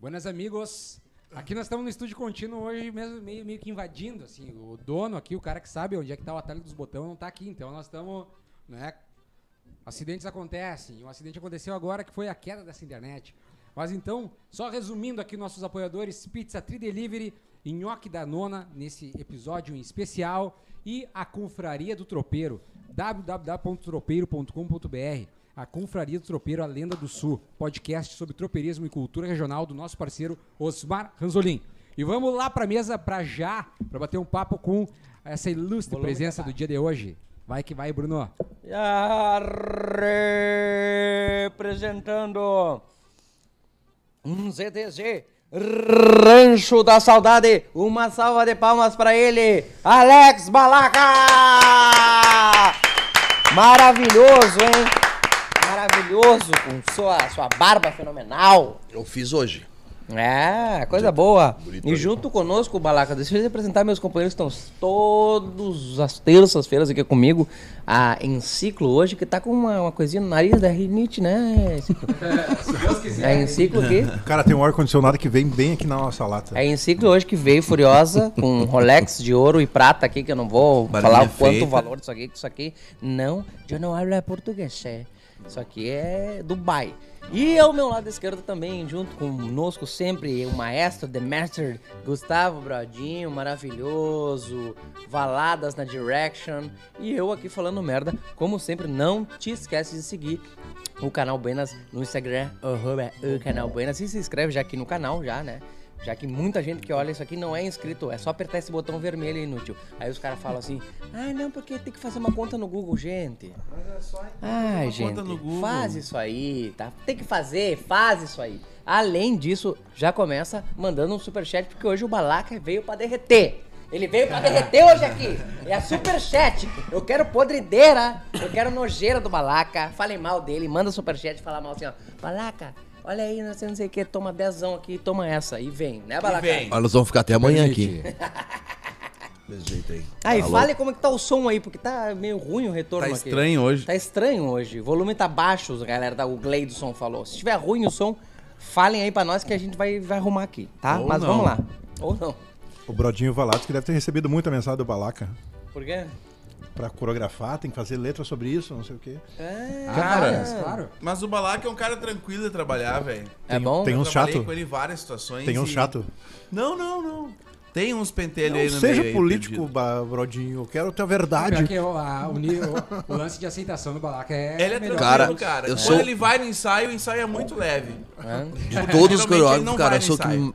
Buenas amigos. Aqui nós estamos no estúdio contínuo hoje, mesmo meio, meio que invadindo, assim. O dono aqui, o cara que sabe onde é que tá o atalho dos botões, não tá aqui. Então nós estamos, né? Acidentes acontecem. Um acidente aconteceu agora que foi a queda dessa internet. Mas então, só resumindo aqui nossos apoiadores, Pizza Tri Delivery, Nhoque da Nona, nesse episódio em especial, e a Confraria do Tropeiro, www.tropeiro.com.br. A Confraria do Tropeiro, a Lenda do Sul, podcast sobre tropeirismo e cultura regional do nosso parceiro Osmar Ranzolin. E vamos lá para mesa para já, para bater um papo com essa ilustre Volume presença tá do dia de hoje. Vai que vai, Bruno. E a representando um ZTG Rancho da Saudade, uma salva de palmas pra ele, Alex Balaca! Maravilhoso, hein? Maravilhoso, com sua, sua barba fenomenal. Eu fiz hoje. É, coisa boa. bonito E ali. junto conosco, Balaca, deixa eu representar meus companheiros que estão todas as terças-feiras aqui comigo, a Enciclo hoje, que tá com uma, uma coisinha no nariz da rinite, né? Enciclo? a Enciclo aqui. Cara, tem um ar-condicionado que vem bem aqui na nossa lata. É A É. Enciclo hoje que veio furiosa, com um Rolex de ouro e prata aqui, que eu não vou Barulhinha falar o quanto feita. o valor disso aqui, que isso aqui não, eu não hablo português, é. Isso aqui é Dubai. E ao meu lado esquerdo também, junto conosco sempre, o maestro, the master, Gustavo Brodinho, maravilhoso, valadas na direction, e eu aqui falando merda, como sempre, não te esquece de seguir o canal Buenas no Instagram, arroba o canal Buenas, e se inscreve já aqui no canal, já, né? Já que muita gente que olha isso aqui não é inscrito, é só apertar esse botão vermelho aí, inútil. Aí os caras falam assim: ah, não, porque tem que fazer uma conta no Google, gente. Ah, gente, faz isso aí, tá? Tem que fazer, faz isso aí. Além disso, já começa mandando um superchat, porque hoje o Balaca veio pra derreter. Ele veio pra derreter hoje aqui. É superchat. Eu quero podrideira, eu quero nojeira do Balaca. Falem mal dele, manda superchat e fala mal assim, ó. Balaca, olha aí, não sei, não sei o que, toma dezão aqui, toma essa. E vem, né, Balaca? Olha, Ah, nós vamos ficar até amanhã Permite. aqui. Desse jeito aí. Aí, Alô? fale como é que tá o som aí, porque tá meio ruim o retorno Tá aqui. estranho hoje. Tá estranho hoje. O volume tá baixo, a galera da o Gleidson falou. Se tiver ruim o som, falem aí pra nós que a gente vai, vai arrumar aqui, tá? Ou Mas não. vamos lá. Ou não. O Brodinho Valato, que deve ter recebido muita mensagem do Balaca. Por quê? Pra coreografar, tem que fazer letra sobre isso, não sei o quê. É, Ah, Cara. várias, claro. Mas o Balak é um cara tranquilo de trabalhar, velho. é bom? tem Eu uns trabalhei um chato. com ele em várias situações. Tem um e- chato. Não, não, não. Tem uns pentelhos aí Não no seja meio aí, político, perdido. ba- Brodinho. Eu quero ter a Pior verdade. que o, a- o ni- o- o lance de aceitação do Balaca é. Ele é melhor. Cara, tranquilo, cara. eu Quando sou- ele vai no ensaio, o ensaio é muito leve. De todos os Geralmente ele coreógrafos, não cara, vai eu sou o no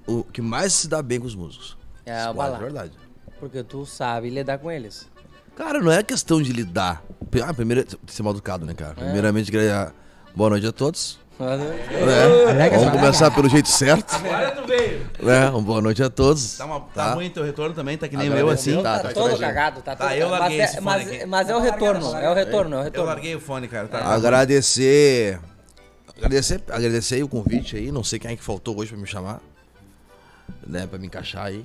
que, o, o que mais se dá bem com os músicos. É, Isso o Balaca. É verdade. Porque tu sabe lidar com eles. Cara, não é questão de lidar. P- Ah, primeiro, ser mal educado, né, É. cara? Primeiramente, queria... boa noite a todos. É. né? Vamos começar pelo jeito certo. Agora tu veio. Né? Uma boa noite a todos. Tá, uma, tá. ruim teu retorno também, tá que nem Agora eu eu assim. vou- Tá, Tá, tá tá todo estourando. cagado, tá todo Tá, eu cagado. larguei mas, esse é, fone mas, aqui. mas é o retorno, é o retorno, é o Eu retorno. larguei o fone, cara. Tá. Agradecer. Agradecer, agradecer aí o convite aí. Não sei quem é que faltou hoje pra me chamar. Né, pra me encaixar aí.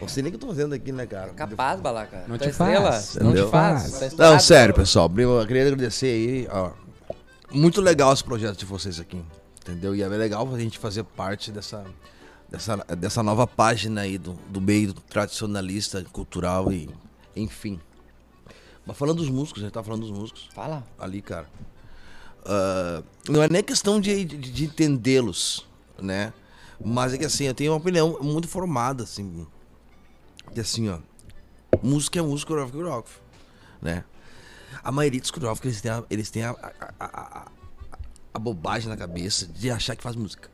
Não sei nem o que eu tô fazendo aqui, né, cara? Capaz, Balaca. Não Tu te é estrela, faz, Não te entendeu? faz. tu é Não, estourado. sério, pessoal. primo, Eu queria agradecer aí. ó. Muito legal esse projeto de vocês aqui. Entendeu? E é bem legal a gente fazer parte dessa, dessa, dessa nova página aí do, do meio tradicionalista, cultural e. Enfim. Mas falando dos músicos, a gente tá falando dos músicos Fala. ali, cara. Ah, não é nem questão de, de, de entendê-los, né? Mas é que assim, eu tenho uma opinião muito formada, assim. Que assim, ó. Música é música, coreógrafo é coreógrafo, né? A maioria dos coreógrafos, eles têm, a, eles têm a, a- a- a- a bobagem na cabeça de achar que faz música.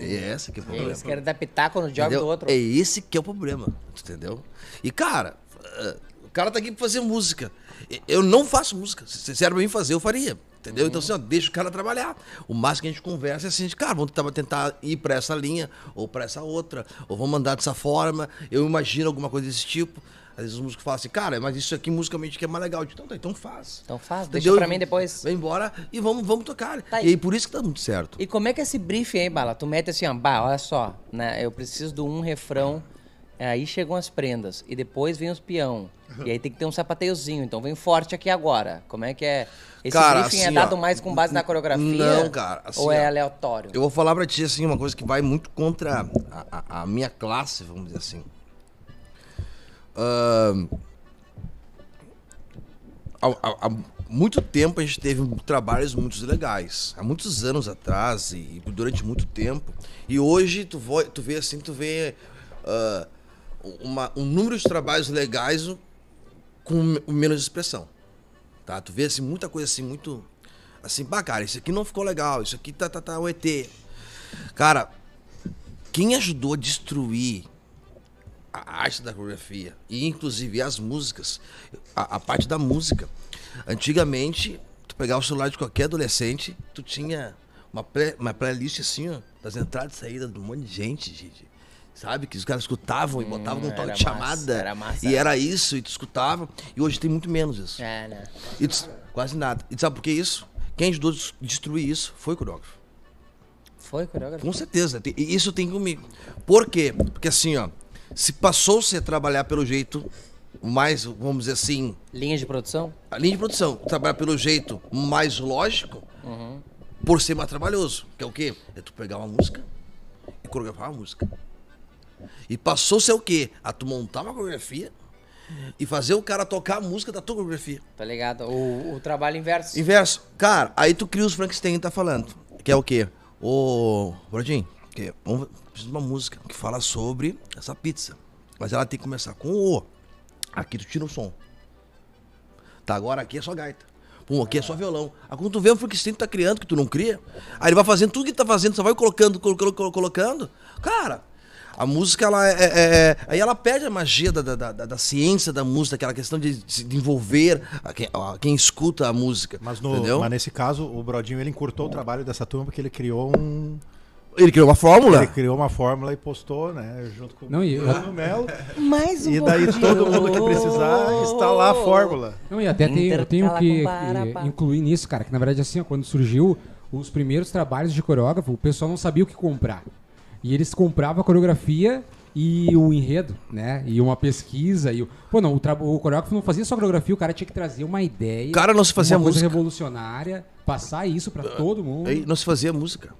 É essa que é o problema. Eles querem dar pitaco no jogo Entendeu? do outro. É esse que é o problema, entendeu? E cara, eh, o cara tá aqui pra fazer música. E- Eu não faço música. Se se era pra mim fazer, eu faria. Entendeu? Então, Uhum. assim, ó, deixa o cara trabalhar. O máximo que a gente conversa é assim, de, cara, vamos tentar, tentar ir pra essa linha, ou pra essa outra, ou vamos andar dessa forma, eu imagino alguma coisa desse tipo. Às vezes os músicos falam assim, cara, mas isso aqui musicalmente que é mais legal. Eu digo, Então, tá, então faz. Então faz, deixa pra mim depois. Vem embora e vamos, vamos tocar. Tá aí. e aí, por isso que tá muito certo. E como é que é esse briefing aí, Bala? Tu mete assim, ó, bah, olha só, né? Eu preciso de um refrão Aí chegam as prendas e depois vem os peão. E aí tem que ter um sapateiozinho, então vem forte aqui agora. Como é que é? Esse Cara, briefing é assim, dado ó, mais com base na coreografia? não, cara, assim, ou é ó, aleatório? Eu vou falar pra ti, assim, uma coisa que vai muito contra a, a- a minha classe, vamos dizer assim. Ahn, há, há- há muito tempo a gente teve trabalhos muito legais. Há muitos anos atrás e, e durante muito tempo. E hoje tu, vo- tu vê assim, tu vê ah, uma- um número de trabalhos legais com me- menos expressão tá? Tu vê assim muita coisa assim muito assim, bah, cara, isso aqui não ficou legal, isso aqui tá tá tá o ET. Cara, quem ajudou a destruir a arte da coreografia e inclusive as músicas, a, a parte da música. Antigamente, tu pegava o celular de qualquer adolescente, tu tinha uma, play, uma playlist assim, ó, das entradas e saídas de um monte de gente, de- de- Sabe? Que os caras escutavam e botavam um tal Hum, era de massa, chamada. era massa. E era isso, e tu escutava. E hoje tem muito menos isso. É, né? E tu- quase nada. E tu sabe por que isso? Quem ajudou a des- destruir isso foi o coreógrafo. Foi coreografia? Com certeza. Te- E isso tem comigo. Por quê? Porque assim, ó. Se passou-se a trabalhar pelo jeito mais, vamos dizer assim, Linha de produção? a linha de produção, trabalhar pelo jeito mais lógico, por ser mais trabalhoso. Que é o quê? É tu pegar uma música e coreografar uma música. E passou-se a o quê? A tu montar uma coreografia e fazer o cara tocar a música da tua coreografia. Tá ligado? O, o trabalho inverso. Inverso. Cara, aí tu cria os Frankenstein tá falando. Que é o quê? Ô, Brodinho, que vamos, preciso de uma música que fala sobre essa pizza. Mas ela tem que começar com o. Aqui tu tira o som. Tá, agora aqui é só gaita. Pum, aqui é só violão. Aí quando tu vê o Frankenstein que tu tá criando, que tu não cria, aí ele vai fazendo tudo que tu tá fazendo, só vai colocando, colocando, colo- colocando. Cara, a música, ela é, é- é- Aí ela perde a magia da, da, da, da- da ciência da música, aquela questão de, se- de envolver a quem, a quem escuta a música. Mas, no- entendeu? mas nesse caso, o Brodinho ele encurtou o trabalho dessa turma porque ele criou um. Ele criou uma fórmula. Ele criou uma fórmula e postou, né? Junto com Não, e- o Bruno Melo. Mais E daí todo mundo que precisar está lá a fórmula. Não, e até tem, eu tenho Intercala que com barabá. eh, incluir nisso, cara, que na verdade assim, ó, quando surgiu os primeiros trabalhos de coreógrafo, o pessoal não sabia o que comprar. E eles compravam a coreografia e o enredo, né? E uma pesquisa e o... Pô, não, o, tra- o coreógrafo não fazia só coreografia, o cara tinha que trazer uma ideia, O cara não se fazia uma coisa música. Ah, revolucionária, passar isso pra todo um- mundo. Ei, Não se fazia música.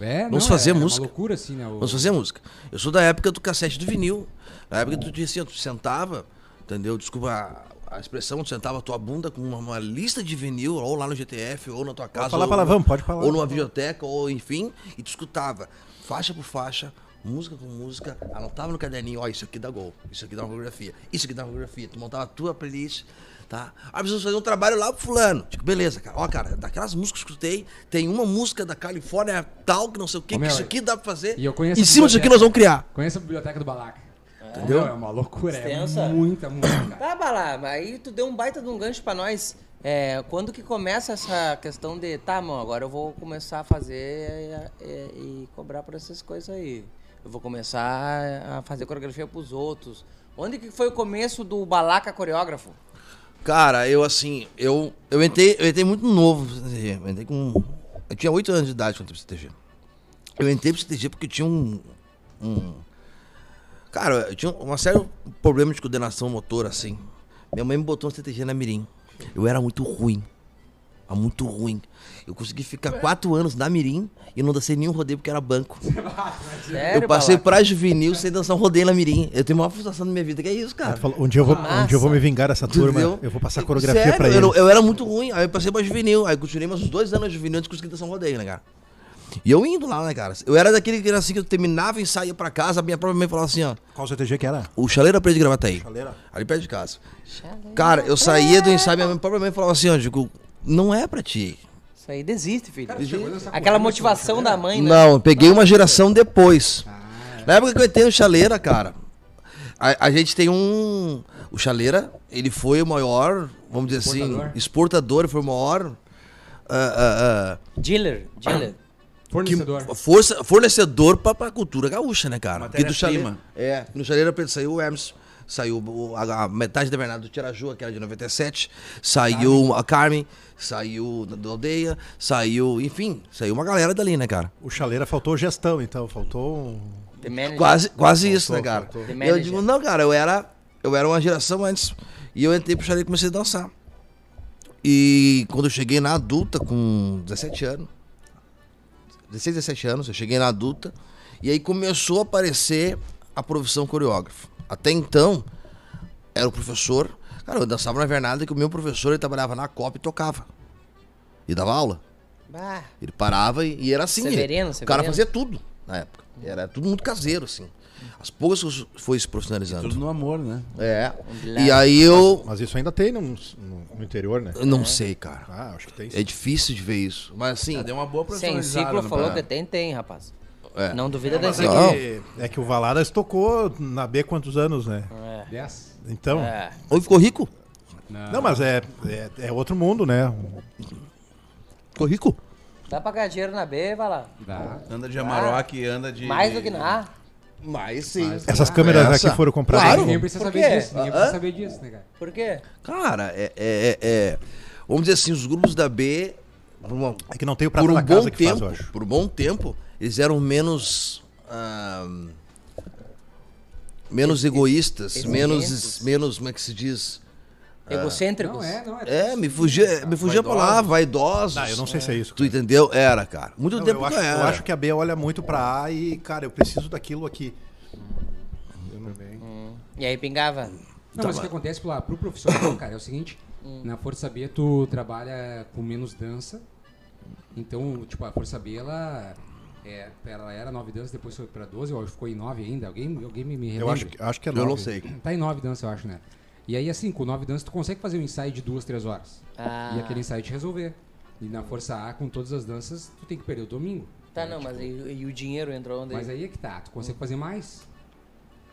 É, vamos fazer é, é música. uma loucura assim, né? o- Vamos fazer música. Eu sou da época do cassete do vinil. Na época tu dizia assim, ó, tu sentava, entendeu? Desculpa a, a expressão, tu sentava a tua bunda com uma, uma lista de vinil, ou lá no GTF, ou na tua casa. falar ou, palavrão, pode falar. Ou numa biblioteca, ou enfim, e tu escutava faixa por faixa, música por música, anotava no caderninho, ó, isso aqui dá gol, isso aqui dá uma coreografia, isso aqui dá uma coreografia. Tu montava a tua playlist, tá? Ah, precisamos fazer um trabalho lá pro fulano. Tipo, beleza, cara. Ó, cara, daquelas músicas que eu escutei, tem uma música da Califórnia tal, que não sei o quê, Ô, que meu, isso aqui dá pra fazer. e eu conheço em cima disso aqui nós vamos criar. Conhece a biblioteca do Balaca. Entendeu? É uma loucura, Extensa. é muita música, cara. Tá, Balá, mas aí tu deu um baita de um gancho pra nós. É, quando que começa essa questão de, tá, mano, agora eu vou começar a fazer e, e- e cobrar por essas coisas aí. Eu vou começar a fazer coreografia pros outros. Onde que foi o começo do Balaca coreógrafo? Cara, eu assim, eu, eu, entrei, eu entrei muito novo pro CTG. Eu entrei com. Eu tinha 8 anos de idade quando eu entrei pro CTG. Eu entrei pro CTG porque eu tinha um. um- cara, eu tinha um sério problema de coordenação motor, assim. Minha mãe me botou no CTG na Mirim. Eu era muito ruim. Era muito ruim. Eu consegui ficar 4 anos na Mirim e não dancei nenhum rodeio porque era banco. Sério, eu passei Balaca? pra juvenil sem dançar um rodeio na Mirim. Eu tenho a maior frustração na minha vida, que é isso, cara. Tu falou, um, dia eu vou, um dia eu vou me vingar dessa Tu turma, entendeu? eu vou passar coreografia Sério, pra eu ele. não- Eu, era muito ruim, aí eu passei pra juvenil, aí continuei mais uns dois anos de juvenil antes de conseguir dançar um rodeio, né, cara? E eu indo lá, né, cara? Eu era daquele que era assim que eu terminava e saía pra casa, a minha própria mãe falava assim, ó, Qual CTG que era? o chaleiro aprende de gravata aí. Chaleira. Ali perto de casa. Cara, eu saía do ensaio, minha mãe- própria mãe falava assim, ó, digo, não é pra ti. Isso aí desiste, filho. chegou nessa Aquela corrida, motivação da mãe, né? Não, eu peguei uma geração depois. Na época que eu entrei no Chaleira, cara, a, a gente tem um. O Chaleira, ele foi o maior, vamos dizer Exportador. assim, exportador, foi o maior. ah, ah, ah, Dealer, dealer. Fornecedor. força, fornecedor pra, pra cultura gaúcha, né, cara? Porque do Matéria-prima. Chaleira, é, no Chaleira saiu o Emerson Saiu o- a, a metade da Bernardo Tiraju, aquela de 97. Saiu a Carmen. Saiu da da aldeia. Saiu, enfim, saiu uma galera dali, né, cara? O chaleira faltou gestão, então. Faltou um. The manager. Quase, quase isso, né, Faltou, cara? faltou. The Eu manager. digo, não, cara, eu era, eu era uma geração antes. E eu entrei pro xadrez e comecei a dançar. E quando eu cheguei na adulta, com 17 anos, 16, 17 anos, eu cheguei na adulta, e aí começou a aparecer a profissão coreógrafo. Até então, era o professor. Cara, eu dançava na Vernada que o meu professor ele trabalhava na Copa e tocava. E dava aula. Bah, Ele parava e, e era assim. Severino, ele- O Severino. cara fazia tudo na época. Era tudo muito caseiro, assim. As poucas coisas foi se Tudo profissionalizando. no amor, né? É. Combinado. E aí eu. Mas isso ainda tem no, no- no interior, né? Eu É. não sei, cara. Ah, acho que tem. É sim. difícil de ver isso. Mas assim. Já deu uma boa sem profissionalizada. ciclo né, falou pra- que tem, tem, rapaz. É. Não duvida da Mas é, ciclo. que, é que o Valadas tocou na B quantos anos, né? 10? Então. É. Ou ficou rico? Não, mas é, é, é outro mundo, né? Ficou rico? Dá Tá pra ganhar dinheiro na B, vai lá. Dá. Anda de Amarok, anda de. Mais do que na A. Mas sim. Essas câmeras Ah, Essa? aqui foram compradas. Claro. Ninguém precisa Por saber quê? disso. Ninguém Hã? precisa saber disso, né, cara? Por quê? Cara, é, é- é- é- Vamos dizer assim, os grupos da B. por uma- É que não tem o prato por um da bom casa que faz, tempo, eu acho. por um bom tempo, eles eram menos ah, menos egoístas, menos exigentes. menos como é que se diz? Egocêntricos? Não, é, não é. É, me fugia, me fugia a palavra, vaidosos. Ah, eu não sei se é isso. Tu entendeu? Era, cara. Muito Não, tempo eu, acho, era. eu acho que a B olha muito pra A e, cara, eu preciso daquilo aqui. Eu não- E aí pingava. Não, mas o que acontece pro, pro profissional, cara, é o seguinte: Hum. na Força B tu trabalha com menos dança. Então, tipo, a Força B ela, é, ela era 9 danças, depois foi pra 12, ou ficou em 9 ainda. Alguém, alguém me, me Eu relembra? acho, que- acho que é Eu não nove. sei. Tá em 9 danças, eu acho, né? E aí, assim, com 9 danças tu consegue fazer um ensaio de 2, 3 horas. Ah. E aquele ensaio te resolver. E na Força A, com todas as danças, tu tem que perder o domingo. Tá, não, mas e, e o dinheiro entrou onde? Mas aí é que tá, tu consegue fazer mais.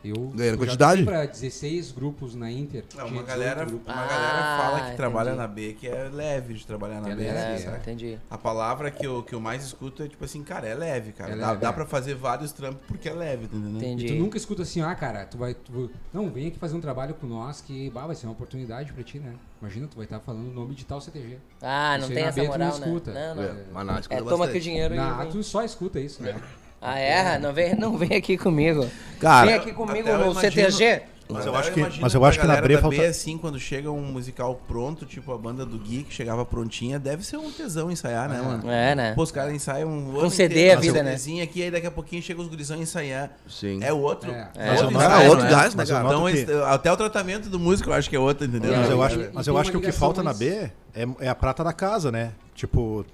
Eu Ganhando eu já quantidade? fui pra 16 grupos na Inter. tinha Não, uma 18 galera, grupos. uma galera fala que Ah, trabalha entendi. na B, que é leve de trabalhar na É B. leve, assim, É, sabe? entendi. A palavra que eu, que eu mais escuto é tipo assim, cara, é leve, cara. É dá, leve, dá é. pra fazer vários trampos porque é leve, tá entendendo? E Entendi. tu nunca escuta assim, ah, cara, tu vai. Tu, não, vem aqui fazer um trabalho com nós que bah, vai ser uma oportunidade pra ti, né? Imagina, tu vai estar falando o nome de tal CTG. Ah, não Isso aí tem na essa B tu não moral, né? escuta. Não, não. É, mas na É, escuta toma aqui o bastante. dinheiro Na, e vem. tu só escuta isso, né? Ah, é? Não vem, não vem aqui comigo. Cara, vem aqui comigo Até eu no imagino- CTG. Mas eu até acho que- imagino mas eu pra acho que na galera Bre da falta- B, assim, quando chega um musical pronto, tipo a banda do Gui, que chegava prontinha, deve ser um tesão ensaiar, né, mano? É, né? Pô, os caras ensaiam um CD inteiro, a uma vida, né? CDzinha aqui, aí daqui a pouquinho chega os gurizão a ensaiar. Sim. É outro. É. Mas eu noto- ensaio, Ah, outro né? gás, né, Mas cara? eu noto Então, que- até o tratamento do músico eu acho que é outro, entendeu? Mas eu É, acho, e- mas e eu tem acho que uma o que ligação falta na mais- B é, é a prata da casa, né? Tipo,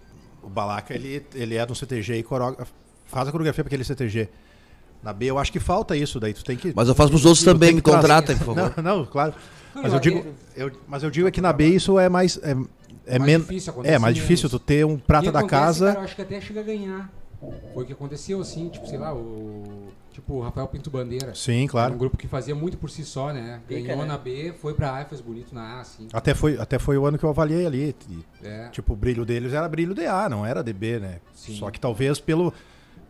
o Balaca, ele, ele é no CTG e coreógrafo- faz a coreografia pra aquele CTG. Na B eu acho que falta isso, daí tu tem que... Mas eu faço pros outros tu também, tem me que trazer- assim, contratem, por né? favor. Não, não, claro. Não, Mas é não, eu digo, eu- eu, mas eu digo é que na B isso é mais... É, é Mais men- difícil, acontece É, mais difícil tu menos. ter um E prata da acontece, casa... Cara, eu acho que até chega a ganhar. Foi o que aconteceu, assim, tipo, sei lá, o. Tipo, o Rafael Pinto Bandeira. Sim, Era Um claro. grupo que fazia muito por si só, né? Ganhou Pica, né? na B, foi pra A e fez bonito na A, assim. Até foi, até foi o ano que eu avaliei ali. e- É. Tipo, o brilho deles era brilho de A, não era DB, né? Sim. Só que talvez pelo,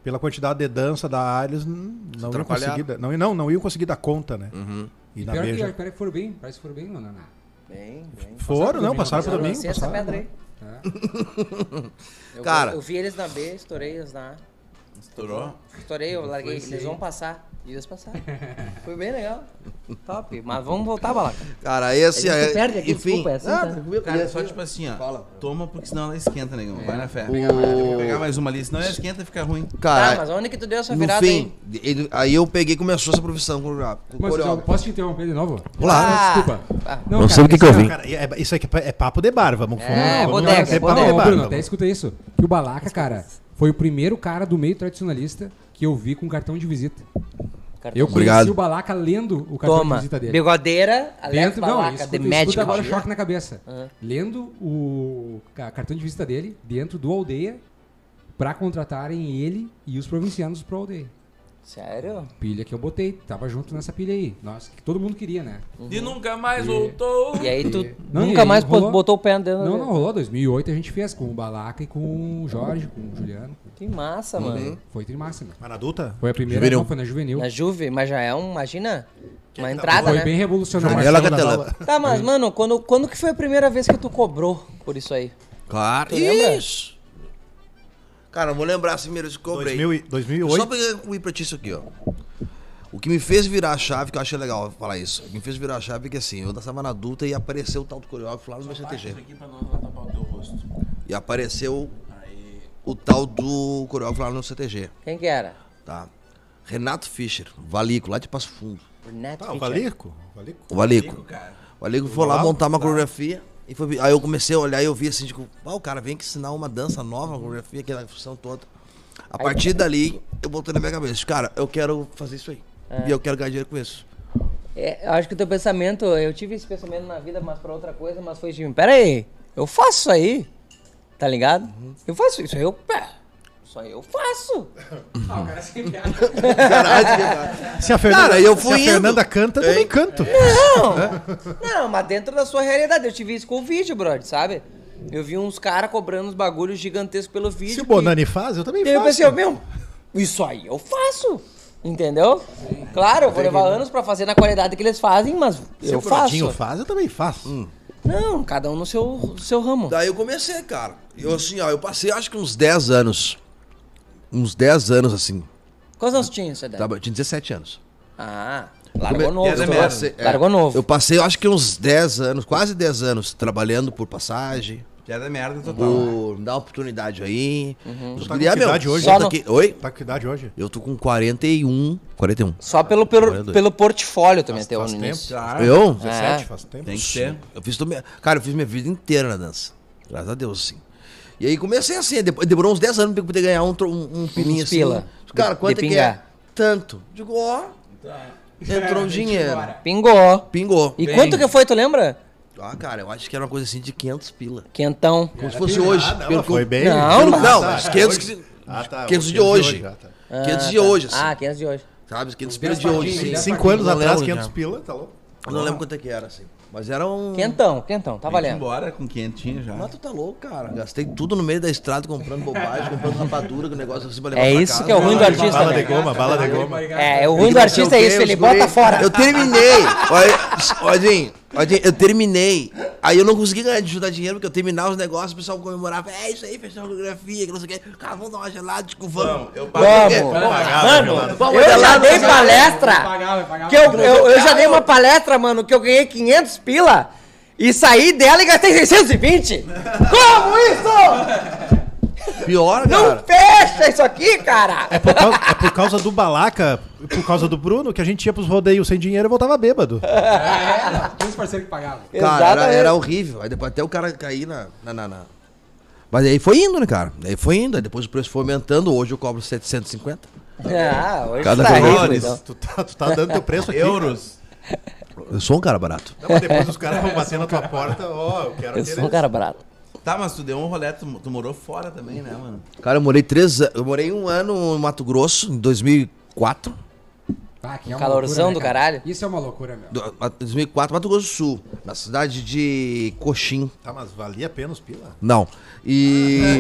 pela quantidade de dança da A, eles n- não iam, atrapalharam. conseguir, dar- não, não, não iam conseguir dar conta, né? E na Pior que, B é já... pior que foram bem, parece que foram bem, mano. na- Um Vem, vem. Foram, não, passaram É. passaram pro pro domingo, domingo. Lancei essa passaram. pedra Tá? aí. Eu, Cara. eu vi eles na B, estourei eles na A. Estourou. Estourei, eu larguei. esse Eles aí. vão passar. E eles passaram. Foi bem legal. Top. Mas vamos voltar, Balaca. Cara, esse A gente é. perde aqui, enfim. desculpa, é assim, tá? tranquilo. Cara, E é só assim, tipo assim, ó. Fala. É. Toma, porque senão ela esquenta, negão. Vai na fé. O- Eu vou pegar mais uma ali, senão ela esquenta e fica ruim. Cara, Ah, tá, mas onde que tu deu essa no virada fim, aí? ele- aí eu peguei e começou essa profissão com o Mas eu coreógrafo. posso te interromper de novo? Olá. Ah, Desculpa. ah. Não, sei o que, eu vi. Cara, é- isso aqui é papo de bar, vamos É, vamos- boneca, vamos- é boneca. papo de Não, bar, Bruno, vamos. até escuta isso. Que o Balaca, cara, foi o primeiro cara do meio tradicionalista que eu vi com cartão de visita. Cartão. Eu Obrigado. conheci o Balaca lendo o cartão de Toma. visita dele. Bigodeira, Alex Dentro, não, Balaca, escuta, The escuta Magic. agora o choque na cabeça. Ah. Lendo o ca- cartão de visita dele dentro do Aldeia pra contratarem ele e os provincianos pro Aldeia. Sério? Pilha que eu botei, tava junto nessa pilha aí. Nossa, que todo mundo queria, né? E nunca mais voltou. E aí tu Não, e nunca aí mais rolou- botou o pé né? dentro. Não, da- não rolou. 2008 a gente fez com o Balaca e com o Jorge, com o Juliano. Que massa, mano. Foi trimassa, né? Mas na adulta? Foi a primeira, Juvenil. não, foi na Juvenil. Na Juve, mas já é um, imagina, uma entrada, Foi né? bem revolucionário. Daniela Marcelo Catalã. Nadal. Tá, mas, mano, quando, quando que foi a primeira vez que tu cobrou por isso aí? Claro. Tu lembra? Isso. Cara, eu vou lembrar assim mesmo que eu cobrei. 2000 e- Só 2008? pra concluir pra ti isso aqui, ó. O que me fez virar a chave, que eu achei legal falar isso. O que me fez virar a chave é que assim, eu dançava na adulta e apareceu o tal do coreógrafo lá no meu Baixa isso CTG. aqui pra não tapar o teu rosto. E apareceu o tal do coreógrafo lá no CTG, Quem que era? tá? Renato Fischer, Valico, lá de Passo Fundo. O Neto Ah, o Fischer. Valico? O Valico? O Valico. Cara, O Valico foi lá montar uma coreografia. E foi, aí eu comecei a olhar e eu vi assim, tipo, ah, o cara vem que ensinar uma dança nova, uma coreografia, aquela função toda. A partir dali, eu botei na minha cabeça, cara, eu quero fazer isso aí. É. E eu quero ganhar dinheiro com isso. É, eu acho que o teu pensamento, eu tive esse pensamento na vida, mas pra outra coisa, mas foi de, pera aí, eu faço isso aí, tá ligado? Uhum. Eu faço isso aí, eu, pá, isso aí eu faço. Ah, o cara sempre acha. Se a Fernanda, Cara, eu se fui a indo. Fernanda canta, eu também canto. É. Não, não, mas dentro da sua realidade, eu tive isso com o vídeo, brother, sabe? Eu vi uns caras cobrando uns bagulhos gigantescos pelo vídeo. Se o que- Bonani faz, né? eu também Daí eu faço. pensei, ó, meu, isso aí eu faço. Entendeu? Claro, eu vou é levar anos pra fazer na qualidade que eles fazem, mas Se eu o Brodinho faço. faz, eu também faço. Não, cada um no seu, seu ramo. Daí eu comecei, cara. Eu assim, ó, eu passei acho que uns 10 anos. Uns 10 anos, assim. Quantos anos tinha isso, É. Edé? Tava- eu tinha 17 anos. Ah, Come- largou novo. Eu tu passei- falou. é, largou novo. Eu passei acho que uns 10 anos, quase 10 anos, trabalhando por passagem. piada é merda total. Por dar oportunidade aí. Os tá com guria, que meu, idade hoje? solta Só no- aqui. Oi? Tá com que idade hoje? Eu tô com 41. 41. Só pelo, pelo, Dois. pelo portfólio também até faz no tempo. início. Claro. Eu? É. 17 faz tempo. Tem que ser. Eu fiz toda minha- Cara, eu fiz minha vida inteira na dança. Graças a Deus, sim. E aí comecei assim, depois demorou uns 10 anos pra eu poder ganhar um, tro- um, um pininho assim. pila. Cara, De- quanto de é que é? pingar. Tanto. Digo, ó, entrou um dinheiro. Pingou. Pingou. E quanto que foi, tu lembra? Ah, cara, eu acho que era uma coisa assim de 500 pila. Quentão. Como se fosse hoje. Ah, pelo- mas foi bem. Não, Ah, pelo- mas- Não, tá, mas tá, 500 hoje- que- Ah, tá, 500 hoje, de hoje. ah, tá. 500 Ah, de tá. hoje, assim. Ah, 500 de hoje. Sabe? 500 pila Dez de hoje, patinhas, sim. dez Sim. Cinco anos Não atrás, lembro 500 já. pila, tá louco? Eu não lembro quanto é que era, assim. Mas era um... Quentão, quentão, tá Vem valendo. embora com quentinha já. Mas tu tá louco, cara. Gastei tudo no meio da estrada comprando bobagem, comprando rapadura, que o negócio assim pra levar É pra isso casa. que é o ruim do artista, Bala né? de goma, bala de goma. É, o E ruim do não artista sei é o isso, quê, ele os guri- bota fora. Eu terminei. Olha, Odinho, Odinho, eu terminei. Aí eu não consegui ganhar de juntar dinheiro, porque eu terminava os negócios, o pessoal comemorava. É isso aí, fechou a coreografia, que não sei o quê. Cara, vamos dar uma gelada, tipo, vamos. Eu Vamos! né, Mano, eu já dei Vai palestra! pagar, vai pagar. ah, Que eu, eu, eu já dei uma palestra, mano, que eu ganhei 500 pila e saí dela e gastei 620! Como isso? Pior, Não cara. fecha isso aqui, cara! É por, causa, é por causa do Balaca, e por causa do Bruno, que a gente ia pros rodeios sem dinheiro e voltava bêbado. Ah, é? Tinha uns parceiros que pagavam. Cara, era, Exatamente. era horrível. Aí depois até o cara cair na. na, na, na- Mas aí foi indo, né, cara? Aí foi indo. Aí depois o preço foi aumentando. Hoje eu cobro 750. Ah, hoje Cada tá vez rico, mais. então. Tu tá, tu tá dando teu preço aqui. Euros. Eu sou um cara barato. Não, mas depois os caras vão bater na tua porta, ó, eu quero Eu sou um cara brabo. Tá, mas tu deu um rolê, tu, tu morou fora também, né, mano? Cara, eu morei três anos. Eu morei um ano no Mato Grosso, em 2004. Ah, que é uma Calorzão loucura, do caralho. Isso é uma loucura, meu. Do- ma- 2004, Mato Grosso do Sul. Na cidade de Coxim. Tá, mas valia apenas pila. Não. E.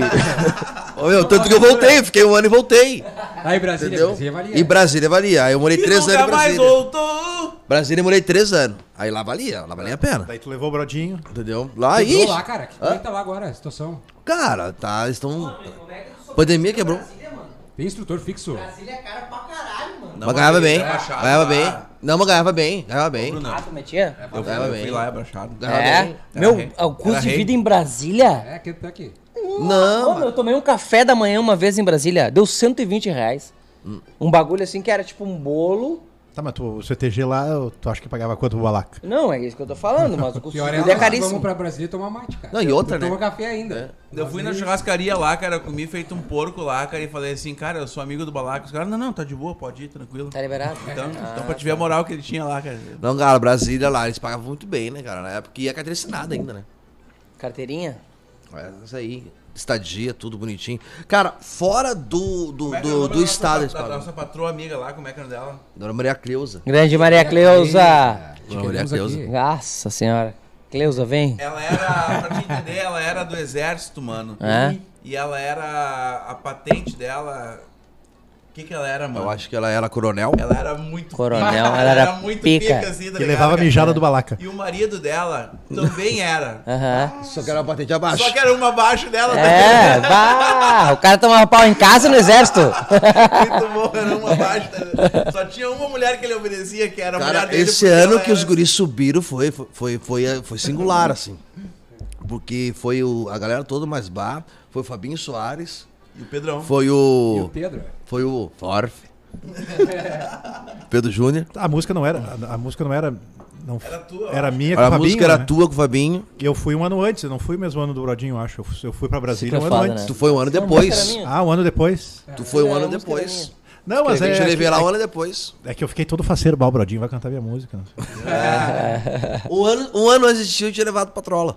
Ô, meu, tanto que eu voltei. Fiquei um ano e voltei. Aí, Brasília, Entendeu? Brasília valia. E Brasília valia. Aí eu morei três anos em mais Brasília. voltou. Brasília eu morei três anos. Aí lá valia. Lá valia a pena. Daí tu levou o Brodinho. Entendeu? Lá, Quebrou Ah, ixi, lá, cara. Que- Como é que tá lá agora a situação? Cara, tá, eles estão. Pandemia quebrou. Tem instrutor fixo? Ele é cara pra caralho, mano. Mas ganhava bem. é baixado, Ganhava lá. bem. Não, mas ganhava bem. Ganhava bem. Bruno, Ah, tu metia? eu, fui- Tava eu bem. fui lá, é baixado. Tava É? bem. Meu, rei. o custo Era de rei. vida em Brasília? É, que tá aqui. Não, Mano, eu tomei um café da manhã uma vez em Brasília, deu 120 reais. Um bagulho assim que era tipo um bolo. Tá, mas tu, o CTG lá, eu- tu acha que pagava quanto o Balaca? Não, é isso que eu tô falando, mas o custo Pior de é vida é nós que vamos caríssimo. pra Brasília tomar mate, cara. Não, e outra, Eu tomo né? café ainda. Eu fui na churrascaria lá, cara, eu comi feito um porco lá, cara, e falei assim, cara, eu sou amigo do Balaca. Os caras, não, não, tá de boa, pode ir, tranquilo. Tá liberado? Então, Ah, então pra te ver tá. a moral que ele tinha lá, cara. não, cara, Brasília lá, eles é pagavam muito bem, né, cara? Na época e ia cadastrinada ainda, né? Carteirinha? É, isso aí. estadia, tudo bonitinho. Cara, fora do, do, Como é que é o do, nome do da estado eles Nossa, da, da pagam. nossa patroa amiga lá, como é que é o nome dela? Dona Maria Cleusa. Grande Maria Cleusa. Te Glória queremos a Deus. É. aqui. Nossa senhora. Cleusa, vem. Ela era, pra te entender, ela era do exército, mano. Uhum. É? E ela era. A patente dela. O que, que ela era, mano? Eu acho que ela era coronel. Hum. Ela era muito Coronel, pica, ela era pica. assim, E tá ligado, levava a cara? mijada do balaca. E o marido dela também era. É. Aham. Só que era uma patente abaixo. Só que era uma abaixo dela É, bah, o cara tomava pau em casa e no exército. também. Muito bom, era uma abaixo dela. Só tinha uma mulher que ele obedecia, que era a mulher Cara, dele. esse porque ano ela que os era- guris subiram foi, foi, foi, foi, foi singular, assim. Porque foi o, a galera toda mais bar, foi o Fabinho Soares, E o Pedrão. foi E o o. Pedro? Foi o Forf. Pedro Júnior. A música não era. A, a música não era. Não, Era tua, Era minha com o A Fabinho, música era né? tua com o Fabinho. Eu fui um ano antes, eu não fui o mesmo ano do Brodinho, eu acho. Eu fui, eu fui pra Brasília Isso um que é ano foda, antes. Tu foi um ano depois. Ah, um ano depois. Tu foi um Era ano a música depois. Não, mas é, Te levei lá é, um ano depois. é que eu fiquei todo faceiro. Bah, o Brodinho vai cantar minha música. né? É. Um ano, um ano antes de ti, eu tinha levado patrola.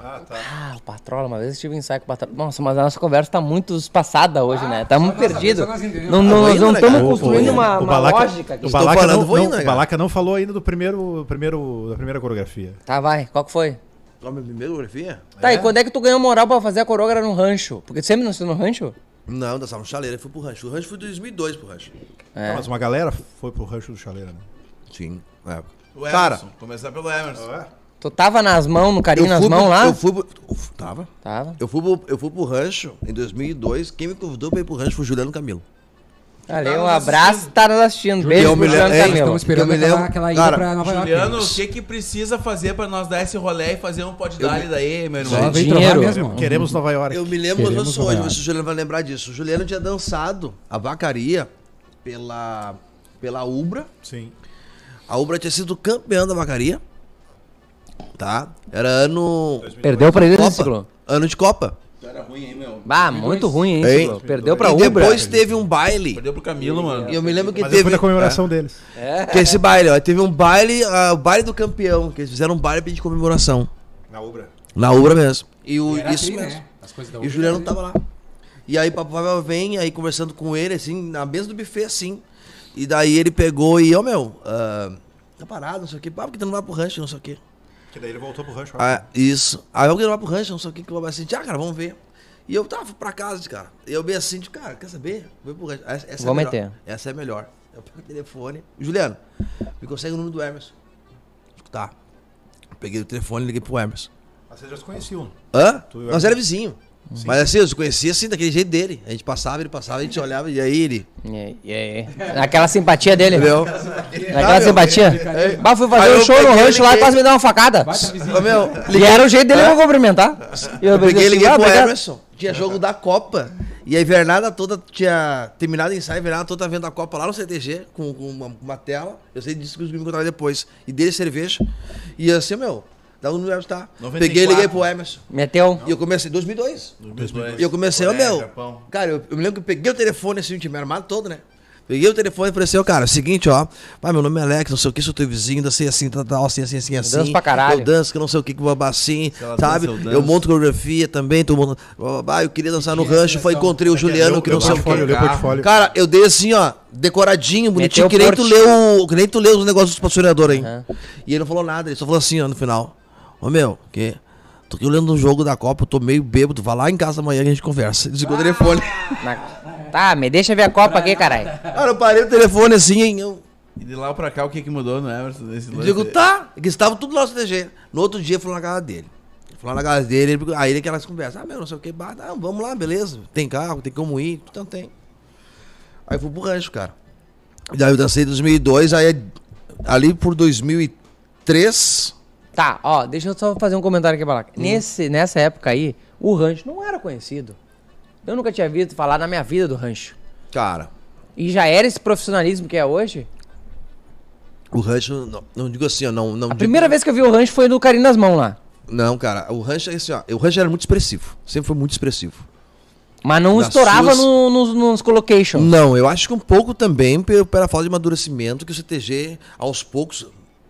Ah, o Patrola, uma vez eu estive em ensaio com o Patrola. Nossa, mas a nossa conversa tá muito espaçada hoje, né? Tá muito nossa- perdido. só nós entendemos. Não, não- Ah, nós vou não indo, né, estamos cara? construindo Vou uma, O uma Balaca- lógica aqui. O Estou Balaca, falando, não, vou não, indo, né, o cara? Balaca não falou ainda do primeiro, primeiro, da primeira coreografia. Tá, vai. Qual que foi? Ó, minha primeira coreografia? Tá, e quando é que tu ganhou moral pra fazer a coreógrafa no rancho? Porque tu sempre nasceu no rancho? Não, da Salva Chaleira, eu fui pro rancho. O rancho foi em 2002 pro rancho. É. Não, mas uma galera foi pro rancho do chaleira, né? Sim, é. na época. O Emerson. Cara, Começar pelo Emerson. É. Tu tava nas mãos, no carinho eu nas fui, mãos pro, lá? eu fui pro, uf, Tava. Tava. Eu fui, pro, eu fui pro rancho em 2002. Quem me convidou pra ir pro rancho foi o Juliano Camilo. Ali, Tá um nos abraço, assistindo. tá nos assistindo. Beijo eu pro me Juliano lembro- é, Camilo. Estamos esperando eu me aquela, lembro- aquela ida cara, pra Nova Juliano, York. o que que precisa fazer pra nós dar esse rolé e fazer um pode dar daí, meu irmão? Ela veio Dinheiro. trocar mesmo. Queremos Nova York. Eu me lembro como se Queremos fosse hoje, ganhar. mas o Juliano vai lembrar disso. O Juliano tinha dançado a vacaria pela, pela Ubra. Sim. A Ubra tinha sido campeã da vacaria. Tá? Era ano. Perdeu pra eles esse Copa. ciclo. Ano de Copa. Tu era ruim, hein, meu? Bah, muito ruim, hein, Hein? ciclo. Perdeu pra e Ubra. depois teve um baile. Perdeu pro Camilo, mano. E eu me lembro que Mas eu teve. fui na comemoração deles. é, que esse baile, ó. Teve um baile, ah, o baile do campeão, que eles fizeram um baile de comemoração. Na Ubra. Na Ubra mesmo. E o, Era isso assim, mesmo. né? As coisas da E o outra Juliano vez. tava lá. E aí Papo Pavel vem, aí conversando com ele, assim, na mesa do buffet, assim. E daí ele pegou e, ô meu, ah, tá parado, não sei o que. Ah, por que tu não vai pro rancho, não sei o que. Que daí ele voltou pro rancho. Ah, isso. Aí eu queria ir pro rancho, não sei o que, que eu vou assim, ah, cara, vamos ver. E eu tava pra casa, cara. E eu bem assim, tipo, cara, quer saber? Vou pro rancho. Essa, essa Vou é melhor. meter. Essa é melhor. Eu pego o telefone. Juliano, me consegue o número do Emerson. Digo, Tá. Peguei o telefone e liguei pro Emerson. Mas vocês já se conheciam. Hã? Tu e o Nós era vizinho. Mas assim, eu se conhecia assim, daquele jeito dele. A gente passava, ele passava, a gente olhava, e aí ele. E aí, É, Naquela simpatia dele. Entendeu? Naquela Ah, simpatia. Bah, fui fazer Aí um eu show no peguei, rancho lá e liguei. quase me deu uma facada. Baita vizinho. Ô, meu, E era o jeito dele pra cumprimentar. E eu eu peguei e pensei assim, liguei ah, pro obrigado. Emerson. Tinha jogo da Copa. E a invernada toda tinha terminado o ensaio, a invernada toda tava vendo a Copa lá no CTG, com, com uma, com uma tela. Eu sei disso que os me encontraram depois. E dele cerveja. E assim, meu, dá um número, tá? 94. Peguei e liguei pro Emerson. Meteu. E eu comecei em 2002. E eu comecei, ô meu. Cara, eu, eu me lembro que eu peguei o telefone assim, tinha me armado todo, né? Peguei o telefone e falei assim, ó, cara, seguinte, ó. Pai, meu nome é Alex, não sei o que, sou teu vizinho, assim, assim, tal, tal, assim, assim, assim, assim. danço pra caralho. Eu danço, que não sei o que, que babá assim, ela sabe? dança, eu Eu, danço. monto coreografia também, tô montando. babá, eu queria dançar no rancho, foi encontrei o Juliano, que não sei o portfólio, eu que. li o portfólio. Cara, eu dei assim, ó, decoradinho, bonitinho, Meteu que nem, tu forte. leu, que nem tu leu os negócios dos patrocinadores aí. E ele não falou nada, ele só falou assim, ó, no final. Ô meu, que. Tô aqui olhando um jogo da Copa, eu tô meio bêbado, vai lá em casa amanhã que a gente conversa. Desligou o telefone. Ah! Na- Tá, me deixa ver a Copa aqui, caralho. Cara, eu parei o telefone assim, hein? Eu E de lá pra cá, o que que mudou no Emerson nesse lance? digo, tá, que estava tudo no nosso TG. No outro dia eu fui lá na casa dele. Fui lá na casa dele, ele- aí ele aquelas conversas. Ah, meu, não sei o que, bah, não, vamos lá, beleza. Tem carro, tem como ir, então tem. Aí eu fui pro rancho, cara. E daí eu dancei em 2002, aí ali por 2003. Tá, ó, deixa eu só fazer um comentário aqui, Hum. Balaca. Nesse, nessa época aí, o rancho não era conhecido. Eu nunca tinha visto falar na minha vida do rancho. Cara, E já era esse profissionalismo que é hoje? o rancho, não, não digo assim, ó, não. não A primeira vez que eu vi o rancho foi no Carinho nas Mãos lá. Não, cara, o rancho é assim, ó. O rancho era muito expressivo. Sempre foi muito expressivo. Mas não Das estourava suas- no- nos, nos collocations. Não, eu acho que um pouco também pe- pela falta de amadurecimento que o CTG, aos poucos,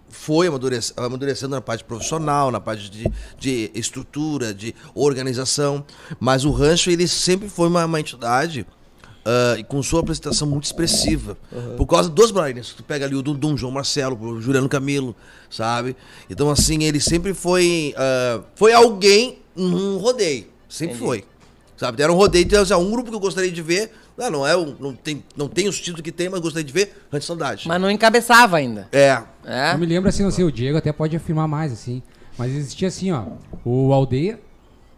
foi amadurece- amadurecendo na parte profissional, na parte de, de estrutura, de organização. Mas o rancho, ele sempre foi uma, uma entidade ah, e com sua apresentação muito expressiva. Por causa dos Brainers. Tu pega ali o Dundum, João Marcelo, o Juliano Camilo, sabe? Então, assim, ele sempre foi. ah, foi alguém num rodeio. Sempre foi. Sabe? Era um rodeio de assim, ah, um grupo que eu gostaria de ver. Ah, não, é, um- não, tem, não tem os títulos que tem, mas gostaria de ver antes saudade. Mas não encabeçava ainda. É. É? Eu me lembro assim, não sei, o Diego até pode afirmar mais, assim. Mas existia assim, ó, o Aldeia,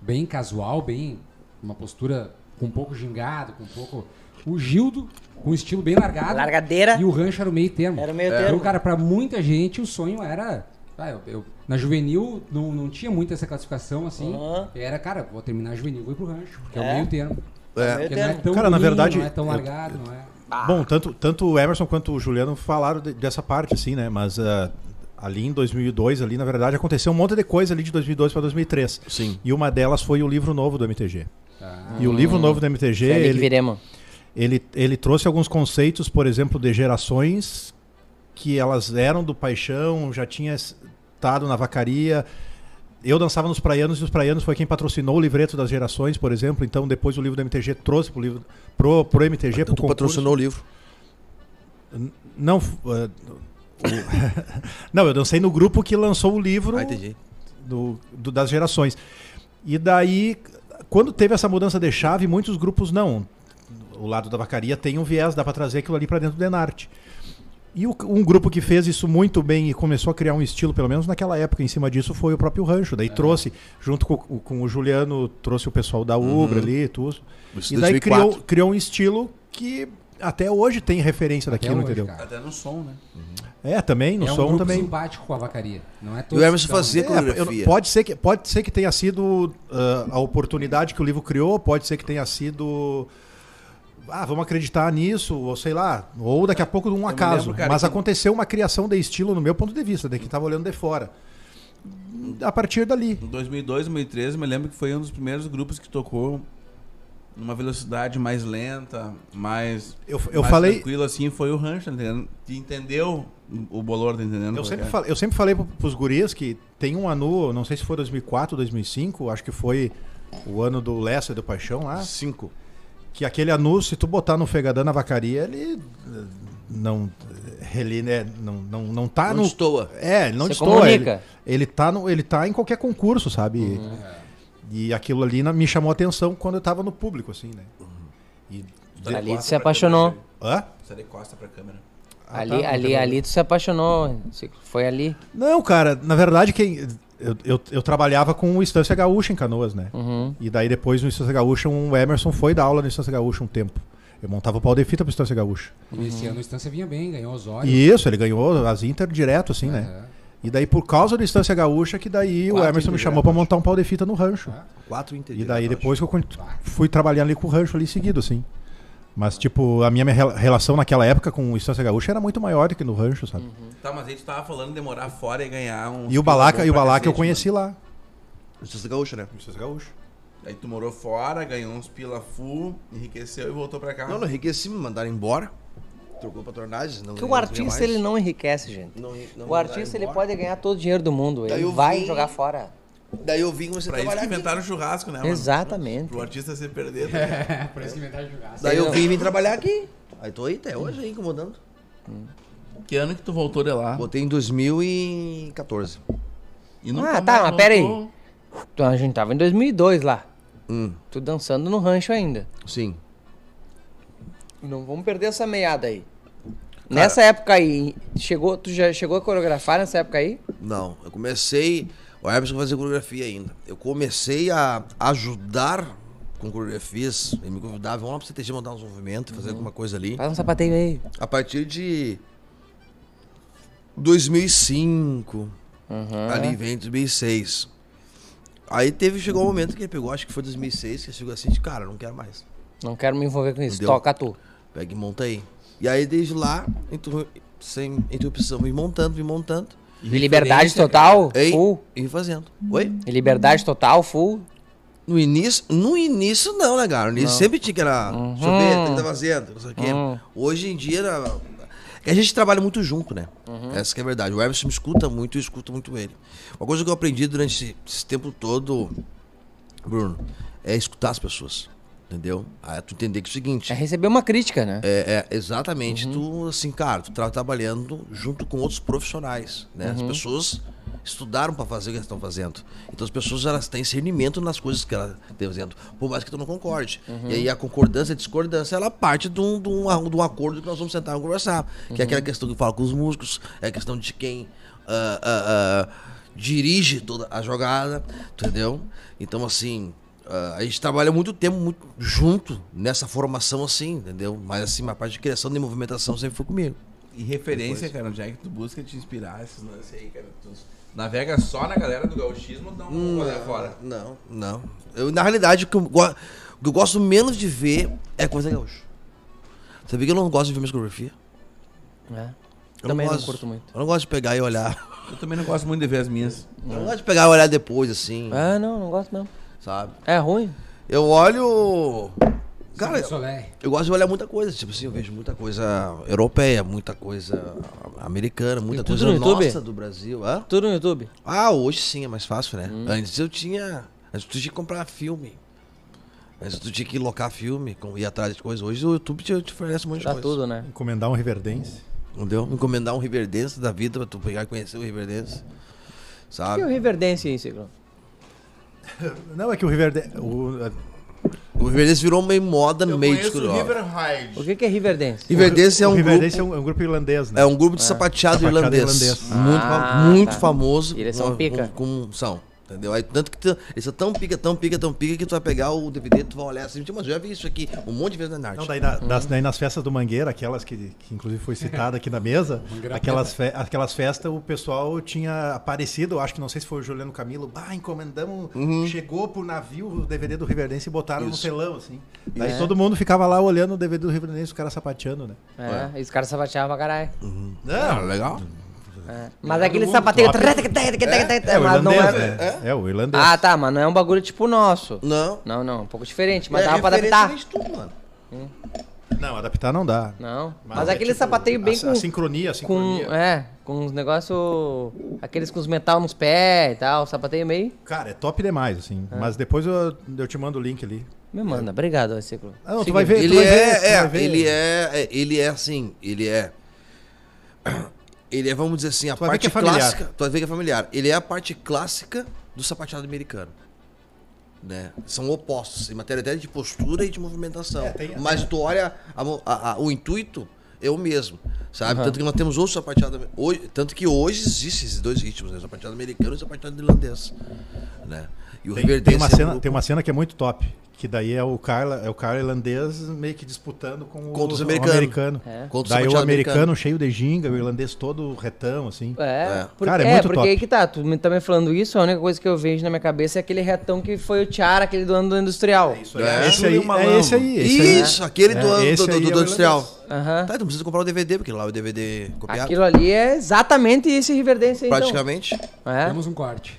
bem casual, bem. Uma postura com um pouco gingado, com um pouco. O Gildo, com um estilo bem largado. Largadeira. E o rancho era o meio termo. Era o meio Então, termo. cara, pra muita gente o sonho era. ah, eu- eu- na juvenil não, não tinha muito essa classificação assim. Aham. Era, cara, vou terminar a juvenil e vou ir pro rancho, que é, É? o meio termo. É. Porque Meio não é termo. tão Cara, na durinho, verdade, Não é tão eu- largado, não é. Ah. Bom, tanto, tanto o Emerson quanto o Juliano falaram de- dessa parte, assim, né? Mas ah, ali em 2002, ali, na verdade, aconteceu um monte de coisa ali de 2002 para 2003. Sim. Ah. E uma delas foi o livro novo do MTG. E o livro novo do MTG, Foi ali que ele, viremos. ele, ele trouxe alguns conceitos, por exemplo, de gerações que elas eram do paixão, já tinha estado na vacaria. Eu dançava nos praianos e os praianos foi quem patrocinou o livreto das gerações, por exemplo. Então depois o livro do MTG trouxe pro livro pro, pro MTG pro Então, tu concurso. patrocinou o livro. Não, f- ah, o- não, eu dancei no grupo que lançou o livro Ah, entendi. do, do- das gerações. E daí, quando teve essa mudança de chave, muitos grupos não. O lado da vacaria tem um viés, dá para trazer aquilo ali para dentro do Enarte. E o- um grupo que fez isso muito bem e começou a criar um estilo, pelo menos naquela época, em cima disso, foi o próprio Rancho. É. Daí trouxe, junto com, o- com o Juliano, trouxe o pessoal da Ubra ali, tudo. Uhum. Isso E em daí 2004. criou, criou um estilo que até hoje tem referência Até daquilo, hoje, entendeu? cara. Até no som, né? É, também, no é um som grupo também. simpático com a vacaria. Não é E todo o Emerson fazia É, eu- coreografia. pode, ser que, pode ser que tenha sido ah, a oportunidade que o livro criou, pode ser que tenha sido. Ah, vamos acreditar nisso, ou sei lá, ou daqui a pouco um acaso. lembro, cara, Mas que- aconteceu uma criação de estilo, no meu ponto de vista, de que estava olhando de fora. A partir dali. Em 2002, 2013, me lembro que foi um dos primeiros grupos que tocou numa velocidade mais lenta, mais, Eu, eu mais falei. tranquila, assim, foi o Rancho, tá entendendo? Que entendeu o bolor, tá entendendo? Eu qual sempre, é? falei, eu sempre falei pro- pros guris que tem um ano, não sei se foi 2004, 2005, acho que foi o ano do Lessa e do Paixão lá. Cinco. que aquele anúncio, se tu botar no Fegadã na vacaria, ele eh, não ele né, não, não, não tá Não no destoa. é, ele não Se destoa, ele, comunica. Uhum. ele tá no ele tá em qualquer concurso, sabe? E- E aquilo ali na- me chamou a atenção quando eu tava no público assim, né? Uhum. E de- Ali tu se apaixonou. Hã? Precisa de costa pra câmera. Ah, ali, tá, não ali, tem ali tu se apaixonou. Se- Foi ali. Não, cara, na verdade, quem. Eu, eu, eu trabalhava com o Estância Gaúcha em Canoas, né? Uhum. E daí depois no Estância Gaúcha, um Emerson foi dar aula no Estância Gaúcha um tempo. Eu montava o pau de fita pro Estância Gaúcha. E esse ano o Estância vinha bem, ganhou os olhos. É. E isso, ele ganhou as Inter direto, assim, né? E daí, por causa do Estância Gaúcha, que daí o É. Quatro Emerson me Inter chamou direto, Ah, pra montar um pau de fita no rancho. Quatro entendidos. E daí depois que eu con- Ah. fui trabalhando ali com o rancho ali seguido, assim. Mas, tipo, a minha rela- relação naquela época com o Estância Gaúcha era muito maior do que no rancho, sabe? Uhum. Tá, mas aí tu tava falando de morar fora e ganhar um. E o Balaca, e o Balaca né? eu conheci lá. Justiça Gaúcha, né? Estância Gaúcha. né? Aí tu morou fora, ganhou uns pila full, enriqueceu e voltou pra cá. Não, não enriqueci, me mandaram embora. Trocou pra tornagem. Não, Porque o artista ele não enriquece, gente. Não, não O artista ele mandaram pode ganhar todo o dinheiro do mundo. Daí Ele eu vai vim- jogar fora. embora. Daí eu vim e comecei a Pra isso que trabalhar. aqui. inventaram o churrasco, né? Tá, mano? Exatamente. Pro artista se perder. tá ligado? É, por isso que inventaram de jogar. Daí Sei eu não. vim e vim trabalhar aqui. Aí tô aí até hoje, aí, incomodando. que ano que tu voltou de lá? Botei em 2014. E Ah, nunca tá, mais mas pera aí. voltou. Então, a gente tava em 2002 lá. Hum, Tu dançando no rancho ainda. sim. Não vamos perder essa meiada aí. Nessa época aí, chegou, tu já chegou a coreografar nessa época aí? Não, eu comecei. O Emerson fazia coreografia ainda. Eu comecei a ajudar com coreografias. Ele me convidava, vamos lá pro CTG montar uns movimentos, fazer alguma coisa ali. Faz um sapateio aí. A partir de 2005, Uhum. Ah. ali vem 2006. Aí teve, chegou o momento que ele pegou, acho que foi 2006, que ele chegou assim, de, cara, não quero mais. Não quero me envolver com isso. Deu. Toca tu. Pega e monta aí. E aí desde lá, interru- sem interrupção, vim montando, vim montando. E liberdade total, Ei, full. e vim fazendo. Oi? E liberdade total, full. No início, no início não, né, cara? No início sempre tinha que era chover, tá fazendo, não sei o quê. Hoje em dia, era- é que a gente trabalha muito junto, né? Essa que é a verdade. O Everson me escuta muito e eu escuto muito ele. Uma coisa que eu aprendi durante esse, esse tempo todo, Bruno, é escutar as pessoas. Entendeu? Aí tu entender que é o seguinte. É receber uma crítica, né? É, é, exatamente. Tu, assim, cara, tu tá trabalhando junto com outros profissionais, né? As pessoas estudaram para fazer o que elas estão fazendo. Então as pessoas elas têm discernimento nas coisas que elas estão fazendo, por mais que tu não concorde. E aí a concordância, a discordância, ela parte de um, de um, a- de um acordo que nós vamos sentar e conversar. Que é aquela questão que eu falo com os músicos, é a questão de quem ah, ah, ah, dirige toda a jogada, entendeu? Então, assim, ah, a gente trabalha muito tempo muito junto nessa formação assim, entendeu? Mas assim, a parte de criação e movimentação sempre foi comigo. E referência, cara, onde é que tu busca te inspirar esses lances aí, cara? Tu navega só na galera do gauchismo ou dá um Hum. rolê fora? Não, não. Eu, na realidade, o que eu, go- o que eu gosto menos de ver é coisa gaúcha. Sabia que eu não gosto de ver minha coreografia? É. Eu Também não gosto- curto muito. Eu não gosto de pegar e olhar. Eu também não gosto muito de ver as minhas. Eu não gosto de pegar e olhar depois, assim, Ah, não, não gosto mesmo. sabe? É ruim? Eu olho... Cara, eu- Soler. Eu gosto de olhar muita coisa, tipo assim, eu vejo muita coisa europeia, muita coisa americana, muita tudo coisa no YouTube? nossa do Brasil. Hã? Tudo no YouTube. Ah, hoje sim é mais fácil, né? Hum. Antes eu tinha. Antes tu tinha que comprar filme. Antes tu tinha que locar filme, com- ir atrás de coisas. Hoje o YouTube te, te oferece um monte de Tá coisa. tudo, né? Encomendar um reverdense. Entendeu? Encomendar um Riverdense da vida pra tu pegar e conhecer o Riverdense. O que é o Sabe? Riverdense aí, Ciclo? Não, é que o Riverdense. o- O Riverdense virou meio moda no Eu meio conheço disco. o River O Hyde. que que é Riverdense? Riverdense é o um Riverdense grupo. é um, é um grupo irlandês, né? É um grupo de sapateado, Sapateado irlandês. irlandês. Muito, Ah, fa- muito tá. famoso. E eles são com- pica. Com, com- são. Entendeu? Aí, tanto que tu- eles são tão pica, tão pica, tão pica que tu vai pegar o DVD, tu vai olhar assim, mas eu já vi isso aqui um monte de vezes na Nart. Não, daí, na- das- daí nas festas do Mangueira, aquelas que, que inclusive foi citada aqui na mesa, aquelas, fe- aquelas festas o pessoal tinha aparecido, eu acho que não sei se foi o Juliano Camilo, bah, encomendamos, Uhum. chegou por navio o DVD do Riverdense e botaram no telão, assim. Daí É. todo mundo ficava lá olhando o DVD do Riverdense, o cara sapateando, né? É, e os caras sapateavam pra caralho. Ah, legal. É. Mas aquele sapateio. Top. É, mas não irlandês, é. né? É, o irlandês. Ah, tá, mas não é um bagulho tipo nosso. Não. Não, não, um pouco diferente, mas É, dava pra referência adaptar. de tudo, mano. Não, adaptar não dá. Não, mas, é aquele tipo, sapateio bem a, com. A sincronia, a com sincronia. é, com uns negócios. Aqueles com os metal nos pés e tal, sapateio meio. Cara, é top demais, assim. Mas depois eu, eu te mando o link ali. Me manda, obrigado, esse ciclo. É. Ah, não, tu vai ver, tu Ele vai ver, tu é, vai é, ver. ele é, é, ele é assim, ele é, ele é, vamos dizer assim, a vai ver parte que é familiar. clássica. Tu vai ver que é familiar. Ele é a parte clássica do sapateado americano, né? São opostos em matéria até de postura e de movimentação. tem- Mas tu olha a mo- a- a- o intuito é o mesmo, sabe? Tanto que nós temos outro sapateado, hoje, tanto que hoje existem esses dois ritmos, né? O sapateado americano e o sapateado irlandês, né? E o Tem, tem uma Riverdance é um cena, grupo- tem uma cena que é muito top. Que daí é o cara, é o cara irlandês meio que disputando com o, Contra os o americanos. americano. É. Contra o Daí o sapateado americano, americano. cheio de ginga, o irlandês todo retão, assim. É, É. porque, Cara, é é muito porque top. aí que tá, tu me- tá me falando isso, a única coisa que eu vejo na minha cabeça é aquele retão que foi o Tiara, aquele do ano do industrial. Aham. É. Esse aí, Júlio Malandro. é esse aí. Esse aí. Isso, aquele do, É, do, esse do, aí Tá do, é o industrial. Aham. Tá, tu não precisa comprar o DVD, porque lá é o DVD copiado. Aquilo ali é exatamente esse Riverdense aí, então. praticamente. É, Temos um corte.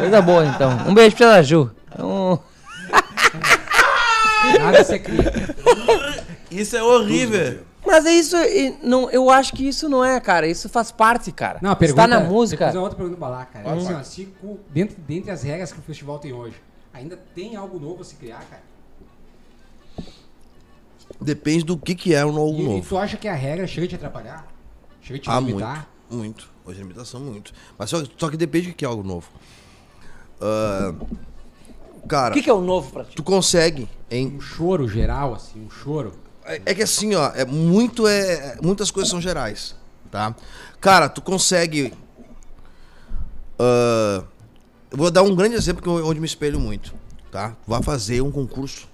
coisa boa então. Um beijo pra ela, Ju. Então, Nada se cria. Isso é horrível. Mas é isso, e não, eu acho que isso não é, cara, isso faz parte, cara. Não, a Isso pergunta. é, tá na Vou música. fazer uma outra pergunta pra lá, cara. É assim, ó, se cu- dentro, dentre as regras que o festival tem hoje, ainda tem algo novo a se criar, cara? Depende do que, que é o novo E, e novo. tu acha que a regra chega a te atrapalhar? Chega a te Ah, muito. limitar? Muito. Hoje a limitação, muito. Mas só, só que depende do que é algo novo. Ah, O cara, que, que é o novo pra ti? tu consegue, hein? Um choro geral, assim, um choro. É é que assim, ó, é muito é muitas coisas são gerais, tá? Cara, tu consegue ah, eu vou dar um grande exemplo que eu, onde me espelho muito, tá? Tu vai fazer um concurso,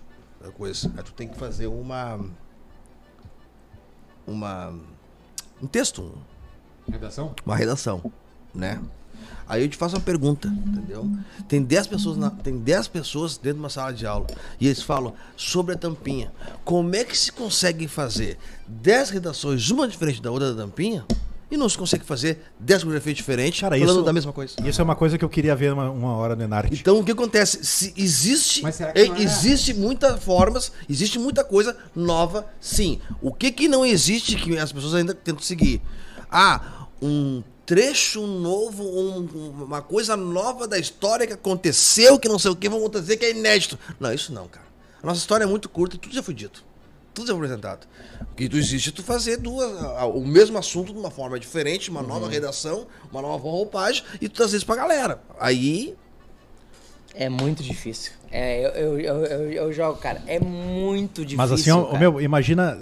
da coisa, aí tu tem que fazer uma uma um texto, Redação? uma redação, né? Aí eu te faço uma pergunta, entendeu? Tem 10 pessoas, na- tem 10 pessoas dentro de uma sala de aula e eles falam sobre a tampinha. Como é que se consegue fazer 10 redações, uma diferente da outra da tampinha, e não se consegue fazer 10 coreografias diferentes Cara, falando isso- da mesma coisa? Isso é uma coisa que eu queria ver uma, uma hora no Enarte. Então o que acontece? Se existe, Mas será que não é? existe muitas formas, existe muita coisa nova, sim. O que que não existe que as pessoas ainda tentam seguir? Ah, um trecho novo, um- um- uma coisa nova da história que aconteceu, que não sei o que, vão dizer que é inédito. Não, isso não, cara. A nossa história é muito curta, tudo já foi dito. Tudo já foi apresentado. O que tu existe é tu fazer duas, a- a- o mesmo assunto de uma forma diferente, uma Uhum. nova redação, uma nova roupagem, e tu traz isso pra galera. Aí É muito difícil. É, eu, eu, eu, eu- eu jogo, cara. É muito difícil. Mas assim, ó, cara. meu, imagina.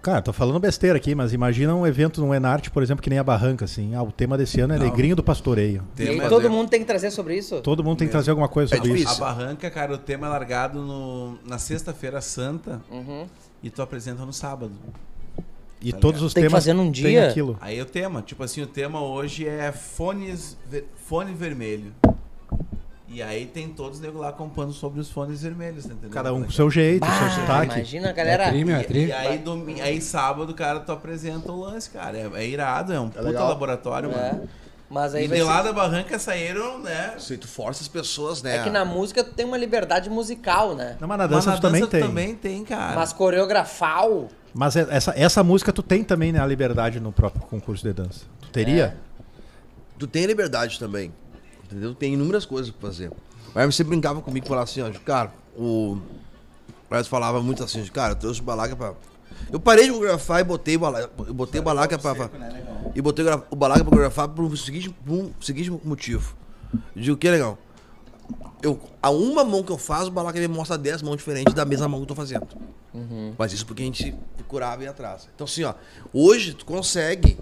Cara, tô falando besteira aqui, mas imagina um evento no Enarte, por exemplo, que nem a Barranca, assim. Ah, o tema desse ano é Negrinho do Pastoreio. E aí Tema todo de- mundo tem que trazer sobre isso? Todo mundo tem que trazer alguma coisa É sobre isso. A Isso. barranca, cara, o tema é largado no- na sexta-feira santa Uhum. e tu apresenta no sábado. E todos os Tem que temas fazer num têm dia? aquilo. Aí é o tema, tipo assim, o tema hoje é fones ver- fone vermelho. E aí tem todos os nego lá comprando sobre os fones vermelhos, tá entendendo? Cada um com seu jeito, seu Ah, sotaque. imagina, galera. É tri, meu, é E, tri. e aí, domi- aí sábado, cara, tu apresenta o lance, cara. É, é irado, é um puta legal. laboratório, mano. É. Mas aí E vai de ser- lá da barranca saíram, né? se tu força as pessoas, né? É que na música tu tem uma liberdade musical, né? Não, mas na Mas dança na tu também dança tem. também tem, cara. Mas coreografal. Mas é- essa, essa música tu tem também né, a liberdade no próprio concurso de dança. Tu É. teria? tu tem liberdade também. Entendeu? Tem inúmeras coisas pra fazer. O Hermes sempre brincava comigo e falava assim, ó, cara, o. O Hermes falava muito assim, cara, eu trouxe o balaca pra. Eu parei de coreografar e botei o balaca. Eu botei o balaca pra. pra- E botei o gra- o balaca pra coreografar por um seguinte, por um seguinte motivo. Eu digo, que legal. Eu, a uma mão que eu faço, o balaca me mostra 10 mãos diferentes da mesma mão que eu tô fazendo. Uhum. Mas isso porque a gente procurava ir atrás. Então, assim, ó, hoje tu consegue,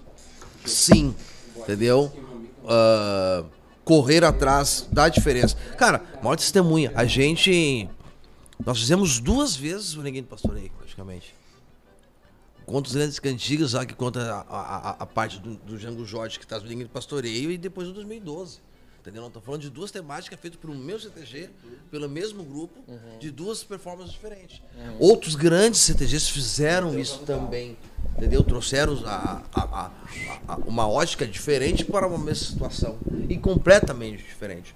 sim, entendeu? Ah, correr atrás da diferença. Cara, maior testemunha, a gente. Nós fizemos duas vezes o Ninguém do Pastoreio, praticamente. Conta os grandes cantigas lá, que conta a, a- a- a parte do, do Jango Jorge que traz o Ninguém do Pastoreio e depois o 2012. Entendeu? Não, tô falando de duas temáticas feitas um pelo meu CTG, pelo mesmo grupo, de duas performances diferentes. Outros grandes CTGs fizeram isso também. Entendeu? Trouxeram a- a- a- a- uma ótica diferente para uma mesma situação. E completamente diferente.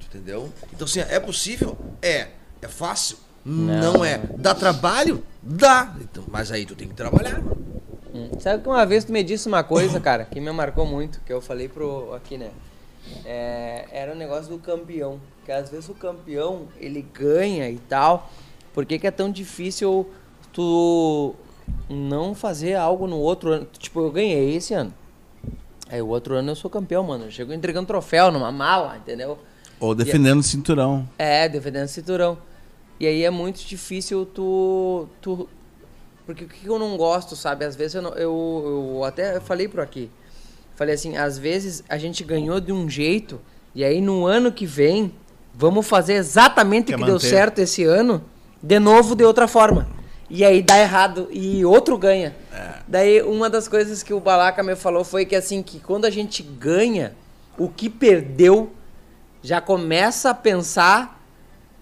Tu Entendeu? Então, assim, é possível? É. É fácil? Não, é. Dá trabalho? Dá. Então, mas aí tu tem que trabalhar. mano. Hum. Sabe que uma vez tu me disse uma coisa, cara, que me marcou muito, que eu falei pro. aqui, né? É, era o negócio do campeão. Que às vezes o campeão, ele ganha e tal. Por que, que é tão difícil tu não fazer algo no outro ano? Tipo, eu ganhei esse ano. Aí o outro ano eu sou campeão, mano. Eu chego entregando troféu numa mala, entendeu? Ou defendendo o cinturão. É, defendendo o cinturão. E aí é muito difícil tu. tu... Porque o que eu não gosto, sabe? Às vezes eu, não- eu, eu até falei por aqui. Falei assim, às vezes a gente ganhou de um jeito, e aí no ano que vem, vamos fazer exatamente Quer o que deu manter. certo esse ano, de novo de outra forma. E aí dá errado, e outro ganha. É. Daí uma das coisas que o Balaca me falou foi que assim, que quando a gente ganha, o que perdeu já começa a pensar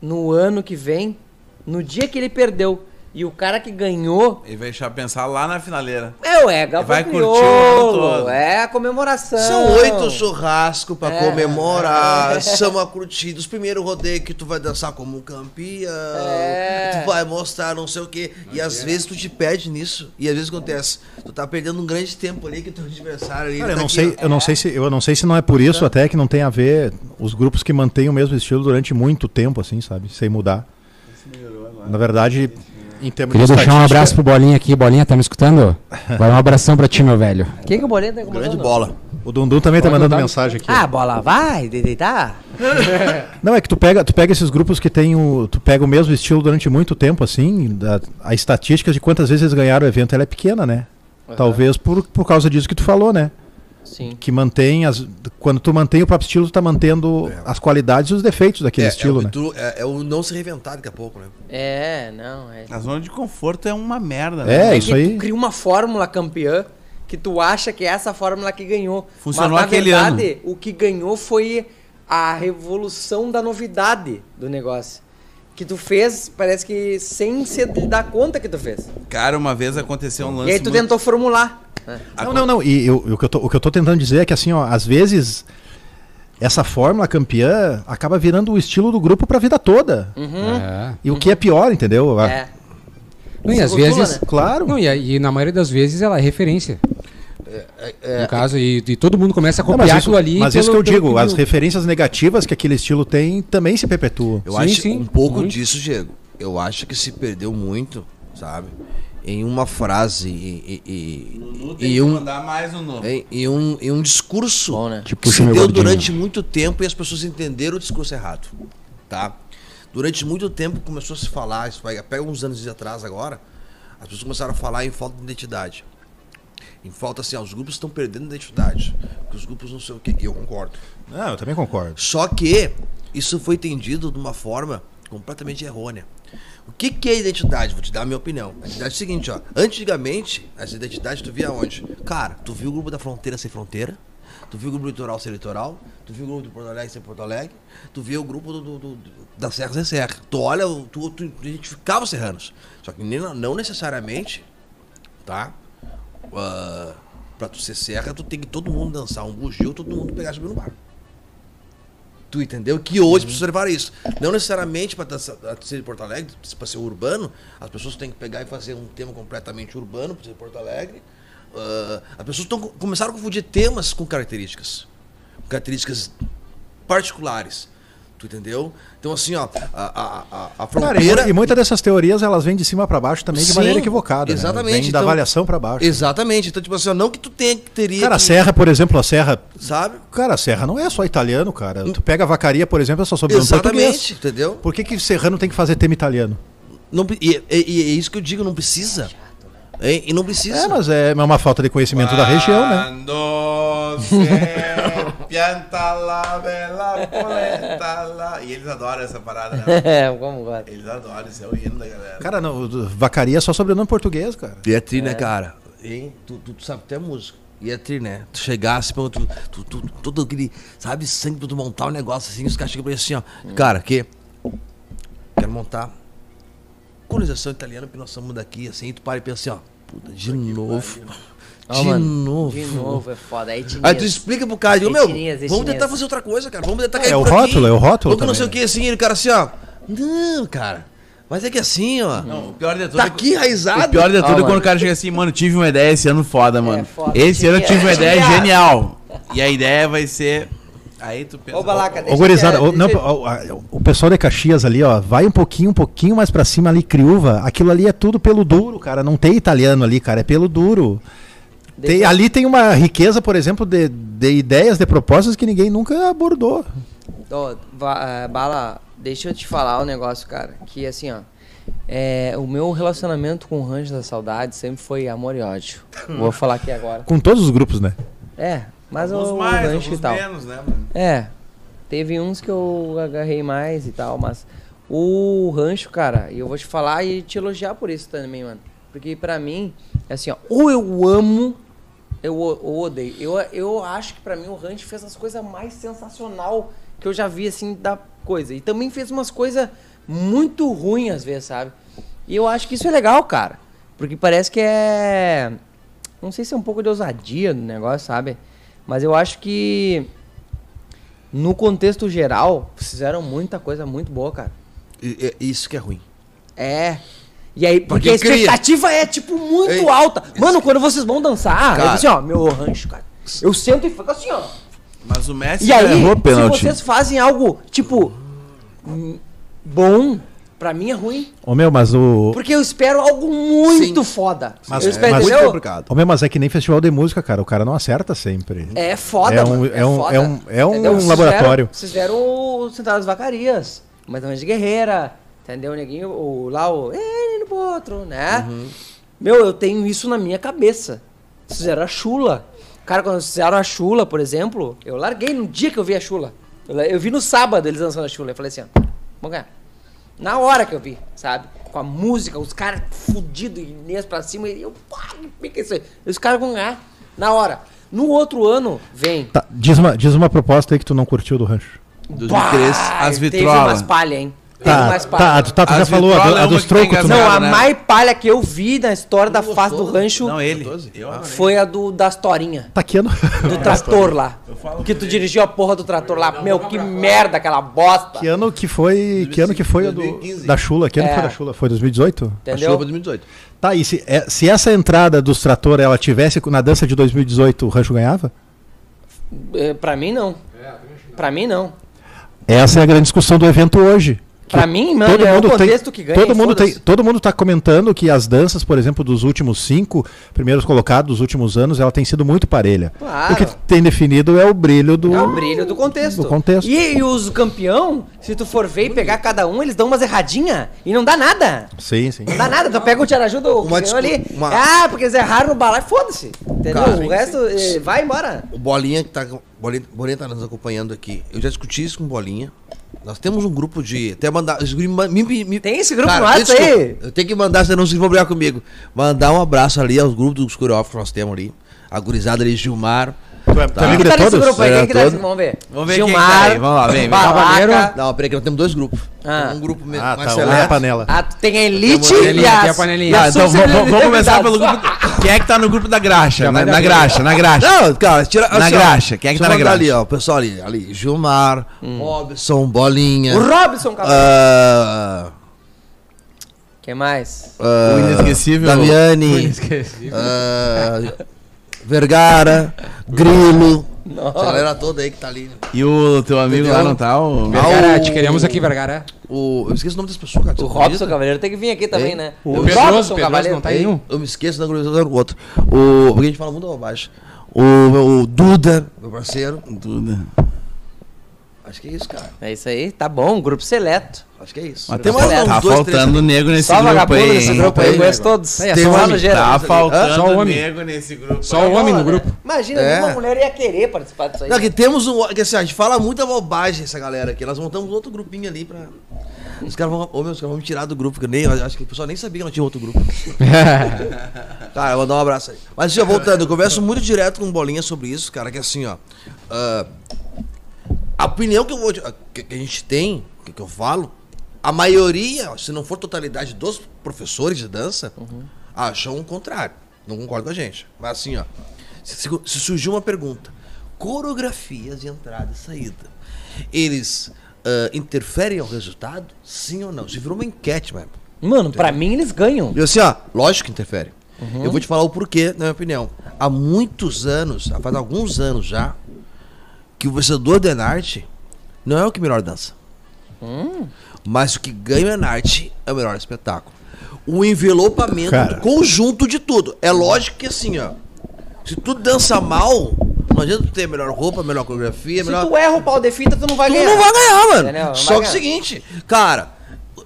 no ano que vem, no dia que ele perdeu. E o cara que ganhou Ele vai deixar pensar lá na finaleira. é o Ega, Vai pro curtir o ano crioulo, todo. É a comemoração. São oito churrascos pra É. comemorar. São acrutidos. Primeiro rodeio que tu vai dançar como um campeão. É. Tu vai mostrar não sei o quê. E às vezes tu te perde nisso. E às vezes acontece. Tu tá perdendo um grande tempo ali que teu adversário ali. Cara, eu tá não, aqui, sei, é ó. Tá. eu, não sei se, eu não sei se não é por isso até que não tem a ver os grupos que mantêm o mesmo estilo durante muito tempo, assim, sabe? Sem mudar. Na verdade, em termos Queria deixar um estatística- abraço pro Bolinha aqui. Bolinha, tá me escutando? Vai um abração pra ti, meu velho. O que, que o Bolinha tá incomodando? Grande bola. O Dundum também tá Pode mandando botar no- mensagem aqui. ó. Ah, bola vai, deitar. Não, é que tu pega, tu pega esses grupos que tem o. Tu pega o mesmo estilo durante muito tempo, assim. da- a estatística de quantas vezes eles ganharam o evento ela é pequena, né? Talvez por, por causa disso que tu falou, né? Sim. Que mantém as. Quando tu mantém o próprio estilo, tu tá mantendo as qualidades e os defeitos daquele É, estilo, é, o né? tu- é- é o não se reinventar daqui a pouco, né? É, não. É, A zona de conforto é uma merda, É, né? isso que aí. tu cria uma fórmula campeã que tu acha que é essa fórmula que ganhou. Funcionou Mas, na aquele verdade, o que ganhou foi a revolução da novidade do negócio. Que tu fez, parece que sem se dar conta que tu fez. Cara, uma vez aconteceu um lance. e aí tu muito- tentou formular. né? Não, não, não. E eu- o, que eu tô, o que eu tô tentando dizer é que, assim, ó, às vezes essa fórmula campeã acaba virando o estilo do grupo pra vida toda. Uhum. É. E o que é pior, entendeu? A- É. Não, e Se às rotula, vezes. né? Claro. Não, e, a- e na maioria das vezes ela é referência. no caso, e, e todo mundo começa a Não, copiar mas isso, aquilo ali. mas isso que pelo- eu digo, pelo- as referências negativas que aquele estilo tem também se perpetuam. Eu Sim, acho sim, um pouco muito. disso, Diego. Eu acho que se perdeu muito, sabe? Em uma frase e, e- No nu e, tem e que um, mandar mais um nu. em- e, um, e um discurso Bom, né? que se deu durante muito tempo e as pessoas entenderam o discurso errado, tá? Durante muito tempo começou a se falar, isso vai, pega uns anos de atrás agora, as pessoas começaram a falar em falta de identidade. Em falta, assim, ah, os grupos estão perdendo identidade. Que os grupos não sei o quê. E eu concordo. Não, eu também concordo. Só que isso foi entendido de uma forma completamente errônea. O que, que é identidade? Vou te dar a minha opinião. A identidade é o seguinte, ó. Antigamente, essa identidade tu via onde? Cara, tu viu o grupo da fronteira sem fronteira, tu viu o grupo do litoral sem litoral, tu viu o grupo do Porto Alegre sem Porto Alegre, tu viu o grupo do, do- do- do- da Serra sem Serra. Tu olha, o- tu, tu identificava os serranos. Só que nem- não necessariamente, tá? Ah, pra tu ser serra, tu tem que todo mundo dançar um bugio, todo mundo pegar e subir no barco. Tu entendeu? Que hoje as pessoas levaram isso. Não necessariamente para ser de Porto Alegre, para ser urbano, as pessoas têm que pegar e fazer um tema completamente urbano para ser de Porto Alegre. Ah, as pessoas tão, começaram a confundir temas com características. Com características particulares. Tu entendeu? Então, assim, ó, a, a- a- a Cara, fronteira. e, mu- e muitas dessas teorias elas vêm de cima pra baixo também de Sim, maneira equivocada. né? exatamente, Vem da então- avaliação pra baixo. Exatamente. Então, tipo assim, ó, não que tu tenha que teria. Cara, a que- Serra, por exemplo, a Serra. Sabe? Cara, a Serra não é só italiano, cara. Tu pega a vacaria, por exemplo, é só sobre português. Exatamente, entendeu? Por que, que Serrano tem que fazer tema italiano? Não, pre- e, e- e é isso que eu digo, não precisa. Hein? E não precisa. É, mas é uma falta de conhecimento Ah. da região, né? Quando se pianta la bela polenta la- E eles adoram essa parada, né? É, vamos agora. Eles adoram, isso é o hino da galera. Cara, não, vacaria é só sobrenome português, cara. E é tri, né, cara? Hein? Tu, tu, tu sabe até música. E é tri, né? Tu chegasse, pô, tu, tu, tu, todo aquele, sabe, sangue, tu, tu montar um negócio assim, os caras chegam pra ele assim, ó. Cara, que? Quero montar colonização italiana, porque nós somos daqui, assim, e tu para e pensa assim, ó. Puta, de novo. Ó, De mano, novo. De novo, é foda. É Ah, etnia. Aí tu explica pro cara, digo, meu, Etnias, vamos etnias. tentar fazer outra coisa, cara. Vamos tentar É, cair é o por rótulo, aqui. é o rótulo Ou que não também, sei o né? que, assim, e o cara assim, ó. Não, cara. Mas é que assim, ó. Não, o pior de tudo. é Tá aqui enraizado. O pior de Ah, tudo é quando mano. o cara chega assim, mano, tive uma ideia esse ano foda, mano. foda, esse ano eu tive tinha- uma ideia tinha. genial. E a ideia vai ser. Aí tu pensa. Ô, Balaca, opa, Ô, Deixa gurizada, eu- ô, não, deixa ô, a- o pessoal de Caxias ali, ó, vai um pouquinho, um pouquinho mais pra cima ali, Criúva, aquilo ali é tudo pelo duro, cara, não tem italiano ali, cara, é pelo duro. Tem- ali tem uma riqueza, por exemplo, de, de ideias, de propostas que ninguém nunca abordou. Ó, va- ah, Bala, deixa eu te falar um negócio, cara. Que assim, ó. é, o meu relacionamento com o Rancho da Saudade sempre foi amor e ódio. Hum. Vou falar aqui agora. Com todos os grupos, né? É, mas alguns o, mais, o alguns Rancho e tal. menos, né, mano? É, teve uns que eu agarrei mais e tal, mas o rancho, cara, e eu vou te falar e te elogiar por isso também, mano. Porque pra mim, é assim, ó, ou eu amo, eu, o- eu odeio. Eu, eu acho que pra mim o rancho fez as coisas mais sensacional que eu já vi, assim, da coisa. E também fez umas coisas muito ruins às vezes, sabe? E eu acho que isso é legal, cara. Porque parece que é. Não sei se é um pouco de ousadia do negócio, sabe? Mas eu acho que no contexto geral, fizeram muita coisa muito boa, cara. E- e- Isso que é ruim. É. E aí, porque eu a expectativa é, tipo, muito Ei, alta. Mano, quando vocês vão dançar, eu Cara. eu assim, ó, meu rancho, cara. Eu sento e fico assim, ó. Mas o Messi E aí, errou o se pênalti. vocês fazem algo, tipo, hum, bom, pra mim é ruim. Ô meu, mas o. Porque eu espero algo muito foda. eu espero, É mas- entendeu? Ô meu, mas é que nem festival de música, cara. O cara não acerta sempre. É foda, É um- mano. é um- foda. é um- é um Entendeu? Vocês laboratório. fizeram- Vocês fizeram o Sentado das Vacarias, mas também de Guerreira, entendeu? O neguinho, o, lá o... "Ei, no outro, né? Meu, eu tenho isso na minha cabeça. Vocês fizeram a chula. Cara, quando vocês fizeram a chula, por exemplo, eu larguei no dia que eu vi a chula. Eu, la- eu vi no sábado eles dançando a chula. Eu falei assim, ó, vamos ganhar. Na hora que eu vi, sabe? Com a música, os caras fudidos, Inês pra cima, e eu, pá, que que é isso aí? Os caras vão ganhar, na hora. No outro ano, vem. Tá, diz, uma, diz uma proposta aí que tu não curtiu do rancho. Dos três, Pá, as Teve umas vitrolas. palhas, hein? Tem Tá, mais palha. tá, tu, tá, tu As já falou, a, vitrolas do- a é uma dos que tem troncos. tu que não- Não, a né? mais palha que eu vi na história da face do rancho Não, ele. 14? Eu adorei. foi a do das torinhas. Tá aqui, eu não- Do trator lá. É. Eu falo Que pra tu ele. dirigiu a porra do trator lá. Meu, que merda aquela bosta. Que ano que foi, que ano que foi a do- 2015. da chula? Que ano É. foi da chula? Foi 2018? Acho que foi Entendeu? 2018. Tá, e se, é- se essa entrada dos trator ela tivesse na dança de 2018, o rancho ganhava? Eh, Pra mim não. É, Pra mim não. Essa é a grande discussão do evento hoje. Pra mim, mano, todo é o mundo contexto tem, que ganha. todo mundo tem, foda-se. todo mundo tá comentando que as danças, por exemplo, dos últimos cinco primeiros colocados, dos últimos anos, ela tem sido muito parelha. Claro. O que tem definido é o brilho do É o brilho do contexto. do contexto. E, e os campeão, se tu for ver e pegar cada um, eles dão umas erradinhas e não dá nada. Sim, sim. Não dá nada, tu pega o Tiaraju do Uma que ganhou ali. discu- uma- Ah, porque eles erraram no balai, foda-se. Entendeu? Cara, o resto eh, vai embora. O Bolinha que tá, Bolinha, Bolinha tá nos acompanhando aqui. Eu já discuti isso com o Bolinha. Nós temos um grupo de. Até mandar. os guri ma- me- me- me- Tem esse grupo no WhatsApp antes que eu- aí? Eu tenho que mandar, senão vocês vão brigar comigo. Mandar um abraço ali aos grupos dos coreógrafos que nós temos ali. A gurizada ali, Gilmar. tu é Quem amigo tá de nesse todos? grupo aí? Quem É, que tá nesse? todo. Vamos ver. Vamos ver quem Gilmar, tá aí, vamos lá, vem, vem. Barraca. Não, peraí, que nós temos dois grupos. Ah. Temos Um grupo mesmo. Ah, mais tá, uma é seleto. panela. Ah, tu tem a elite Tem a e panelinha, tem a a panelinha. e a Ah, então vamos, vamos- vamos começar subcelebridades. pelo grupo. Quem é que tá no grupo da graxa? Na, vai dar na bem. graxa, na graxa. Não, cara, tira. assim, Na graxa, quem é deixa que tá eu na mandar graxa? Ali, ó, o pessoal ali, ali. Gilmar, Robson, Hum. Bolinha. O Robson, cara. ah, Quem mais? ah, O inesquecível. Damiani. Esqueci. Ah, Vergara, Grilo. Essa galera toda aí que tá ali. E o teu amigo lá não tá? O... Vergara, Ah, o- te queremos aqui, Vergara. O, eu esqueço o nome das pessoas, cara. O Você Robson acredita? Cavaleiro tem que vir aqui também, Hein? né? O Pedroso, Pedroso não tá aí. Hein? Eu me esqueço da glorificação do outro. O, porque a gente fala muito abaixo. O, o Duda, meu parceiro. Duda. Acho que é isso, cara. É isso aí, tá bom, grupo seleto. Acho que é isso. Mas tem mais tá uns dois, faltando nego nesse Só grupo vagabundo aí. nesse hein? grupo aí, Tem, conheço né, todos. Aí é Tem só uma homem. ligeira. Tá faltando Só o homem. nego nesse grupo. Só o aí. homem no Olha, grupo. Imagina, É. nenhuma mulher ia querer participar disso aí. Não, que temos um. Que assim, a gente fala muita bobagem essa galera aqui. Nós montamos um outro grupinho ali pra. Os caras vão. Ô meu, os caras vão me tirar do grupo, que eu nem. eu Acho que o pessoal nem sabia que não tinha outro grupo. cara, vou dar um abraço aí. Mas já voltando, eu converso muito direto com o Bolinha sobre isso, cara, que assim, ó. ah, a opinião que, eu vou, te- que, que a gente tem, que, que eu falo, a maioria, se não for totalidade dos professores de dança, acham o contrário. Não concordam com a gente. Mas assim, ó. Se, se- se surgiu uma pergunta: coreografias de entrada e saída, eles ah, interferem ao resultado? Sim ou não? Isso virou uma enquete, mano. Mano, pra mim eles ganham. E assim, ó, lógico que interfere. Eu vou te falar o porquê, na minha opinião. Há muitos anos, há faz alguns anos já, que o vencedor da Enarte não é o que melhor dança. Hum. Mas o que ganha o Enarte é o melhor espetáculo. O envelopamento Cara. do conjunto de tudo. É lógico que assim, ó. Se tu dança mal, não adianta tu ter melhor roupa, melhor coreografia, Se melhor. tu erra o pau de fita, tu não vai Tu ganhar. não vai ganhar, mano. ah, Entendeu? Não Só vai que é ganhar. o seguinte, cara,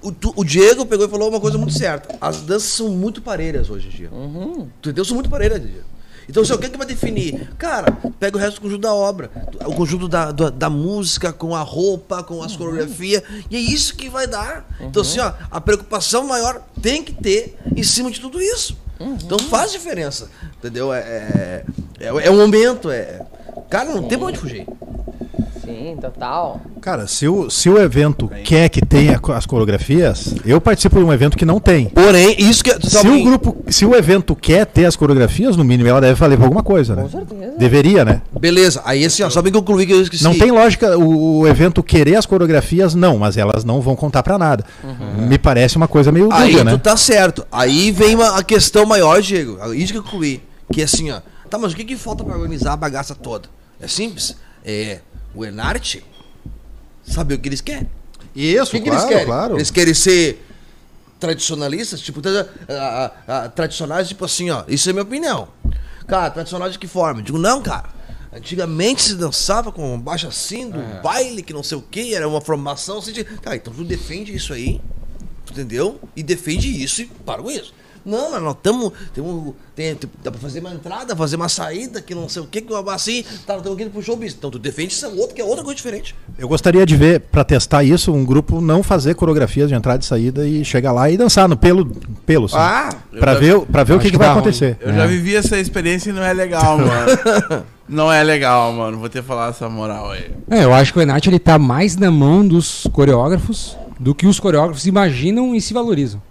o, tu- o Diego pegou e falou uma coisa muito certa. As danças são muito parelhas hoje em dia. Uhum. Tu entendeu? São muito parelhas hoje em dia. Então, assim, o que, é que vai definir? Cara, pega o resto do conjunto da obra, o conjunto da, da, da música, com a roupa, com Uhum. as coreografias, e é isso que vai dar. Então, assim, ó, a preocupação maior tem que ter em cima de tudo isso. Uhum. Então faz diferença, entendeu? É, é, é, é um momento, é. Cara, não tem pra onde fugir. Sim, total. Cara, se o, se o evento quer que tenha co- as coreografias, eu participo de um evento que não tem. Porém, isso que. tu tá Se o bem- grupo, se o evento quer ter as coreografias, no mínimo ela deve valer pra alguma coisa, né? Com certeza. Deveria, né? Beleza, aí assim, ó, só me concluí que eu esqueci. Não tem lógica o, o evento querer as coreografias, não, mas elas não vão contar pra nada. Me parece uma coisa meio Uhum. Aí dúvida, tu né? tá certo. Aí vem uma, a questão maior, Diego. Aí Isso que eu concluí. Que é assim, ó. Tá, mas o que, que falta pra organizar a bagaça toda? É simples. É. O Enarte sabe o que eles querem. Isso, O que, que eles querem? Eles querem ser tradicionalistas, tipo, tra- ah, ah, ah, tradicionais, tipo assim, ó. Isso é minha opinião. Cara, tradicionais de que forma? Eu digo, não, cara. Antigamente se dançava com um baixo assim, do baile, que não sei o que, era uma formação. Assim, de- Cara, então tu defende isso aí, tu entendeu? E defende isso e para com isso. Não, mas nós estamos. Tem, tem, dá pra fazer uma entrada, fazer uma saída, que não sei o que, que uma assim, tá, estamos aqui pro show bis. Então tu defende isso é outro, que é outra coisa diferente. Eu gostaria de ver, pra testar isso, um grupo não fazer coreografias de entrada e saída e chegar lá e dançar no pelo, pelo sim. Ah, eu Pra já- ver, o- pra ver o acho que, que que vai dá ruim. acontecer. Eu já vivi essa experiência e não é legal, mano. não é legal, mano. Vou ter que falar essa moral aí. É, eu acho que o Enat ele tá mais na mão dos coreógrafos do que os coreógrafos imaginam e se valorizam.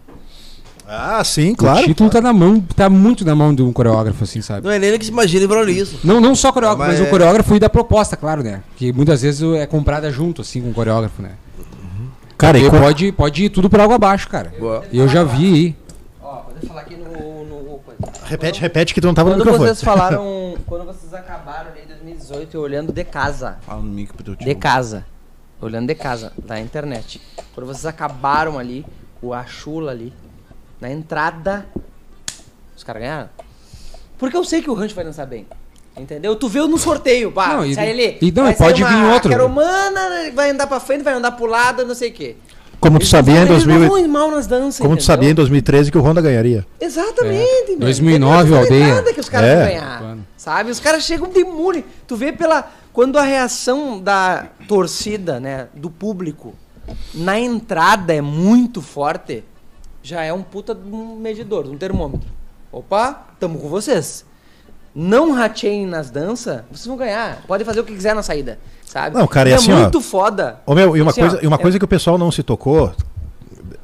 Ah, sim, claro. o título tá na mão, tá muito na mão de um coreógrafo, assim, sabe? Não é nem ele que se imagina e valoriza. Não, não só coreógrafo, Mas mas, é- o coreógrafo e da proposta, claro, né? Que muitas vezes é comprada junto, assim, com o coreógrafo, né? Cara, e Porque co- pode, pode ir tudo por água abaixo, cara. Eu já vi aí. Ó, pode falar aqui no. no- repete, repete que tu não tava no Quando microfone. vocês falaram. Quando vocês acabaram ali em 2018, eu olhando de casa. Fala no mic pro teu tio. De casa. Olhando de casa, da internet. Quando vocês acabaram ali, com a chula ali, na entrada, os caras ganharam. Porque eu sei que o rancho vai lançar bem. Entendeu? Tu viu no sorteio, pá. Não, e- sai ali. e não, vai e pode sair uma vir outro. caromana, né, vai andar pra frente, vai andar pro lado, não sei o quê. Como tu sabia em Eles 2000, e- estavam mal nas danças, como tu entendeu? sabia em 2013 que o Honda ganharia? Exatamente, mano. 2009 Não é aldeia. nada que os caras É. vão ganhar. Quando? Sabe? Os caras chegam de imune. Tu vê pela. Quando a reação da torcida, né? Do público na entrada é muito forte, já é um puta de um medidor, de um termômetro. Opa, tamo com vocês. Não rateiem nas danças, vocês vão ganhar. Podem fazer o que quiser na saída. Sabe? Não, cara, é é assim, ó. muito foda. Ô meu, e uma Assim, coisa, ó, e uma é- coisa que o pessoal não se tocou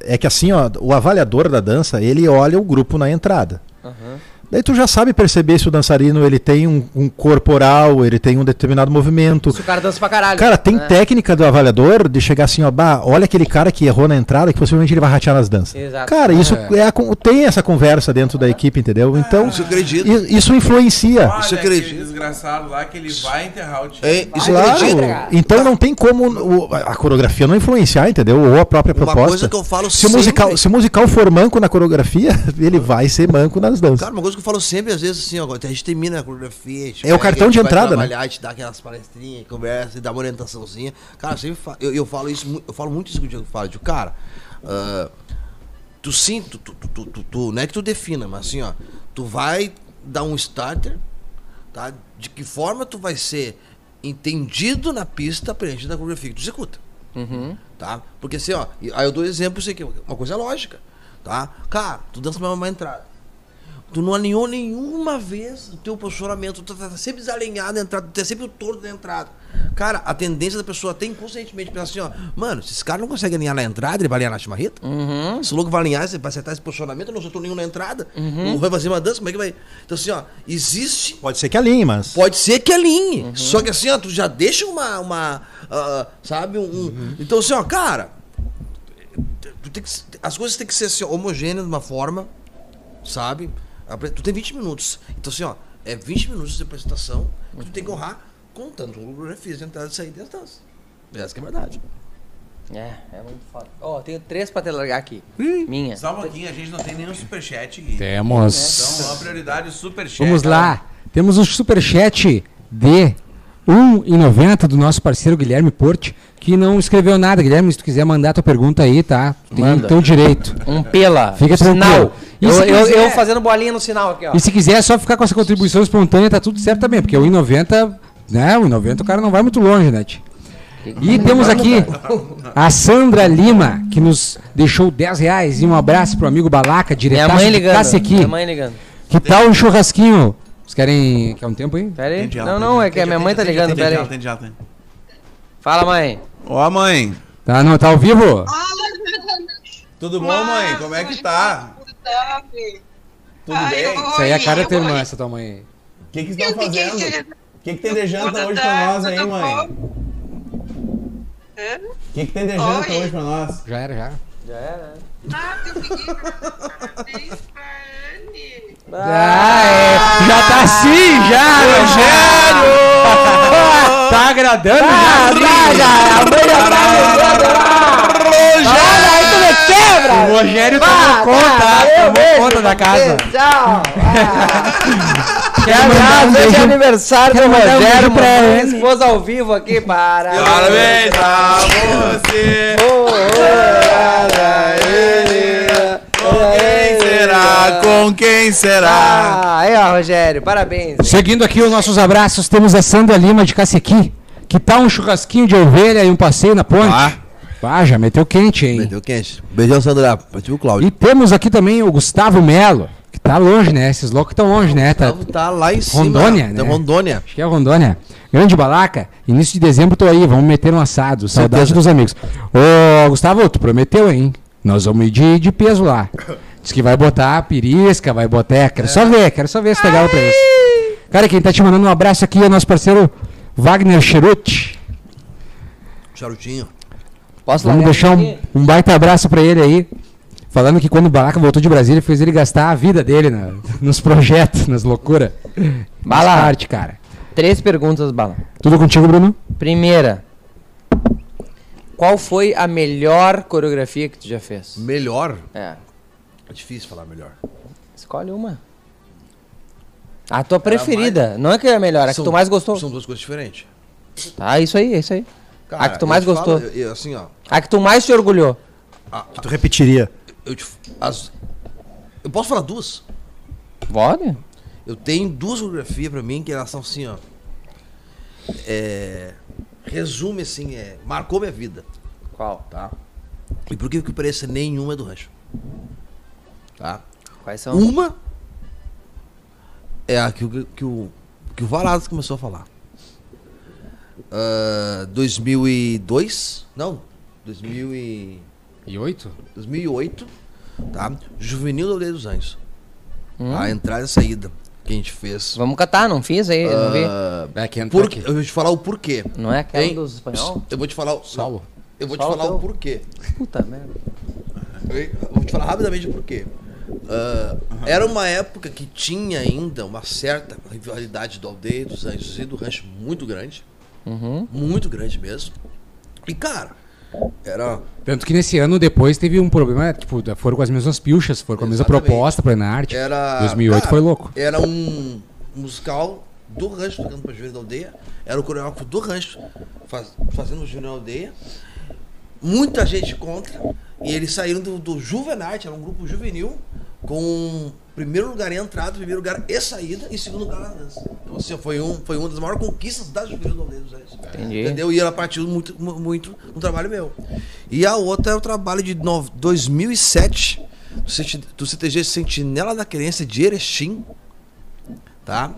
é que assim, ó, o avaliador da dança, ele olha o grupo na entrada. Aham. Daí tu já sabe perceber se o dançarino ele tem um, um corporal, ele tem um determinado movimento. Se o cara dança pra caralho. Cara, tem né? técnica do avaliador de chegar assim, ó, bah, olha aquele cara que errou na entrada que possivelmente ele vai ratear nas danças. Exato. É. Cara, isso É. é a con- tem essa conversa dentro da equipe, entendeu? Então, Isso eu acredito. i- isso influencia. Olha Isso eu aquele acredito. desgraçado lá que ele vai enterrar o tio. Hein? Isso eu Claro. acredito. Então não tem como o- a a coreografia não influenciar, entendeu? Ou a própria Uma proposta. coisa que eu falo se o sempre- musical, se o musical for manco na coreografia, ele vai ser manco nas danças. Cara, uma coisa que eu falo sempre, às vezes, assim, ó, quando a gente termina a coreografia. a gente É pega, o cartão a gente de vai entrada, né? trabalhar, A gente dá aquelas palestrinhas, conversa, dá uma orientaçãozinha. Cara, eu sempre fa- eu, eu falo isso, mu- eu falo muito isso que o Diego fala, digo, cara, ah, tu sim, tu, tu, tu, tu, tu- tu- não é que tu defina, mas assim, ó, tu vai dar um starter, tá? De que forma tu vai ser entendido na pista preenchida da coreografia que tu executa tá? Porque assim, ó, e- aí eu dou exemplo isso aqui, uma coisa lógica, tá? Cara, tu dança uma, uma entrada. Tu não alinhou nenhuma vez o teu posicionamento, tu tá, tá sempre desalinhado na entrada, tu é sempre o torto da entrada. Cara, a tendência da pessoa tem inconscientemente pensar assim, ó, mano, se esse cara não consegue alinhar na entrada, ele vai alinhar na chimarrita? Esse louco vai alinhar, esse- vai acertar esse posicionamento, eu não acertou nenhum na entrada, não vai fazer uma dança, como é que vai? Então assim, ó, existe Pode ser que alinhe, mas Pode ser que alinhe. Só que assim, ó, tu já deixa uma. uma ah, sabe? Um, um- Então, assim, ó, cara. tu tem que se- as coisas têm que ser assim, ó, homogêneas de uma forma, sabe? Apre- Tu tem 20 minutos. Então, assim, ó, é 20 minutos de apresentação que tu tem que honrar contando o coreografia de entrada e saída das danças. Essa que é a verdade. É, é muito foda. Ó, tenho três pra te largar aqui. Minha. Só um pouquinho, a gente não tem nenhum superchat, Gui. Então, a Temos. prioridade é o superchat. Vamos lá. Temos um superchat de 1,90 do nosso parceiro Guilherme Porte, que não escreveu nada. Guilherme, se tu quiser mandar tua pergunta aí, tá? Tu Tem Manda. o teu direito. Um pela. Fica um sinal. tranquilo. E Eu, se eu, quiser- eu fazendo bolinha no sinal aqui, ó. E se quiser, é só ficar com essa contribuição espontânea, tá tudo certo também, porque o 1,90, né? O 1,90 o cara não vai muito longe, né? tio? E temos aqui a Sandra Lima, que nos deixou 10 reais e um abraço pro amigo Balaca, Minha diretaço mãe de ligando. Cacequi. Minha mãe ligando. Que tal um churrasquinho? Vocês querem... Quer um tempo aí? Pera aí. Entendi, Não, entendi, não, é que a minha mãe tá ligando, Entendi, pera já, aí. entendi, já, entendi. Fala, mãe. Ó, mãe. Tá, não, tá ao vivo? Tudo bom, mãe? Como é que tá? Tudo bem? Isso aí é a cara da tua irmã, essa tua mãe. aí. O que que vocês Eu estão fiquei Tá fazendo? querendo- O que que tem de janta Tudo hoje tá, pra nós aí, tudo mãe? Hã? O que que tem de janta Oi. hoje pra nós? Já era, já. Já era. Ah, eu fiquei parabéns pra Anne. Ah, é. Já tá assim, já, Rogério! tá agradando já? Tá quebra! O Rogério tomou conta, tomou conta da casa. Tchau. Quero mandar um Tchau, hoje é beijo. aniversário do Quero mandar um Rogério, beijo pra pra minha ele. esposa ao vivo aqui, para. pra você! Com quem será? Ah, aí, ó, Rogério, parabéns. Seguindo aqui os nossos abraços, temos a Sandra Lima de Cacequi. Que tal um churrasquinho de ovelha e um passeio na ponte? Ah. Ah, já meteu quente, hein? Entendeu, quente? Beijão, Sandra. Pra ti, o Cláudio. E temos aqui também o Gustavo Melo, Que tá longe, né? Esses loucos estão longe, né? Tá, Gustavo tá lá em cima. Rondônia, da né? Rondônia. Acho que é Rondônia. Grande balaca. Início de dezembro tô aí. Vamos meter um assado. Saudade Certeza. dos amigos. Ô, Gustavo, tu prometeu, hein? Nós vamos medir de peso lá. Diz que vai botar pirisca, vai botar. é, Quero só ver, quero só ver se tá legal pra isso. Cara, quem tá te mandando um abraço aqui é o nosso parceiro Wagner Cheruti. Charutinho. Posso Vamos largar deixar um, aqui? um baita abraço pra ele aí. Falando que quando o Balaca voltou de Brasília, fez ele gastar a vida dele na- nos projetos, nas loucuras. Bala. Faz parte, cara. Três perguntas, Bala. Tudo contigo, Bruno? Primeira. Qual foi a melhor coreografia que tu já fez? Melhor. É. É difícil falar melhor. Escolhe uma. A tua preferida. Não é que é a melhor, é a que São- tu mais gostou. São duas coisas diferentes. Ah, isso aí, é isso aí. a que tu eu mais te falo, gostou. eu- eu, assim, ó. A que tu mais te orgulhou. Que tu repetiria. Eu, te, as- eu posso falar duas? Pode? Eu tenho duas coreografias pra mim que elas são assim, ó. É, resume assim, é, marcou minha vida. Qual? Tá. E por que que pareça nenhuma é do rancho? Tá? Quais são? Uma é a que, o- que o que o Varazes começou a falar. Ah, 2002? Não, 2000 e- E oito? 2008, tá? Juvenil da Aldeia dos Anjos. A entrada e a saída que a gente fez. Hum? Vamos catar, não fiz aí, eu não vi. Ah, É, que entrou Por, aqui. eu vou te falar o porquê. Não é aquela Hein? dos espanhol? Eu vou te falar o. Solo. Eu vou te Solo falar o teu. porquê. Puta merda. Eu vou te falar rapidamente o porquê. Ah, era uma época que tinha ainda uma certa rivalidade do aldeia, dos anjos e do rancho muito grande. Uhum, Muito grande mesmo. E, cara, era. Tanto que nesse ano depois teve um problema, tipo, da- foram com as mesmas pilchas, foram com a mesma Exatamente. proposta pra Enarte. era 2008 cara, foi louco. Era um musical do rancho tocando para Juvenil da Aldeia. Era o coreógrafo do rancho faz- fazendo o Juvenil da Aldeia. Muita gente contra. E eles saíram do, do Juvenarte, era um grupo juvenil, com primeiro lugar em entrada, primeiro lugar e saída e segundo lugar na dança. Então, assim, foi, um, foi uma das maiores conquistas da Juvenil da Aldeia dos Anjos. Entendi. Entendeu? E ela partiu muito, mu- muito no trabalho meu. E a outra é o trabalho de nove- 2007, do, Senti- do CTG Sentinela da Querência de Erechim, tá?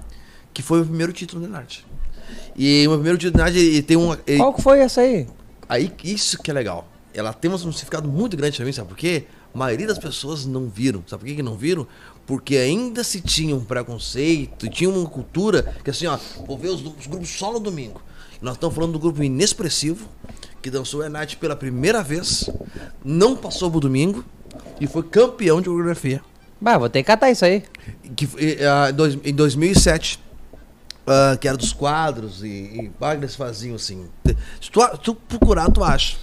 Que foi o meu primeiro título do Enarte. E o meu primeiro título do Enarte, ele tem um... ele- Qual que foi essa aí? Aí, isso que é legal. Ela tem um significado muito grande pra mim, sabe por quê? A maioria das pessoas não viram. Sabe por que que não viram? Porque ainda se tinha um preconceito, tinha uma cultura que assim, ó, vou ver os, os grupos só no domingo. E nós estamos falando do grupo inexpressivo, que dançou Enate pela primeira vez, não passou pro domingo e foi campeão de coreografia Bah, vou ter que catar isso aí. que, foi, eh, ah, dois- em 2007, ah, que era dos quadros e, e pá, que eles faziam assim. Se tu, a- tu procurar, tu acha.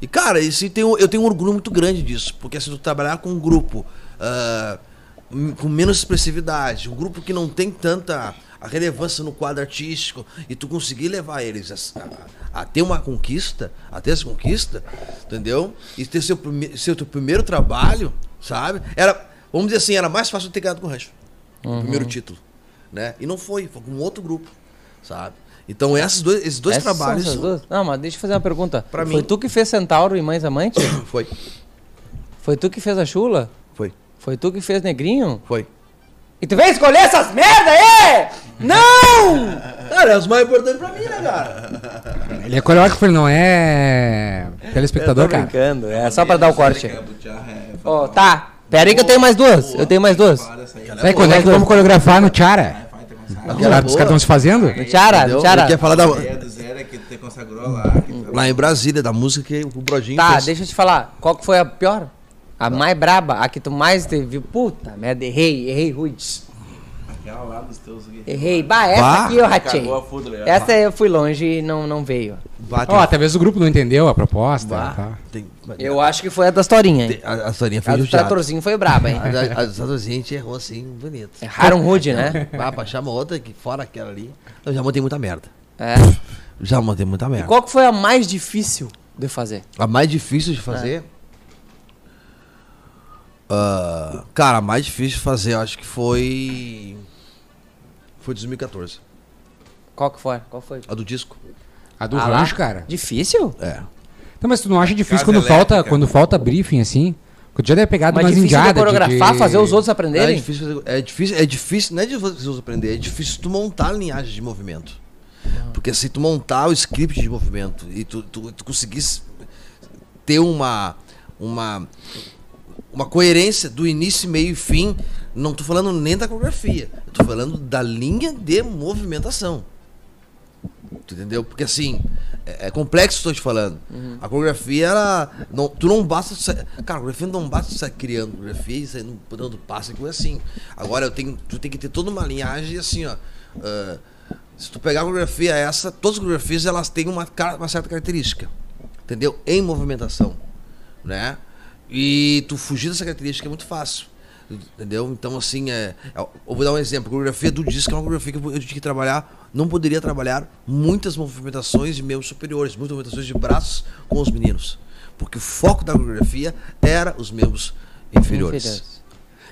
E cara, esse tem, um- eu tenho um orgulho muito grande disso, porque se tu trabalhar com um grupo ah, m- com menos expressividade, um grupo que não tem tanta a relevância no quadro artístico e tu conseguir levar eles a, a- a ter uma conquista, a ter essa conquista, entendeu? E ter seu, prime- seu teu primeiro trabalho, sabe? Era, vamos dizer assim, era mais fácil ter ganhado com o Rancho. Uhum. O primeiro título, né? E não foi, foi com outro grupo, sabe? Então essas dois, esses dois Essas são trabalhos essas duas? Não, mas deixa eu fazer uma pergunta. Pra foi mim- tu que fez Centauro e Mães Amante? foi, foi tu que fez a Chula? foi, Foi tu que fez Negrinho? foi. E tu vem escolher essas merda aí? Não! Cara, é os mais importantes pra mim, né, cara? Ele é coreógrafo, ele não é telespectador, cara. brincando, é só pra dar o corte. Ó, Ó, tá. Pera aí que eu tenho mais duas. Eu tenho mais duas. Sabe quando é que vamos coreografar no Tiara? Aquela Os caras boa. estão se fazendo? No Tiara, no Entendeu? Tiara. Ele quer falar da, do zero é Hum. que tu te consagrou lá. que tá tu- lá em Brasília, da música que o Brodinho Tá, fez. deixa eu te falar. Qual que foi a pior? A Tá. mais braba, a que tu mais teve. Puta merda, errei, errei, Ruiz. Aquela lá dos teus guerreiros. Errei. Bah, essa Bah. aqui eu ratei. Cagou a né? fundo, Leandro. Essa eu fui longe e não, não veio. Bate Ó, talvez o grupo não entendeu a proposta. tá. tem, Eu acho que foi a da historinha, hein? a, a Sorinha A fez do o teatro. tratorzinho foi braba, hein? A, a, a, a gente errou assim, bonito. Erraram rude, né? Ah, pra achar uma outra que fora aquela ali. Eu já montei muita merda. É. Já montei muita merda. Qual que foi a mais difícil de fazer? A mais difícil de fazer? Ah, cara, a mais difícil de fazer, eu acho que foi. Foi 2014. Qual que foi? Qual foi? A do disco. A do Ah lá? rancho, cara. Difícil? É. Então, mas tu não acha difícil Casa quando elétrica. falta, quando falta briefing, assim? Eu já deve pegar Mas umas difícil de indiadas. coreografar, de- fazer os outros É aprenderem. difícil, fazer- é difícil, é difícil, não é difícil você aprender, é difícil tu montar a linhagem de movimento. Porque se tu montar o script de movimento e tu, tu, tu conseguir s- ter uma, uma, uma coerência do início, meio e fim, não tô falando nem da coreografia, eu tô falando da linha de movimentação. Tu entendeu? Porque assim, é, é complexo estou te falando. A coreografia, ela. Não, tu não basta. tu sa- Cara, a coreografia não basta tu sair criando coreografia e sair no- dando passo e coisa assim. Agora eu tenho, tu tem que ter toda uma linhagem assim, ó. ah, se tu pegar a coreografia essa, todas as coreografias elas têm uma, cara- uma certa característica. Entendeu? Em movimentação. Né? E tu fugir dessa característica é muito fácil. Entendeu? Então, assim, é, é- eu vou dar um exemplo. A coreografia do disco é uma coreografia que eu tive que trabalhar, não poderia trabalhar muitas movimentações de membros superiores, muitas movimentações de braços com os meninos. Porque o foco da coreografia era os membros inferiores. Inferiores.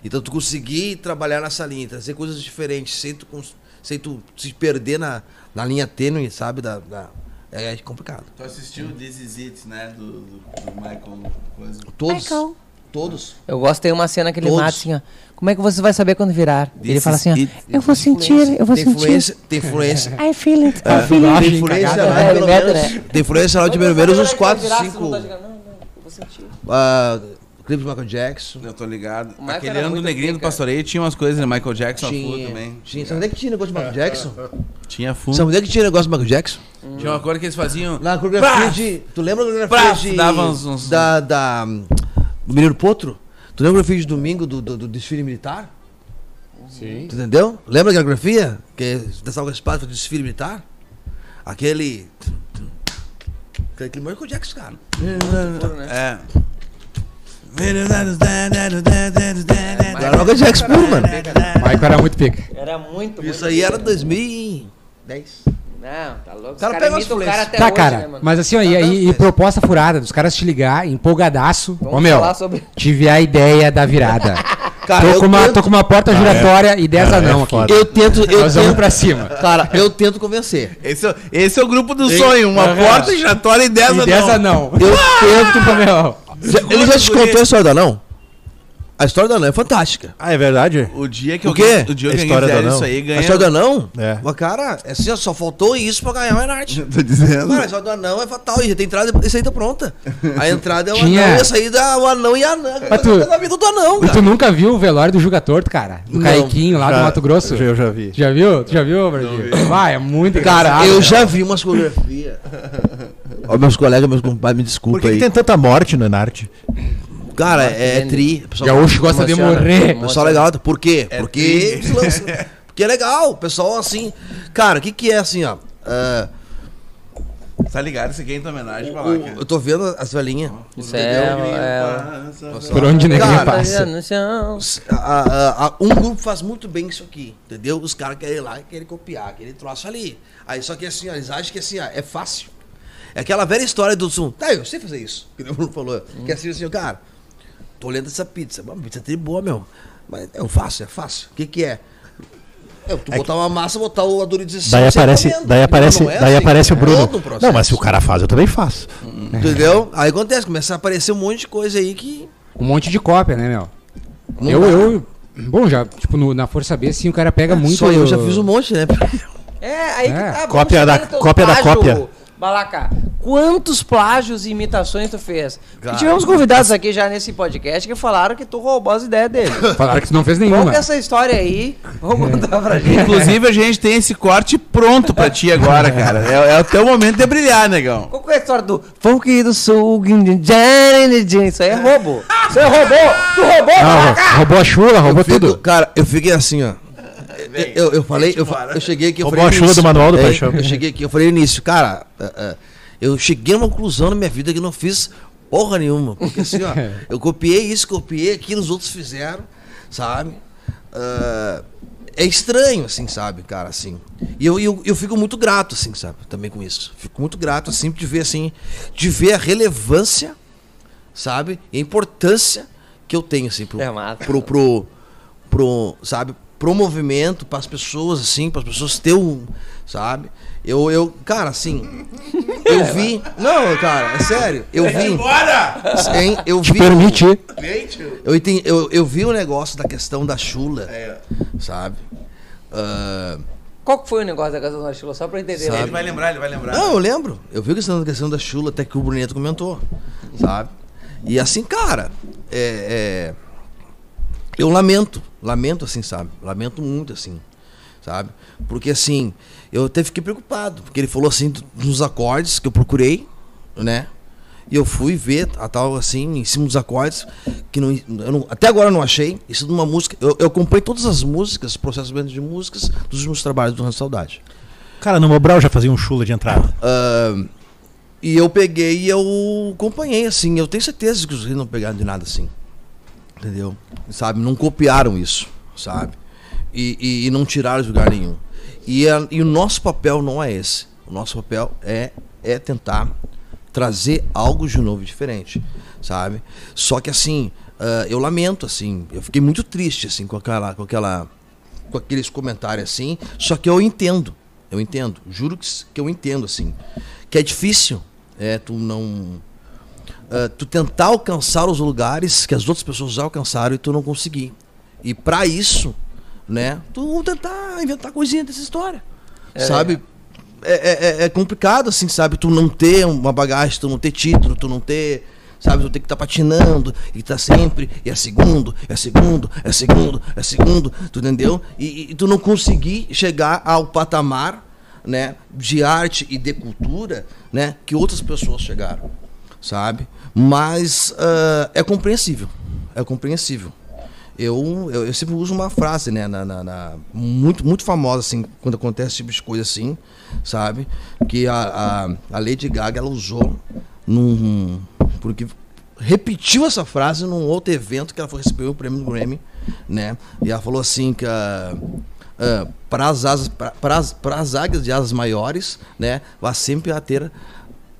Então, tu conseguir trabalhar nessa linha, trazer coisas diferentes, sem tu, cons- sem tu se perder na, na linha tênue, sabe? Da, da- é, é complicado. Tu assistiu This Is It, né? Do, do, do Michael Coisa. Todos. Todos. Eu gosto, tem uma cena que ele Todos. mata assim, ó. Como é que você vai saber quando virar? ele This fala is assim, ó, it. eu vou sentir, eu vou tem sentir. influência, tem influência. I feel it, É. I feel it. Tem Linguagem influência cagada. lá de É, pelo ele mete, menos. Tem influência lá de pelo menos uns 4, 5. Clipe do Michael Jackson. Eu tô ligado. Michael Aquele era ano do muito Negrinho pica. do Pastoreio tinha umas coisas, né? Michael Jackson, tinha, Tinha. também. Tinha. Sabe onde é que tinha negócio do Michael Jackson? Tinha full. Sabe onde é que tinha negócio do Michael Jackson? Tinha uma coisa que eles faziam. Na coreografia Brá! de. Tu lembra da coreografia Brá! de. Dava uns- uns- Da, da. Do Menino Potro? Tu lembra a coreografia de domingo do, do, do desfile militar? Sim. Tu entendeu? Lembra da coreografia? Que dançava com a espada do desfile militar? Aquele. Aquele clima do Michael Jackson, cara. É. é Era Michael Jackson puro, mano. Michael era é muito pica. Era muito, Isso muito aí era bom. 2010 Não, tá louco. Os Cara, cara pega imita as o cara influências. até Tá, hoje, cara, né, mano? mas assim, ó, e, Tá dando aí- e certo. proposta furada, dos caras te ligar, empolgadaço. Ô Vamos meu, falar sobre- tive a ideia da virada. Cara, tô, Ah, eu com uma, tento- tô com uma porta giratória e 10 Cara, é anão aqui. foda. Eu tento, eu Nós vamos tento pra cima. Cara, eu tento convencer. Esse, é- esse é o grupo do sonho. Uma Aham. porta giratória e dez E anão. 10 anão. Eu tento Ô, convencer. meu. Eu já te contei a história da Anão? A história da Anão é fantástica. Ah, é verdade? O dia que O eu quê? o dia A que alguém história do fizer anão. isso aí A história do ganha. Anão? É. Mas, Cara, é assim, ó, só faltou isso pra ganhar o Enarte. Tô dizendo. Cara, a história do Anão é fatal. E já tem entrada, isso aí tá pronta. A entrada é o Tinha. Anão e a saída é o Anão e a Anã. Mas tu- Da vida do Anão, E tu cara. nunca viu o velório do Juga Torto, cara? Do Não. Caiquinho lá do Já- Mato Grosso? já- Eu já vi. Já viu? Tu já viu, Brasil? Vai, é muito Cara, engraçado, eu né? já vi umas coreografias. Ó, meus colegas, meus compadres, me Por desculpa que, que aí. tem tanta morte no Enarte? Cara, é tri. O pessoal- Gaúcho gosta de Emociona. morrer. O pessoal é legal, por quê? Porque, tri. lança- porque é legal, o pessoal assim. Cara, o que, que é assim, ó? Ah, Tá ligado? Isso aqui é em tua homenagem pra lá. o- eu tô vendo as velhinhas. Isso é... Por onde o negrinho Cara, passa. Os- a- a- a- um grupo faz muito bem isso aqui, entendeu? Os caras querem ir lá e querem copiar, aquele troço ali. Aí só que assim, ó, eles acham que assim, ó, é fácil. É aquela velha história do Zoom. Tá, eu sei fazer isso. Que o Bruno falou. Que é assim, assim, ó, cara, tô olhando essa pizza. Uma pizza tri boa, meu. Mas eu faço, é fácil. O que que é? É, tu botar uma massa, botar o adorecido. Daí aparece, daí aparece, é daí assim, aparece o Bruno. um Não, mas se o cara... cara faz, eu também faço. Entendeu? Aí acontece, começa a aparecer um monte de coisa aí que... Um monte de cópia, né, meu? Eu, eu... Bom, já, tipo, no- na Força B, assim, o cara pega muito... É, Só eu já fiz um monte, né? É, aí É, que tá. vamos cópia chegar da- no teu cópia da cópia. Balaca, quantos plágios e imitações tu fez? Cara. E tivemos convidados aqui já nesse podcast que falaram que tu roubou as ideias dele. Falaram que tu não fez Qual nenhuma. que é essa história aí? É. Vamos contar pra gente. Inclusive, a gente tem esse corte pronto pra ti agora, cara. É, é o teu momento de brilhar, negão. Qual que é a história do funk do sul? guin- jane, jane? Isso aí é roubo. Isso aí é roubou. Tu roubou, Ah, Não, Balaca. rou- roubou a chula, roubou Fico- tudo. Cara, eu fiquei assim, ó. Eu, eu, eu falei, eu, fa- eu cheguei aqui, eu Roubou falei a chuva do Manual do é, Paixão. Eu cheguei aqui, eu falei no início, cara, ah, ah, eu cheguei numa conclusão na minha vida que eu não fiz porra nenhuma. Porque assim, ó, eu copiei isso, copiei aquilo, os outros fizeram, sabe? Ah, é estranho, assim, sabe, cara, assim. E eu, eu, eu fico muito grato, assim, sabe, também com isso. Fico muito grato, assim, de ver, assim, de ver a relevância, sabe, e a importância que eu tenho, assim, pro, É massa. pro, pro, pro, sabe, pro movimento, pras pessoas, assim, pras pessoas ter um. Sabe? Eu, eu, cara, assim. Eu vi. Não, cara, é sério. Eu vi. Bora! Hein? Eu vi. Permite. É. Gente, Eu, enten- eu, eu vi o negócio da questão da chula, É. sabe? Ah, Qual que foi o negócio da Casa da Chula? Só pra eu entender. Sabe? ele vai lembrar, ele vai lembrar. Não, eu lembro. Eu vi a questão, a tá questão da chula, até que o Bruneto comentou, sabe? E assim, cara, é, é, eu lamento, lamento assim, sabe? Lamento muito, assim, sabe? Porque assim, eu até fiquei preocupado, porque ele falou assim, do- dos acordes que eu procurei, né? E eu fui ver a tal, assim, em cima dos acordes, que não, eu não- até agora eu não achei. Isso de uma música. Eu, eu comprei todas as músicas, processos de músicas, dos últimos trabalhos do Ranço Saudade. Cara, no Mobral já fazia um chula de entrada. Ah, E eu peguei e eu acompanhei, assim. Eu tenho certeza que os rios não pegaram de nada assim. Entendeu? Sabe? Não copiaram isso, sabe? E, e- e não tiraram de lugar nenhum. E, a- e o nosso papel não é esse. O nosso papel é, é tentar trazer algo de novo e diferente, sabe? Só que assim, ah, eu lamento, assim. Eu fiquei muito triste, assim, com aquela. Com aquela com aqueles comentários assim, só que eu entendo, eu entendo, juro que, s- que eu entendo assim, que é difícil, é tu não ah, tu tentar alcançar os lugares que as outras pessoas já alcançaram e tu não conseguir. E pra isso, né, tu tentar inventar coisinha dessa história, sabe? É, é- é complicado assim, sabe? Tu não ter uma bagagem, tu não ter título, tu não ter Sabe, tu tem que estar patinando e tá sempre, e é segundo, é segundo, é segundo, é segundo, tu entendeu? E, e- e tu não conseguir chegar ao patamar, né, de arte e de cultura, né, que outras pessoas chegaram, sabe? Mas ah, é compreensível, é compreensível. Eu, eu, eu sempre uso uma frase, né, na, na- na- muito, muito famosa, assim, quando acontece esse tipo de coisa assim, sabe? Que a, a, a Lady Gaga, ela usou num... Porque repetiu essa frase num outro evento que ela foi receber o prêmio do Grammy, né? E ela falou assim que a... para as asas, para as águias de asas maiores, né, vai sempre a ter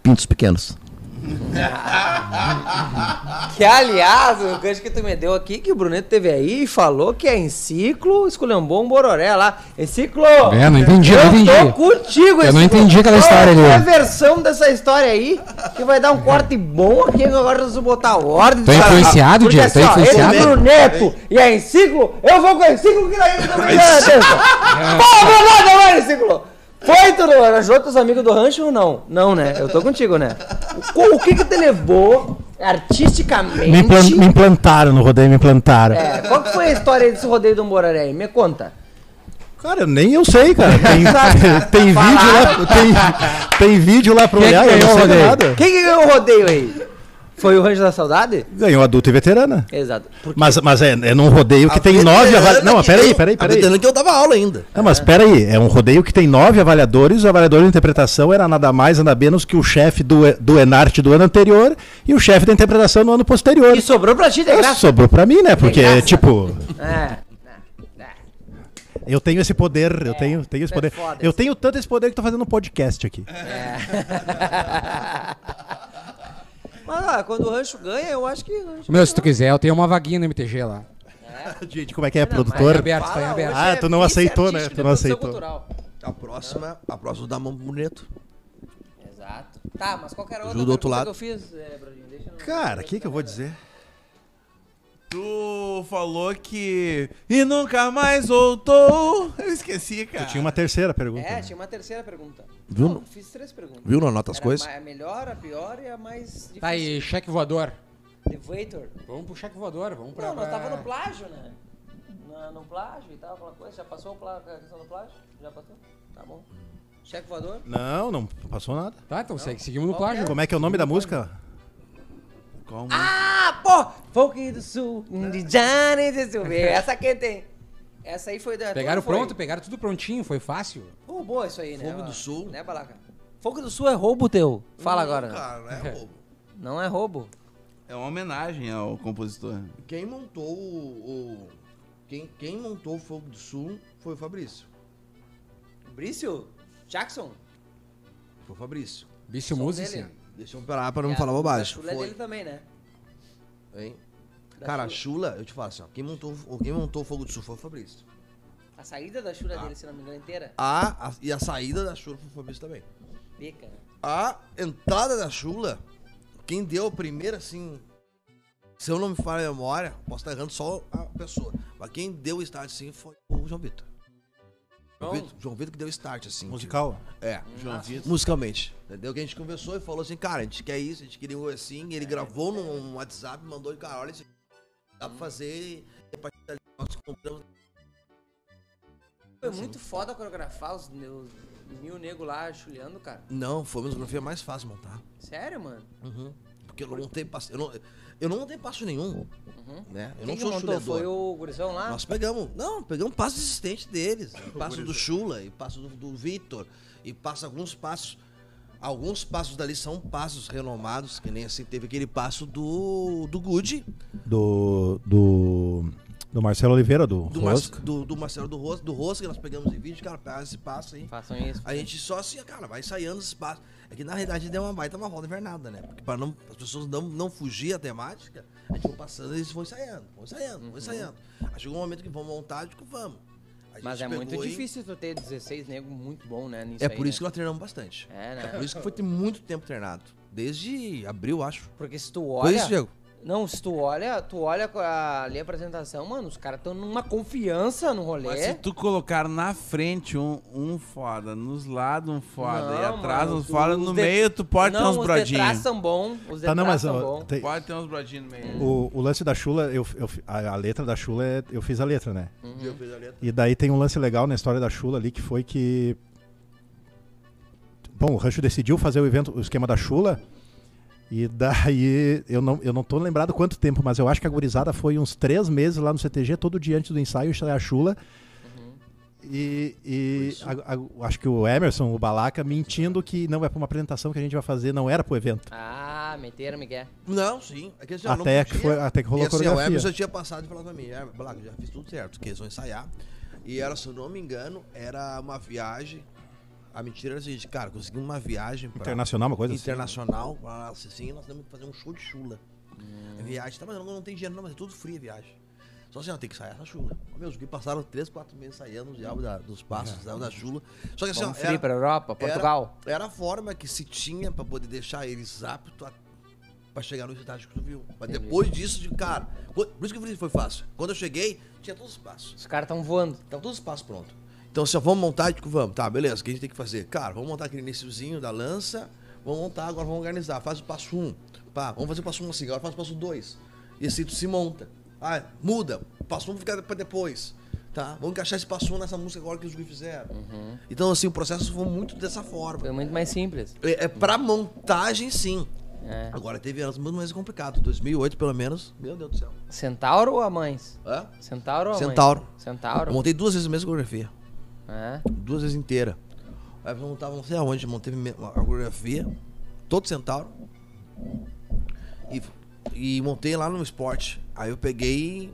pintos pequenos. Que, aliás, o gancho que tu me deu aqui, que o Bruneto teve aí e falou que é enciclo, esculhambou um bororé lá. Enciclo! É, não entendi, não Eu tô entendi. contigo, Eu não Enciclo. entendi aquela história Qual é a ali. versão dessa história aí, que vai dar um corte bom aqui, agora nós vamos botar ordem. Tô cara. influenciado, Porque Diego, tô assim, ó, influenciado. Ele, Bruneto e a Enciclo, eu vou com a Enciclo que daí eu tô me dando atenção. Pô, vamos lá, vai, Enciclo! é, Foi, tu não era junto os amigos do rancho ou não? Não, né? Eu tô contigo, né? O, co- o que que te levou artisticamente... Me, implan- me implantaram no rodeio, me implantaram. É, qual que foi a história desse rodeio do Moraré aí? Me conta. Cara, nem eu sei, cara. Tem, Sabe? tem vídeo lá, tem, tem vídeo lá pra Quem olhar, eu ganhou não o sei de rodeio? nada. Quem que ganhou o rodeio aí? Foi o Rancho da Saudade? Ganhou adulta e veterana. Exato. Por- Mas, mas é, é num rodeio que A tem nove veterana avaliadores. Não, mas que peraí, Ah, eu- peraí, A peraí. veterana que eu dava aula ainda. Não, mas peraí, é um rodeio que tem nove avaliadores, o avaliador de interpretação era nada mais, nada menos que o chefe do, do Enarte do ano anterior e o chefe da interpretação no ano posterior. E sobrou pra ti, de Ah, graça. Sobrou pra mim, né? Porque, graça. tipo, É. é, eu tenho esse poder, eu tenho, tenho esse é poder. foda Eu isso. tenho tanto esse poder que tô fazendo um podcast aqui. é. Mas ah, quando o Rancho ganha, eu acho que o Rancho Meu, se tu quiser, eu tenho uma vaguinha no MTG lá. Gente, como é que é, Tá em produtor? aberto, tá em aberto. é Ah, tu não aceitou, né? Tu não aceitou. A próxima, a próxima da mão bonito. Exato. Tá, mas qual que era a outra Ajuda do outro pergunta lado. que eu fiz, é, Brodinho? Deixa eu... Cara, o que, que eu vou dizer? Tu falou que. E nunca mais voltou. Eu esqueci, cara. Tinha uma terceira pergunta. É, tinha uma terceira pergunta. Então tá. Viu? Não, fiz três perguntas. Viu, não anota as Era coisas? ma- A melhor, a pior e a mais difícil. Tá aí, cheque voador. Elevator. Vamos pro cheque voador, vamos pra... Não, nós pra- tava no plágio, né? Na- no plágio e tal, aquela coisa. Já passou o plá- a questão do plágio? Já passou? Tá bom. Cheque voador? Não, não passou nada. Tá, então segue, seguimos no plágio. Como é que é o nome da música? Como? Ah, pô! Folk do Sul, de Johnny de Silveira. Essa aqui tem. Essa aí foi da... Pegaram foi? pronto, pegaram tudo prontinho, foi fácil. Roubou isso aí, né? Folk do Balaca? Sul. Né, Balaca? Folk do Sul é roubo teu. Fala agora. Cara, não é bobo. Não é roubo. É uma homenagem ao compositor. Quem montou o. o- quem, quem montou o Fogo do Sul foi o Fabrício. Brício? Jackson? Foi o Fabrício. Bicho Som Music. dele. Deixa eu parar pra não É, falar bobagem. A chula é Foi, dele também, né? hein? Da Cara, a chula. Chula, eu te falo assim, ó, quem montou, o- quem montou o Fogo do Sul foi o Fabrício. A saída da Ah. chura dele, se não me engano, inteira. A, a- e a saída da Chula foi o Fabrício também. Bica. né? A entrada da Chula, quem deu a primeira, assim. Se eu não me falho a memória, posso estar errando só a pessoa. Mas quem deu o start, assim, foi o João Vitor. João Bom. Vitor, João Vitor que deu o start, assim. Musical? tipo, É. João Vitor. Musicalmente. Entendeu? Que a gente conversou e falou assim, cara, a gente quer isso, a gente queria um assim, e É. ele gravou num WhatsApp, mandou de cara, olha isso aqui, dá pra fazer e a partir dali nós compramos. Foi muito foda coreografar os meus mil nego lá chuleando, cara. Não, foi a musicografia mais fácil de montar. Sério, mano? Porque eu não montei passo. Eu não, eu não montei passo nenhum. Né? Uhum. Eu Quem não que sou montou? chuleador. Foi o gurizão lá? Nós pegamos. Não, pegamos passo existente deles. E passo do Chula, e passo do, do Vitor, e passa alguns passos. Alguns passos dali são passos renomados, que nem assim teve aquele passo do, do Good, Do, do, do Marcelo Oliveira, do, do, Mar- Rosca. do, do Marcelo do Rosca, do Rosca, nós pegamos em vídeo, cara, pega esse passo aí. Façam isso. A gente só assim, cara, vai ensaiando esse passo. É que na realidade deu uma baita uma roda invernada, né? Porque para não, as pessoas não, não fugir a temática, a gente foi passando e eles vão ensaiando, vão ensaiando, Uhum. vão ensaiando. Aí chegou um momento que vamos montar, digo, vamos. A Mas gente é muito pegou e- difícil tu ter 16 nego muito bom, né? Nisso É aí, por né? isso que nós treinamos bastante. É, né? É por isso que foi ter muito tempo treinado. Desde abril, acho. Porque se tu Foi olha. isso, Diego? Não, se tu olha, tu olha a- ali a apresentação, mano, os caras estão numa confiança no rolê. Mas se tu colocar na frente um, um foda, nos lados um foda e Não, atrás mano, um foda, os no de- meio tu pode ter Não, uns Os detrás brodinhos. são bons, os Tá, detrás não, mas são ó, bons. tem- Pode ter uns brodinhos no meio. o, o lance da Chula, eu, eu- a, a letra da Chula, é- eu fiz a letra, né? Uhum. Eu fiz a letra. E daí tem um lance legal na história da Chula ali, que foi que... Bom, o Rancho decidiu fazer o evento, o esquema da Chula, e daí, eu não, eu não tô lembrado quanto tempo, mas eu acho que a gurizada foi uns três meses lá no CTG, todo dia antes do ensaio, ensaiar a Chula. Uhum. E, e a- a- acho que o Emerson, o Balaca, mentindo que não é pra uma apresentação que a gente vai fazer, não era pro evento. Ah, meteram, Miguel. Não, sim. É que, assim, ó, não até, que podia. foi, até que rolou e a assim, ó, o coreografia. Emerson já tinha passado e falado pra mim, é, Black, já fiz tudo certo, que eles vão ensaiar. E era, se eu não me engano, era uma viagem. A mentira era a seguinte, cara, consegui uma viagem pra, Internacional, uma coisa assim. internacional, pra assim, nós temos que fazer um show de chula. A Viagem, tá, mas eu não, não tem dinheiro, não, mas é tudo frio a viagem. Só assim, ó, tem que sair essa chula. Ó, Meus guris passaram 3, 4 meses saindo os diabos da- dos É. passos, diabo da chula. Só que assim, ó, Vamos frio pra Europa, era- Portugal. Era, a forma que se tinha pra poder deixar eles aptos a- pra chegar no estágio que tu viu. Mas depois disso, de cara, co- por isso que eu falei que foi fácil. Quando eu cheguei, tinha todos os passos. Os caras estão voando. Tava todos os passos prontos. Então, assim, ó, vamos montar, tipo, vamos. Tá, beleza, o que a gente tem que fazer? Cara, vamos montar aquele iniciozinho da lança, vamos montar, agora vamos organizar. Faz o passo 1. Um. Pá, vamos fazer o passo 1 um assim, agora faz o passo 2. E assim tu se monta. Ah, muda. O passo 1 um fica pra depois. Tá? Vamos encaixar esse passo 1 um nessa música agora que os guris fizeram. Uhum. Então, assim, o processo foi muito dessa forma. Foi muito mais simples. É, é pra montagem, sim. É. Agora teve anos muito mais complicado. 2008, pelo menos. Meu Deus do céu. Centauro ou a mães? Hã? Centauro ou a mães? Centauro. Eu Centauro. montei duas vezes a mesma coreografia. É. duas vezes inteira. Aí eu montava não sei aonde, montei me- uma coreografia, todo centauro. E, e montei lá no esporte. Aí eu peguei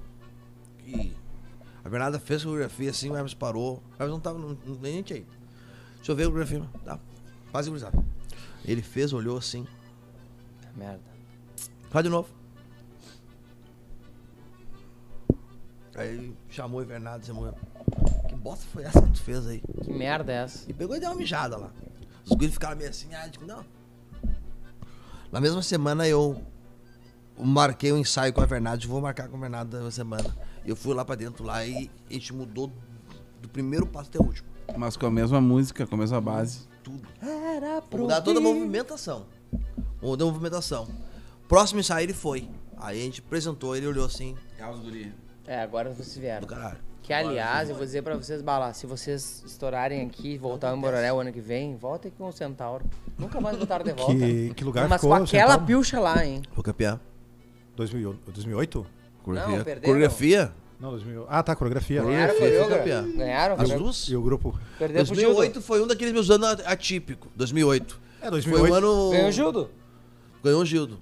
e. A Bernarda fez a coreografia assim, o Hermes parou. O Hermes não tava não- não- nem tinha ido. Deixa eu ver a coreografia. Tá, quase cruzado. Ele fez, olhou assim. Merda. Faz de novo. Aí ele chamou o Bernardo e chamou. eu. Que bosta foi essa que tu fez aí? Que merda é essa? E pegou e deu uma mijada lá. Os guris ficaram meio assim, ah, digo, não. Na mesma semana eu marquei um ensaio com a Vernada, vou marcar com a Vernada na semana. Eu fui lá pra dentro lá e a gente mudou do primeiro passo até o último. Mas com a mesma música, com a mesma base. Tudo. Era pro Mudar toda a fim. movimentação. Mudou a movimentação. Próximo ensaio ele foi. Aí a gente apresentou, ele olhou assim, É os guri. É, agora vocês vieram. do caralho. Que, aliás, eu vou dizer pra vocês, Bala, se vocês estourarem aqui e voltar em Bororé o ano que vem, volta aqui com o Centauro. Nunca mais botaram de volta. Que, que lugar Mas ficou? assim, então? com aquela Centauro? pilcha lá, hein? Foi campeão. 2000 2008? Coreografia. perderam. Coreografia? Não, 2008. Ah, tá, coreografia. Ganharam, Foi coreógrafo? campeão. Ganharam? As duas? E o grupo? Perdeu pro Judo. 2008 foi um daqueles meus anos atípicos. 2008. É, Foi 2008. um ano. Ganhou o Judo? Ganhou o Gildo.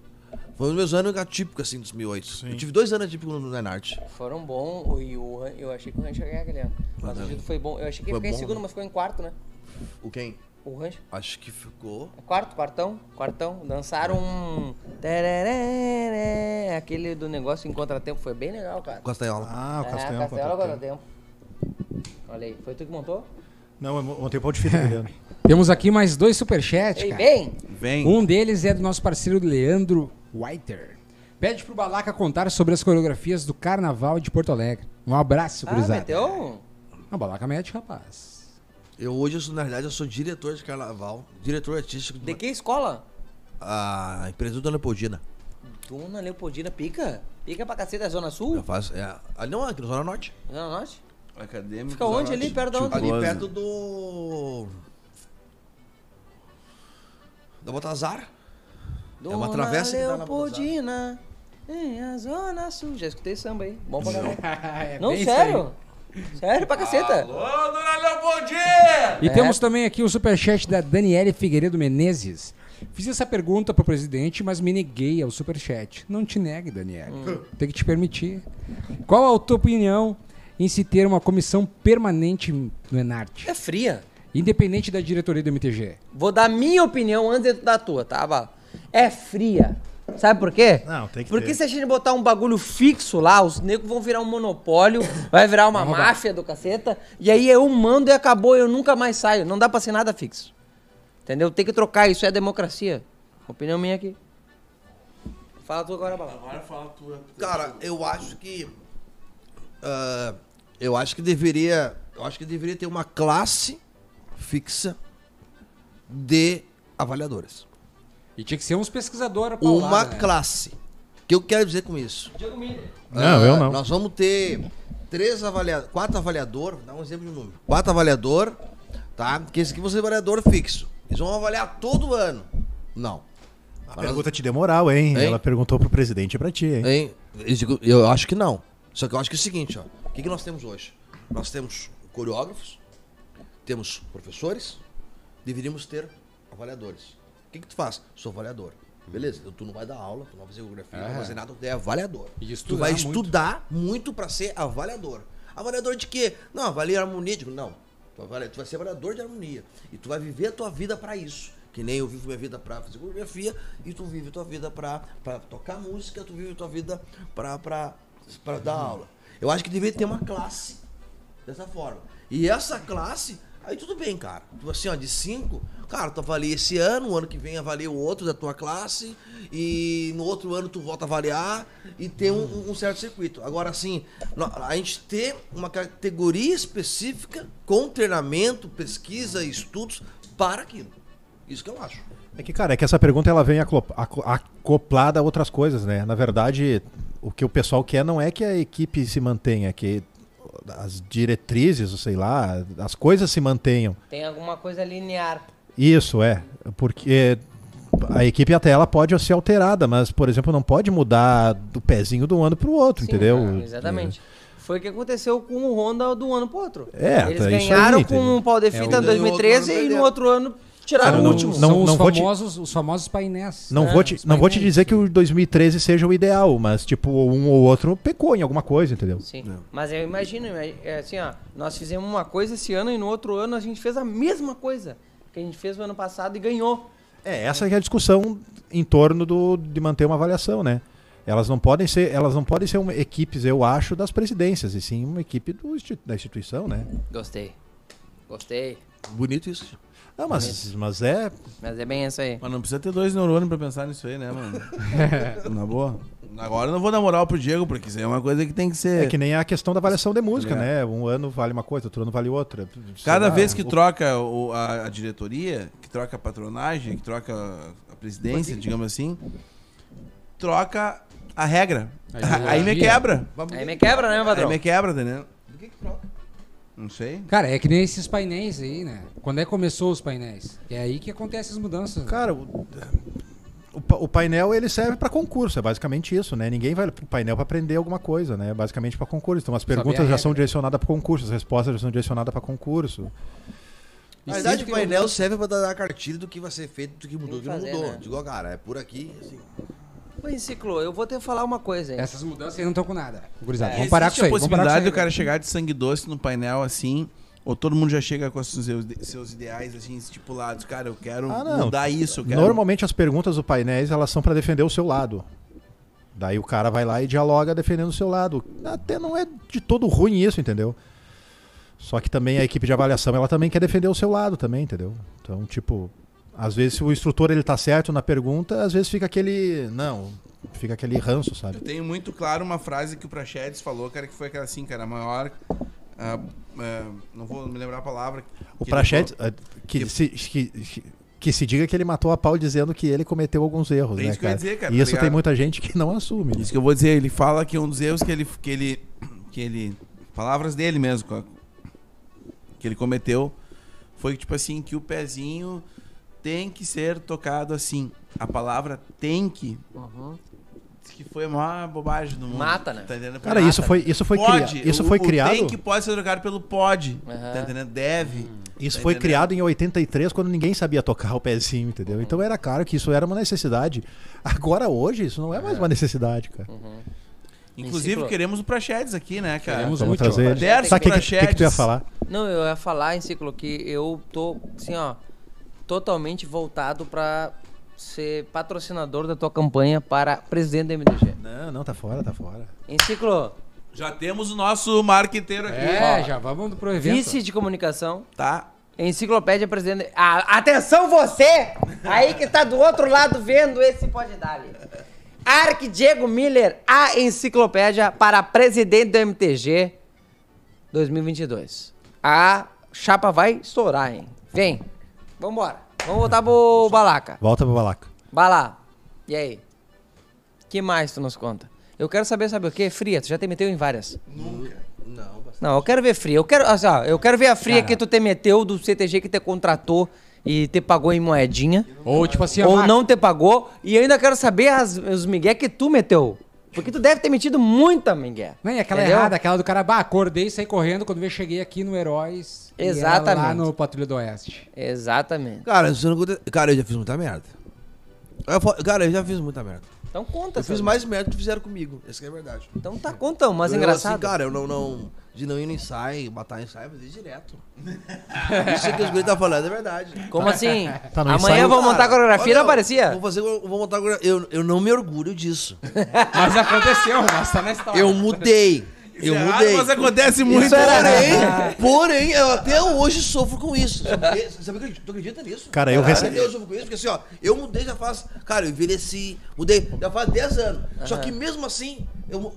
Foi um dos meus anos atípicos, assim, 2008. Eu tive dois anos atípicos no Lenart. Foram bons. O- E o, Ran- eu achei que o Rancho ia ganhar aquele ano. Mas o Judo foi bom. Eu achei que ia Foi ficar em bom, segundo, né? mas ficou em quarto, né? O quem? O Rancho. É Acho que ficou. Quarto, quartão, quartão. Dançaram um. tereré, Aquele do negócio em contratempo. Foi bem legal, cara. Castanhola. Ah, o É, Castanhão. Castelo Castelo Contratempo. Olha aí, foi tu que montou? Não, é um eu montei o pão de fita, Guilherme. Temos aqui mais dois superchats, é. Ei, cara. bem! Vem. Um deles é do nosso parceiro Leandro Whiter. Pede pro Balaca contar sobre as coreografias do Carnaval de Porto Alegre. Um abraço, Ah, gurizada. meteu um. A Balaca mete, rapaz. Eu hoje, eu sou, na verdade, eu sou diretor de carnaval, diretor artístico De de que escola? a empresa do Dona Podina. Dona Leopoldina pica? Pica pra cacete da Zona Eu Sul? faço. É, ali não, aqui na Zona Norte. Zona Norte? Acadêmico. Fica onde ali? Perto da onde? Ali Boa, perto do. Da Botazar. Dona É uma travessa que dá na Leopoldina, em a Zona Sul. Já escutei esse samba aí. Bom pra caralho. É Não, bem isso sério. Sério pra caceta. Alô, dona Leopoldina! aí. E É. temos também aqui o superchat da Daniele Figueiredo Menezes. Fiz essa pergunta pro presidente, mas me neguei ao superchat. Não te negue, Daniele. Hum. Tem que te permitir. Qual a tua opinião em se ter uma comissão permanente no Enart? É fria. Independente da diretoria do MTG. Vou dar minha opinião antes da tua, tá, Bala? É fria. Sabe por quê? Não, tem que Porque ter. se a gente botar um bagulho fixo lá, os negros vão virar um monopólio, vai virar uma Vamos roubar. máfia do caceta, e aí eu mando e acabou, eu nunca mais saio. Não dá pra ser nada fixo. Entendeu? Tem que trocar, isso é democracia. Opinião minha aqui. Fala tu agora, Bala. Agora fala tua. Cara, eu acho que. ah, eu acho que deveria. Eu acho que deveria ter uma classe fixa de avaliadores. E tinha que ser uns pesquisadores pra Uma lá, né? classe. O que eu quero dizer com isso? Não, Ah, eu não. Nós vamos ter três avalia... quatro avaliador, dá um exemplo de número. Quatro avaliador, tá? Que esse aqui você é avaliador fixo. Eles vão avaliar todo ano. Não. A pergunta te deu moral, hein? Hein? Ela perguntou pro presidente e pra ti, hein? Hein? Eles digo- Eu acho que não. Só que eu acho que é o seguinte, ó. O que, que nós temos hoje? Nós temos coreógrafos, temos professores, deveríamos ter avaliadores. O que, que tu faz? Sou avaliador. Beleza, então tu não vai dar aula, tu não vai fazer geografia, não vai fazer nada, tu é avaliador. E tu estudar vai muito. estudar muito pra ser avaliador. Avaliador de quê? Não, avalia harmonia. Digo, não. Tu, avalia- tu vai ser avaliador de harmonia. E tu vai viver a tua vida pra isso. Que nem eu vivo minha vida pra fazer coreografia e tu vive tua vida pra, pra tocar música, tu vive tua vida pra, pra, pra dar aula. Eu acho que deveria ter uma classe dessa forma. E essa classe, aí tudo bem, cara. Tu assim, ó, de cinco, cara, tu avalia esse ano, o ano que vem avalia o outro da tua classe, e no outro ano tu volta a avaliar e tem um, um certo circuito. Agora, assim, nó- a gente ter uma categoria específica com treinamento, pesquisa e estudos para aquilo. Isso que eu acho. É que, cara, é que essa pergunta ela vem aclo- aco- acoplada a outras coisas, né? Na verdade, o que o pessoal quer não é que a equipe se mantenha, é que as diretrizes, sei lá, as coisas se mantenham. Tem alguma coisa linear. Isso, é. Porque a equipe até ela pode ser alterada, mas, por exemplo, não pode mudar do pezinho de um ano para o outro, Sim, entendeu? É. cara, exatamente. Foi o que aconteceu com o Honda do ano pro outro. É, tá, Eles isso aí, ganharam com entendeu? um pau de fita É, em o- 2013 e no outro ano tiraram Cara, o não- último. não- São os, vou te- famosos, os famosos painéis. Não, né? é vou te, Os não vou te painéis. dizer que o 2013 seja o ideal, mas, tipo, um ou outro pecou em alguma coisa, entendeu? Sim. Mas eu imagino, ima- é assim, ó, nós fizemos uma coisa esse ano e no outro ano a gente fez a mesma coisa que a gente fez no ano passado e ganhou. É, essa que é a discussão em torno do, de manter uma avaliação, né? Elas não podem ser, elas não podem ser uma- equipes, eu acho, das presidências, e sim uma equipe do insti- da instituição, né? Gostei. Gostei. Bonito isso. Não, mas, mas é. Mas é bem isso aí. Mas não precisa ter dois neurônios pra pensar nisso aí, né, mano? Na boa. Agora eu não vou dar moral pro Diego, porque isso aí é uma coisa que tem que ser. É que nem a questão da avaliação de música, É. né? Um ano vale uma coisa, outro ano vale outra. Sei Cada lá, vez que o- troca o- a, a diretoria, que troca a patronagem, que troca a presidência, digamos assim, troca a regra. A Aí me ideologia. quebra. Aí me quebra, né, meu Aí padrão? me quebra, entendeu? Do que que troca? Não sei. Cara, é que nem esses painéis aí, né? Quando é que começou os painéis? É aí que acontecem as mudanças. né? Cara, o, o pa- o painel ele serve para concurso, é basicamente isso, né? Ninguém vai pro painel para aprender alguma coisa, né? É Basicamente para concurso. Então as Saber a perguntas já regra. são direcionadas para concurso, as respostas já são direcionadas para concurso. E Na verdade, o sempre painel serve para dar a cartilha do que vai ser feito, do que mudou, do que não fazer, mudou. né? Digo, ó, cara, é por aqui, assim. Oi, Ciclo, eu vou ter que falar uma coisa, hein? É. Essas mudanças aí não estão com nada. Gurizada, É, vamos parar com isso Existe aí. Vamos parar a com isso possibilidade aí, do cara chegar de sangue doce no painel assim, ou todo mundo já chega com os seus, seus ideais assim estipulados, cara, eu quero Ah, não. mudar isso, eu quero. Normalmente as perguntas do painéis elas são para defender o seu lado. Daí o cara vai lá e dialoga defendendo o seu lado. Até não é de todo ruim isso, entendeu? Só que também a equipe de avaliação, ela também quer defender o seu lado também, entendeu? Então, tipo, às vezes se o instrutor ele tá certo na pergunta, às vezes fica aquele, não, fica aquele ranço, sabe? Eu tenho muito claro uma frase que o Prachedes falou, cara, que foi aquela assim, cara, a maior. ah, ah, não vou me lembrar a palavra. O que ele Prachetes, falou. ah, que, se, que, que- que se diga que ele matou a pau dizendo que ele cometeu alguns erros, É né, isso que eu ia cara? dizer, cara, E tá isso tem ligado? muita gente que não assume. né? Isso que eu vou dizer, ele fala que um dos erros que ele. que ele. que ele. Palavras dele mesmo, co- que ele cometeu, foi tipo assim, que o pezinho tem que ser tocado assim. A palavra tem que. Uhum. diz que foi a maior bobagem do mundo. Mata, né? Tá entendendo? Cara, isso foi, isso foi, cria- Pode. isso O- foi o criado. Tem que pode ser trocado pelo pode. Aham. Hum. Tá entendendo? Deve. Isso Tá foi entendendo? criado em 83, quando ninguém sabia tocar o pezinho, entendeu? Então era claro que isso era uma necessidade. Agora, hoje, isso não é mais uma necessidade, cara. Inclusive, Enciclo- queremos o Prachedes aqui, né, cara? Queremos Vamos muito, trazer ó. ele. Dez Sabe o que, que, que que tu ia prachetes. falar? Não, eu ia falar, Enciclo, que eu tô, assim, ó, totalmente voltado pra ser patrocinador da tua campanha para presidente da MDG. Não, não, tá fora, tá fora. Enciclo, Já temos o nosso marqueteiro aqui. É, já vamos pro evento. vice de comunicação, Tá? enciclopédia presidente... Ah, atenção você, aí que tá do outro lado vendo esse pode dar ali. Arq Diego Miller, a enciclopédia para presidente do MTG 2022. A chapa vai estourar, hein? Vem, vambora. Vamos voltar pro Balaca. Volta pro balaca. Vai lá. E aí? que mais tu nos conta? Eu quero saber, sabe o quê? Fria, tu já te meteu em várias. Não, Não, eu quero ver fria. Eu quero, assim, ó, eu quero ver a fria Cara. que tu te meteu do CTG que te contratou e te pagou em moedinha. Ou tipo assim, Ou ah, não te pagou. E eu ainda quero saber as, os migué que tu meteu. Porque tu deve ter metido muita migué. Não, e aquela Entendeu? errada, aquela do cara, bah, acordei e saí correndo quando eu cheguei aqui no Heróis. e era Exatamente. Lá no Patrulha do Oeste. Exatamente. Cara, isso não aconte- cara, eu já fiz muita merda. Eu fa- cara, eu já fiz muita merda. Então conta. Eu fiz Sandro. mais merda do que fizeram comigo. Essa que é a verdade. Então tá, conta umas Eu, engraçadas. Assim, cara, eu não, não. De não ir no ensaio, matar ensaio, eu fazia direto. Isso que os guris tá falando é verdade. Como assim? Tá no Amanhã ensaio, eu vou montar a Cara, coreografia, olha, não aparecia? Vou fazer, vou montar a coreografia. Eu, eu não me orgulho disso. Mas aconteceu, mas tá na história. Eu mudei. Eu Errado, mudei. mas acontece muito. né? Porém, porém, eu até hoje sofro com isso. Sabe- Sabe que tu acredita nisso? Cara, eu Graças recebi- a Deus, eu sofro com isso, porque assim, ó, eu mudei já faz. Cara, eu envelheci, mudei, já faz 10 anos. Só que mesmo assim, eu.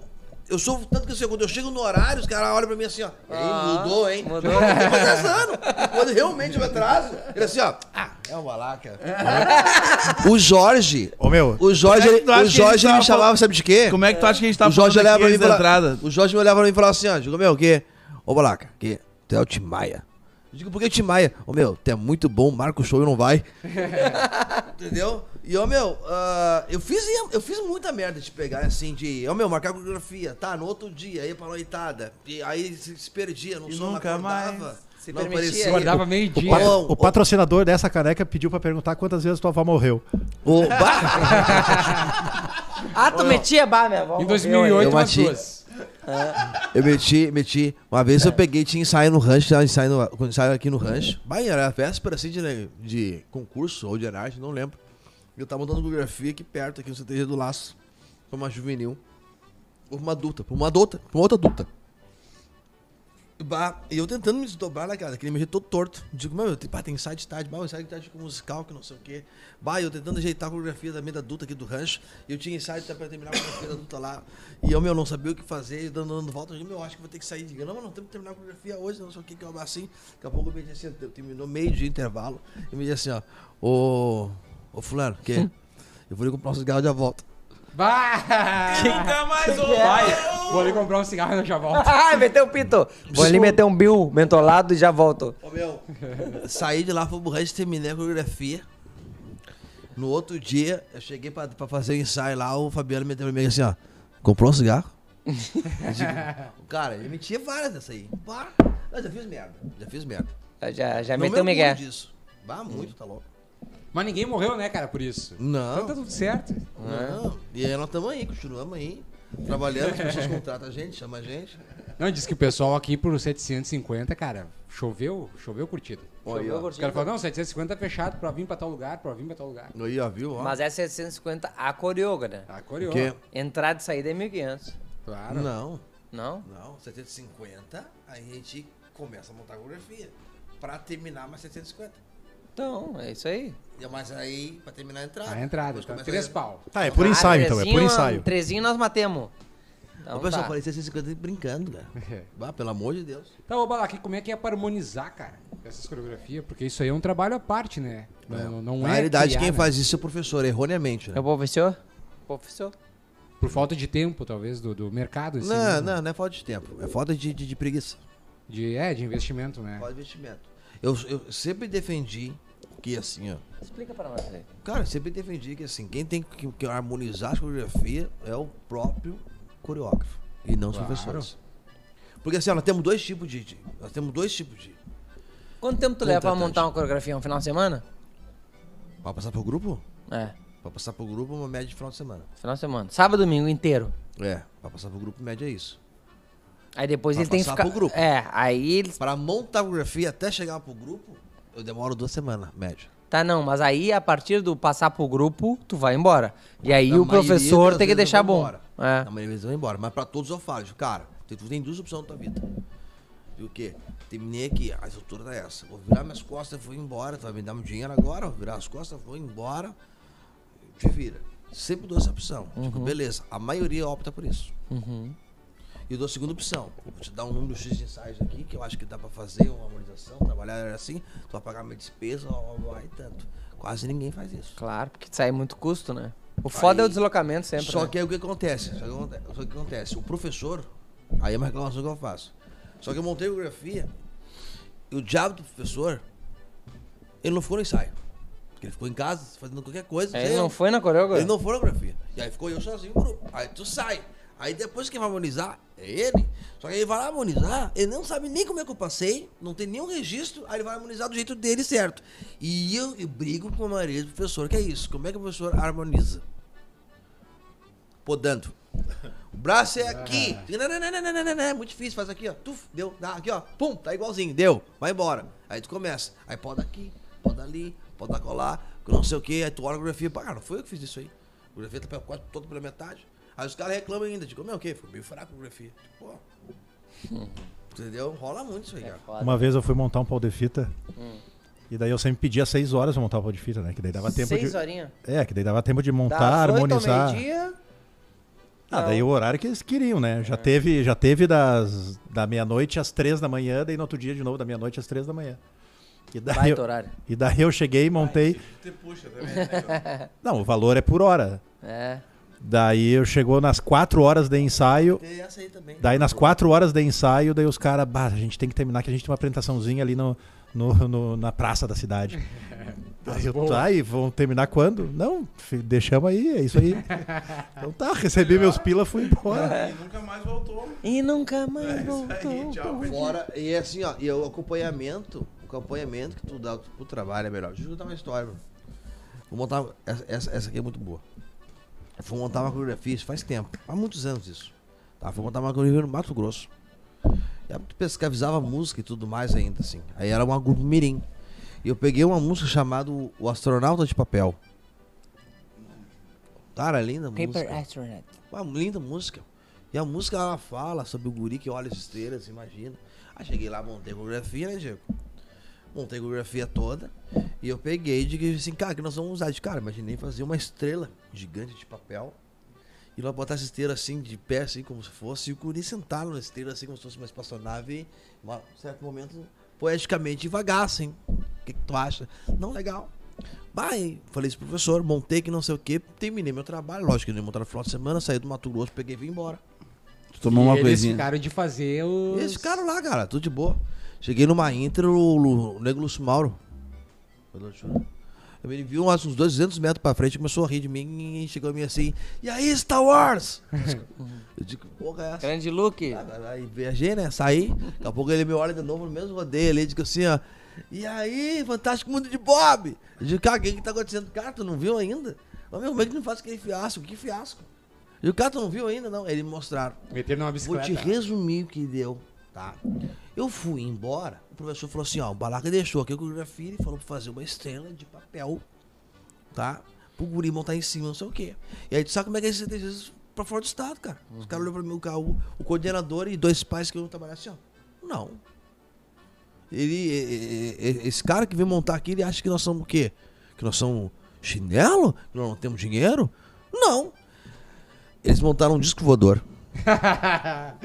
Eu sofro tanto que assim, quando eu chego no horário, os caras olham pra mim assim, ó. Ah, Ei, mudou, hein? mudou. Eu mudei faz 10 anos. Quando realmente eu me atraso, ele assim, ó. Ah, é o balaca. O Jorge. Ô, meu, O Jorge, Como Né? é que tu acha o Jorge que a gente ele tava me chamava, falando- sabe de quê? Como é que tu acha que a gente tá o Jorge falando olhava aqui pra mim e antes da falava, entrada? O Jorge me olhava pra mim e falava assim, ó, digo, meu, o quê? Ô, Balaca, o quê? Tu é o Tim Maia. Eu digo, por que Tim Maia? Ô, meu, tu é muito bom, marca o show e não vai. Entendeu? E, ô, meu, ah, eu, fiz, eu fiz muita merda de pegar, assim, de... Ô, meu, marcar a coreografia, tá, no outro dia, aí pra noitada. E aí se, se perdia, não E sou, não nunca mais acordava. se não permitia. aparecia. Acordava o, meio-dia. pat- Ô, o patrocinador dessa caneca pediu pra perguntar quantas vezes tua avó morreu. Ô, bah! Ah, tu metia bar, minha avó. Em Eu 2008, umas bati. duas. Eu meti, meti. Uma vez eu peguei, tinha ensaio no rancho, tinha ensaio, no, quando ensaio aqui no rancho. Bahia, era véspera assim de, de concurso ou de arte, não lembro. E Eu tava montando biografia aqui perto, aqui no CTG do Laço. Pra uma juvenil. Pra uma adulta, pra uma adulta, pra uma outra adulta. E bah, e eu tentando me desdobrar, né, cara? Aquele meu jeito todo torto. Digo, meu, tem, bah, tem ensaio de tarde, bah, ensaio de tarde com musical, que não sei o quê. Bah, eu tentando ajeitar a coreografia da minha da adulta aqui do rancho. E eu tinha ensaio pra terminar a coreografia da adulta lá. E eu, meu, não sabia o que fazer, e dando, dando volta. Eu digo, meu, acho que vou ter que sair. Digo, não, mas não temos que terminar a coreografia hoje, não sei o quê, que é assim. Daqui a pouco eu me disse assim, terminou meio de intervalo. E me disse assim, ó, ô, ô fulano, o quê? Eu vou ali comprar um cigarro e já volto. Bah! Nunca mais ouvi. Vou ali comprar um cigarro e eu já volto. Ah, meteu o pito. Vou ali meter um Bill mentolado e já volto. Ô meu, saí de lá, fui pro rancho, terminei a coreografia. No outro dia, eu cheguei pra, pra fazer o ensaio lá, o Fabiano meteu pra mim assim, ó. Comprou um cigarro? Eu digo, cara, eu mentia várias dessa aí. Pá, eu já fiz merda, já fiz merda. Eu Já, já Não É, meteu o me orgulho Miguel. disso. Bah, muito, tá louco. Mas ninguém morreu, né, cara, por isso. Então tá Não, tudo certo. não. E aí nós estamos aí, continuamos aí. Trabalhando, as pessoas contratam a gente, chamam a gente. Não, diz que o pessoal aqui pro 750, cara, choveu, choveu curtido. Choveu Os caras curtido. falaram, não, 750 é fechado pra vir pra tal lugar, pra vir pra tal lugar. Aí, ó, viu? Ó. Mas é 750 a coreoga, né? Ah, coreou. Quê? Entrada e saída é 1.500. Claro. Não, Não? não, 750, aí a gente começa a montar a coreografia. Pra terminar mais 750. Então, é isso aí. E- Mas aí, pra terminar a entrada. A entrada, depois tá? começa Três a- pau. Tá, é por ensaio então, é por Ah, Trezinho, ensaio. Trezinho nós matemos. Então, o pessoal tá. fala 750 brincando, cara. É. Bah, pelo amor de Deus. Tá, ô Balak, como é que é pra harmonizar, cara, essas coreografias? Porque isso aí é um trabalho à parte, né? Não é, não Na é realidade, criar, quem né? faz isso é o professor, erroneamente, né? É o professor? Professor. Por falta de tempo, talvez, do, do mercado. assim, né? Não, não, não é falta de tempo. É falta de, de, de preguiça. De, é, de investimento, né? Falta de investimento. Eu, eu sempre defendi que assim, ó. Explica pra nós aí. Cara, eu sempre defendi que assim, quem tem que, que harmonizar a coreografia é o próprio coreógrafo e não os Claro. professores. Porque assim, ó, nós temos dois tipos de, de- Nós temos dois tipos de. Quanto tempo tu leva pra Contratante. montar uma coreografia? Um final de semana? Pra passar pro grupo? É, Pra passar pro grupo, uma média de final de semana. final de semana. Sábado, domingo inteiro. É, pra passar pro grupo, média é isso. Aí depois Pra eles têm que passar ficar. pro grupo. É, aí eles. Pra montar a coreografia até chegar pro grupo, eu demoro duas semanas, média. Tá, não, mas aí a partir do passar pro grupo, tu vai embora. É, E aí Na o maioria professor das tem que vezes deixar eu vou bom. embora. É. Na maioria das vezes eu vou embora. Mas pra todos eu falo, digo, cara, tu tu tem duas opções na tua vida. Viu o quê? Terminei aqui, a estrutura tá essa. Vou virar minhas costas e vou embora. Tu vai me dar um dinheiro agora, vou virar as costas, vou embora. Te vira. Sempre dou essa opção. Uhum. Digo, beleza, a maioria opta por isso. E eu dou a segunda opção. Vou te dar um número X de ensaios aqui, que eu acho que dá pra fazer uma harmonização, trabalhar assim, tu vai pagar minha despesa, ó, ó, ó, e tanto. Quase ninguém faz isso. Claro, porque sai muito custo, né? O foda é o deslocamento sempre. Só né? que aí o que acontece? Só que, aconte- só que acontece? O professor, aí é uma reclamação que eu faço. Só que eu montei a coreografia e o diabo do professor, ele não ficou no ensaio. Porque ele ficou em casa fazendo qualquer coisa. Aí sei É, ele não eu. foi na coreografia. Ele não foi na coreografia. E aí ficou eu sozinho no grupo. Aí tu sai. Aí depois quem vai harmonizar é ele. Só que ele vai lá harmonizar, ele não sabe nem como é que eu passei, não tem nenhum registro, aí ele vai harmonizar do jeito dele certo. E eu, eu brigo com a maioria do professor, que é isso. Como é que o professor harmoniza? podando. O braço é aqui. Não, não, não, não, não, não, não, não. É muito difícil. Faz aqui, ó. Tuf, deu. Dá aqui, ó. Pum, tá igualzinho. Deu. Vai embora. Aí tu começa. Aí pode aqui, pode ali, pode dar colar, não sei o que. Aí tu olha a coreografia. Pá, cara, não foi eu que fiz isso aí. A coreografia tá pela- quase toda pela metade. Aí os caras reclamam ainda. Tipo, meu, o quê? Ficou meio fraco a coreografia. Tipo, pô. Entendeu? Rola muito isso aí, cara. Foda. Uma vez eu fui montar um pau de fita. Hum. E daí eu sempre pedia seis horas pra montar o pau de fita, né? Que daí dava tempo Seis de. tá horinhas. É, que daí dava tempo de montar, Das oito ao harmonizar. meio-dia, Ah, É daí o horário que eles queriam, né? Já teve, já teve das, da meia-noite às três da manhã, daí no outro dia de novo, da meia-noite às três da manhã. E daí, Baita eu, horário. e daí eu cheguei e montei. Ah, Te puxa também, né? Não, o valor é por hora. É. Daí eu chegou nas quatro horas de ensaio. Tem essa aí também. Daí nas quatro horas de ensaio, daí os caras, "Bah, a gente tem que terminar, que a gente tem uma apresentaçãozinha ali no, no- no- na praça da cidade. Daí eu, tá, e vão terminar quando? Não, fi- deixamos aí, é isso aí. Então tá, recebi meus pila, fui embora. E nunca mais voltou. E nunca É mais voltou. Aí, tchau. Fora, e é assim, ó, e o acompanhamento, o acompanhamento que tu dá pro trabalho é melhor. Deixa eu contar uma história, mano. Vou montar. Essa, essa, essa aqui é muito boa. Eu Fui montar uma coreografia, isso faz tempo, há muitos anos isso. Tá, fui montar uma coreografia no Mato Grosso. E é aí tu pescavizava música e tudo mais ainda, assim. Aí era um grupo Mirim. E eu peguei uma música chamada O Astronauta de Papel. Cara, linda música. Paper Astronaut. é Uma linda música. E a música ela fala sobre o guri que olha as estrelas, imagina. Aí cheguei lá, montei a coreografia, né, Diego? Montei a coreografia toda. E eu peguei e disse assim, cara, o que nós vamos usar de cara. Imaginei fazer uma estrela gigante de papel. E nós botar essa esteira assim, de pé, assim, como se fosse. E o guri sentado na esteira, assim, como se fosse uma espaçonave. Em um certo momento, poeticamente devagar, assim. O que, que tu acha? Não, legal. Vai, falei isso pro professor, montei que não sei o que, terminei meu trabalho, lógico que eu não ia montar no final de semana, saí do Mato Grosso, peguei e vim embora. Tu tomou E uma eles coisinha. ficaram de fazer os... Esse cara lá, cara, tudo de boa. Cheguei numa Inter, o, Lu- o Nego Lúcio Mauro. né? Ele viu umas- uns 200 metros pra frente, começou a rir de mim e chegou a mim assim: E aí, Star Wars? eu digo: Porra, é essa? Grande look. Ah, Aí viajei, né? Saí. Daqui a pouco ele me olha de novo no mesmo rodeio ali, digo assim, ó. E aí, fantástico mundo de Bob? Eu digo, cara, o que que tá acontecendo? Cara, tu não viu ainda? Mas, meu, como é que não faz aquele fiasco? Que fiasco? Eu digo, cara, tu não viu ainda? Não, eles me mostraram. Meteram numa Vou bicicleta. te resumir o que deu, tá? Eu fui embora, o professor falou assim, ó, o Balaca deixou aqui a coreografia e falou pra fazer uma estrela de papel, tá? Pro guri montar em cima, não sei o quê. E aí tu sabe como é que é esses vezes pra fora do estado, cara. Os caras olhou pra mim, o, ca- o- o coordenador e dois pais que eu trabalhar assim, ó. Não. Ele, e- e- e- esse cara que vem montar aqui, ele acha que nós somos o quê? Que nós somos chinelo? Que nós não temos dinheiro? Não. Eles montaram um disco voador Bah,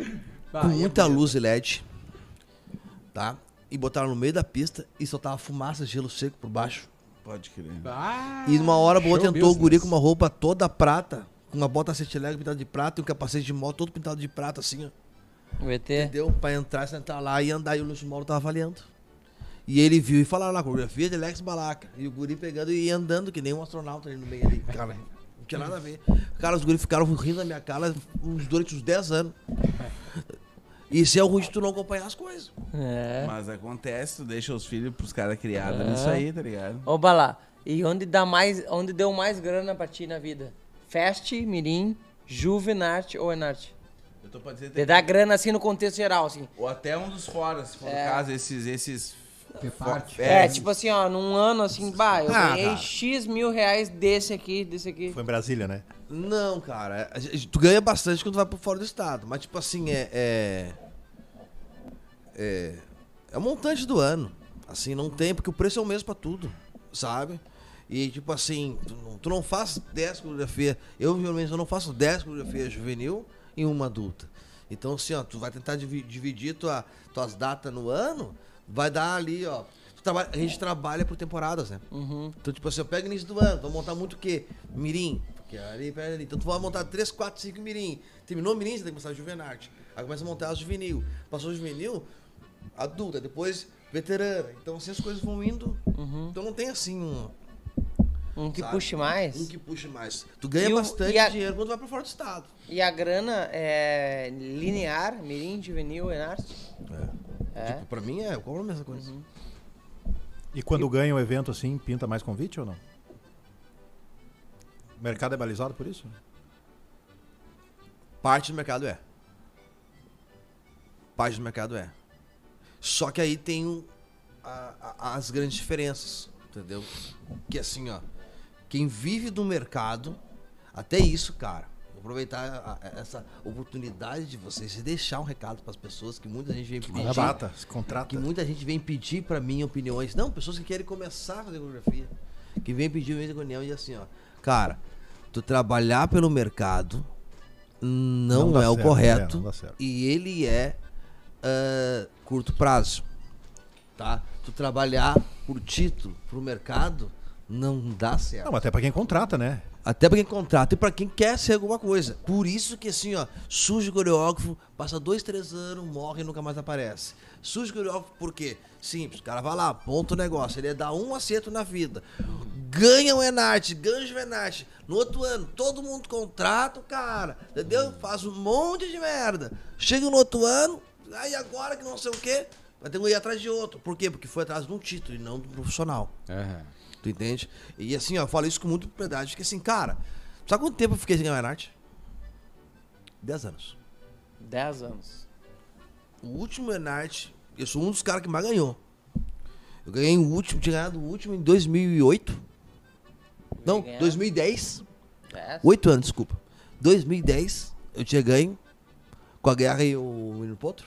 com e é muita bonito. luz e LED, tá? E botaram no meio da pista e soltava fumaça, gelo seco por baixo. Pode crer. Bah, E numa hora boa show tentou o guri business. com uma roupa toda prata, com uma bota cetilega pintada de prata e um capacete de moto todo pintado de prata, assim, ó. O ET. Deu pra entrar, sentar lá e andar. E o Lúcio Mauro tava avaliando. E ele viu e falaram lá, coreografia de é Lex Balaca. E o guri pegando e andando que nem um astronauta ali no meio ali. Cara, não tinha nada a ver. Cara, os guri ficaram rindo da minha cara uns- durante uns 10 anos. Isso é o ruim de tu não acompanhar as coisas. É. Mas acontece, tu deixa os filhos pros caras criados nisso aí, tá ligado? Oba lá. E onde, dá mais, onde deu mais grana pra ti na vida? Fest, Mirim, Juve, Nart ou Enart? Eu tô pra dizer Te dá grana assim no contexto geral, assim. Ou até um dos fora, se for É. no caso, esses. esses um Que parte. É, tipo assim, ó, num ano assim, bah, eu Ah, ganhei tá. X mil reais desse aqui, desse aqui. Foi em Brasília, né? Não, cara. a gente- Tu ganha bastante quando tu vai pra fora do estado. Mas, tipo assim, é. É. É, é o montante do ano. Assim, não tem, porque o preço é o mesmo pra tudo, sabe? E, tipo assim, tu não, tu não faz 10 coreografias. Eu, geralmente, eu não faço 10 coreografias juvenil em uma adulta. Então, assim, ó, tu vai tentar divi- dividir tua, tuas datas no ano, vai dar ali, ó. tu trabalha- a gente trabalha por temporadas, né? Então, tipo assim, eu pego início do ano, vou montar muito o quê? Mirim. Porque ali, pega ali. Então tu vai montar 3, 4, 5 mirim. Terminou o mirim, você tem que começar a juvenarte. Aí começa a montar as juvenil. Passou o juvenil, adulta, depois veterana. Então assim as coisas vão indo. Uhum. Então não tem assim um, Um que Sabe? puxe mais. um que puxe mais. Tu ganha E o- bastante e a- dinheiro quando vai pra fora do estado. E a grana é linear, Mirim, Juvenil, Enart? É. Uhum. Tipo, pra mim é, eu compro a mesma coisa. E quando ganha o evento assim, pinta mais convite ou não? O mercado é balizado por isso? Parte do mercado é. Parte do mercado é. Só que aí tem um- a- a- as grandes diferenças, entendeu? Que assim, ó. Quem vive do mercado, até isso, cara. Vou aproveitar a- a- essa oportunidade de vocês e deixar um recado para as pessoas que muita É, gente vem pedir. Contrata, se contrata. Que muita gente vem pedir pra mim opiniões. Não, pessoas que querem começar a fazer coreografia. Que vem pedir minha opinião e assim, ó. Cara, tu trabalhar pelo mercado não, Não dá é o certo, é, correto. não dá certo. E ele é ah, curto prazo. Tá? Tu trabalhar por título, pro mercado, não dá certo. Não, até pra quem contrata, né? Até pra quem contrata e pra quem quer ser alguma coisa. Por isso que assim, ó, surge coreógrafo, passa dois, três anos, morre e nunca mais aparece. Surge coreógrafo por quê? Simples, o cara vai lá, ponta o negócio, ele ia dar um acerto na vida. Ganha o Enarte, ganha o Enarte. No outro ano, todo mundo contrata o cara, entendeu? Faz um monte de merda. Chega no outro ano, aí agora que não sei o quê, vai ter que ir atrás de outro. Por quê? Porque foi atrás de um título e não de um profissional. Aham. Tu entende? E assim, ó, eu falo isso com muita propriedade, porque assim, cara, sabe quanto tempo eu fiquei sem ganhar Enarte? Dez anos. Dez anos. O último Enarte, eu sou um dos caras que mais ganhou. Eu ganhei o último, tinha ganhado o último em 2008. Não, ganhar. 2010. Dez? Oito anos, desculpa. 2010, eu tinha ganho com a guerra e o Menino Potro.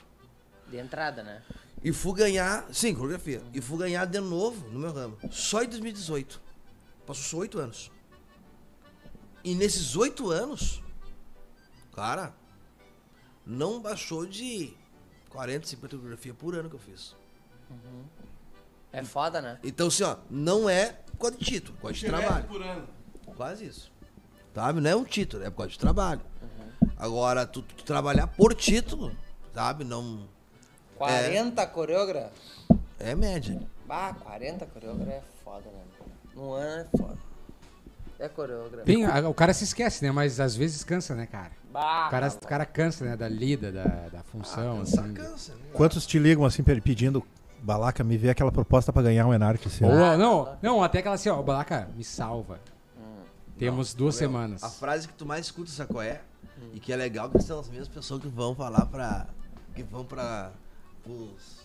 De entrada, né? E fui ganhar, sim, coreografia. E fui ganhar de novo no meu ramo. Só em 2018. Passou só oito anos. E nesses oito anos, cara, não baixou de 40, 50 coreografias por ano que eu fiz. É foda, né? Então, assim, ó, não é por causa de título, é por causa de trabalho. por ano. Quase isso. Sabe? Não é um título, é por causa de trabalho. Agora, tu, tu trabalhar por título, sabe? Não. 40 coreógrafos? É média. Bah, 40 coreógrafos é foda, né? Um ano é foda. É coreógrafo. Bem, a- o cara se esquece, né? Mas às vezes cansa, né, cara? Bah, O cara, o cara cansa, né? Da lida, da, da função. Cansar assim. cansa, né? Quantos te ligam assim pe- pedindo, Balaca, me vê aquela proposta pra ganhar um Enarte esse ano? Ou, não, não, até aquela assim, ó, Balaca, me salva. Hum. Temos duas semanas. A frase que tu mais escuta, sabe qual é? E que é legal que são as mesmas pessoas que vão falar pra. que vão pra. pros.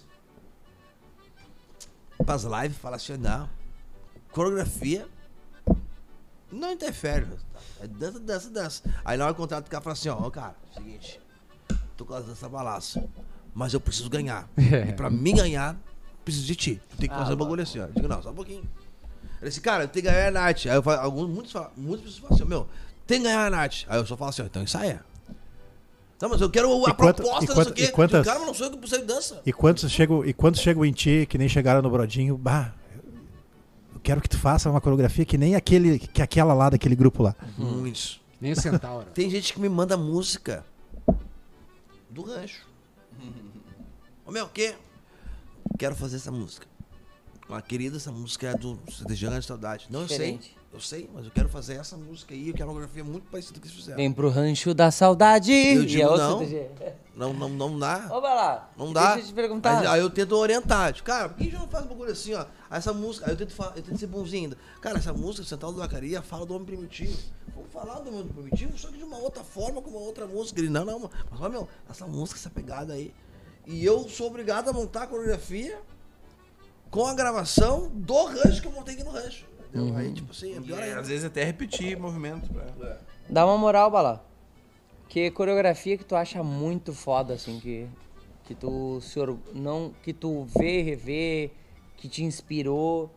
pras lives falar assim, não. Coreografia não interfere, meu. É dança, dança, dança. Aí na hora do contrato o cara fala assim, ó, ó, cara, seguinte, tô com as danças balaço, mas eu preciso ganhar. É. E pra mim ganhar, preciso de ti. Tu Ah, tem que tá. fazer o bagulho assim, ó. Eu digo, não, só um pouquinho. Ele disse, cara, tem que ganhar a Nath. Aí eu falo, alguns, muitos, falam, muitas pessoas falam assim, meu, tem que ganhar a Nath. Aí eu só falo assim, ó, então ensaia. Não, mas eu quero a E proposta, quanta- e não quanta- sei o quê. e quantas- Digo, Cara, mas não sou eu que preciso de dança. E quantos chegam, e quantos chegam em ti que nem chegaram no Brodinho, bah, eu quero que tu faça uma coreografia que nem aquele, que aquela lá daquele grupo lá. Muitos. Nem o Centauro. Tem gente que me manda música do rancho. Ô meu, o quê? Quero fazer essa música. Uma querida, essa música é do CDG Grande Saudade. Não, eu sei. Diferente. Eu sei, mas eu quero fazer essa música aí. Eu quero uma coreografia muito parecida com que vocês fizeram. Vem pro rancho da saudade. Eu E digo é o não. CTG. Não, não, não dá. Ô, vai lá. Não dá. Deixa eu te perguntar. Aí, aí eu tento orientar. Tipo, cara, por que a gente não faz um bagulho assim, ó? Essa música, aí eu tento, fa- eu tento ser bonzinho ainda. Cara, essa música, Central do Vacaria, fala do homem primitivo. Vamos falar do homem primitivo, só que de uma outra forma, com uma outra música. Ele, não, não, mas, ó, meu, essa música, essa pegada aí. E eu sou obrigado a montar a coreografia com a gravação do rancho que eu montei aqui no rancho. entendeu? Uhum. Aí, tipo assim, é E, pior é, ainda. às vezes até repetir movimento. Pra... Dá uma moral, Bala. Que coreografia que tu acha muito foda, assim, que, que tu se or- não que tu vê, revê, que te inspirou,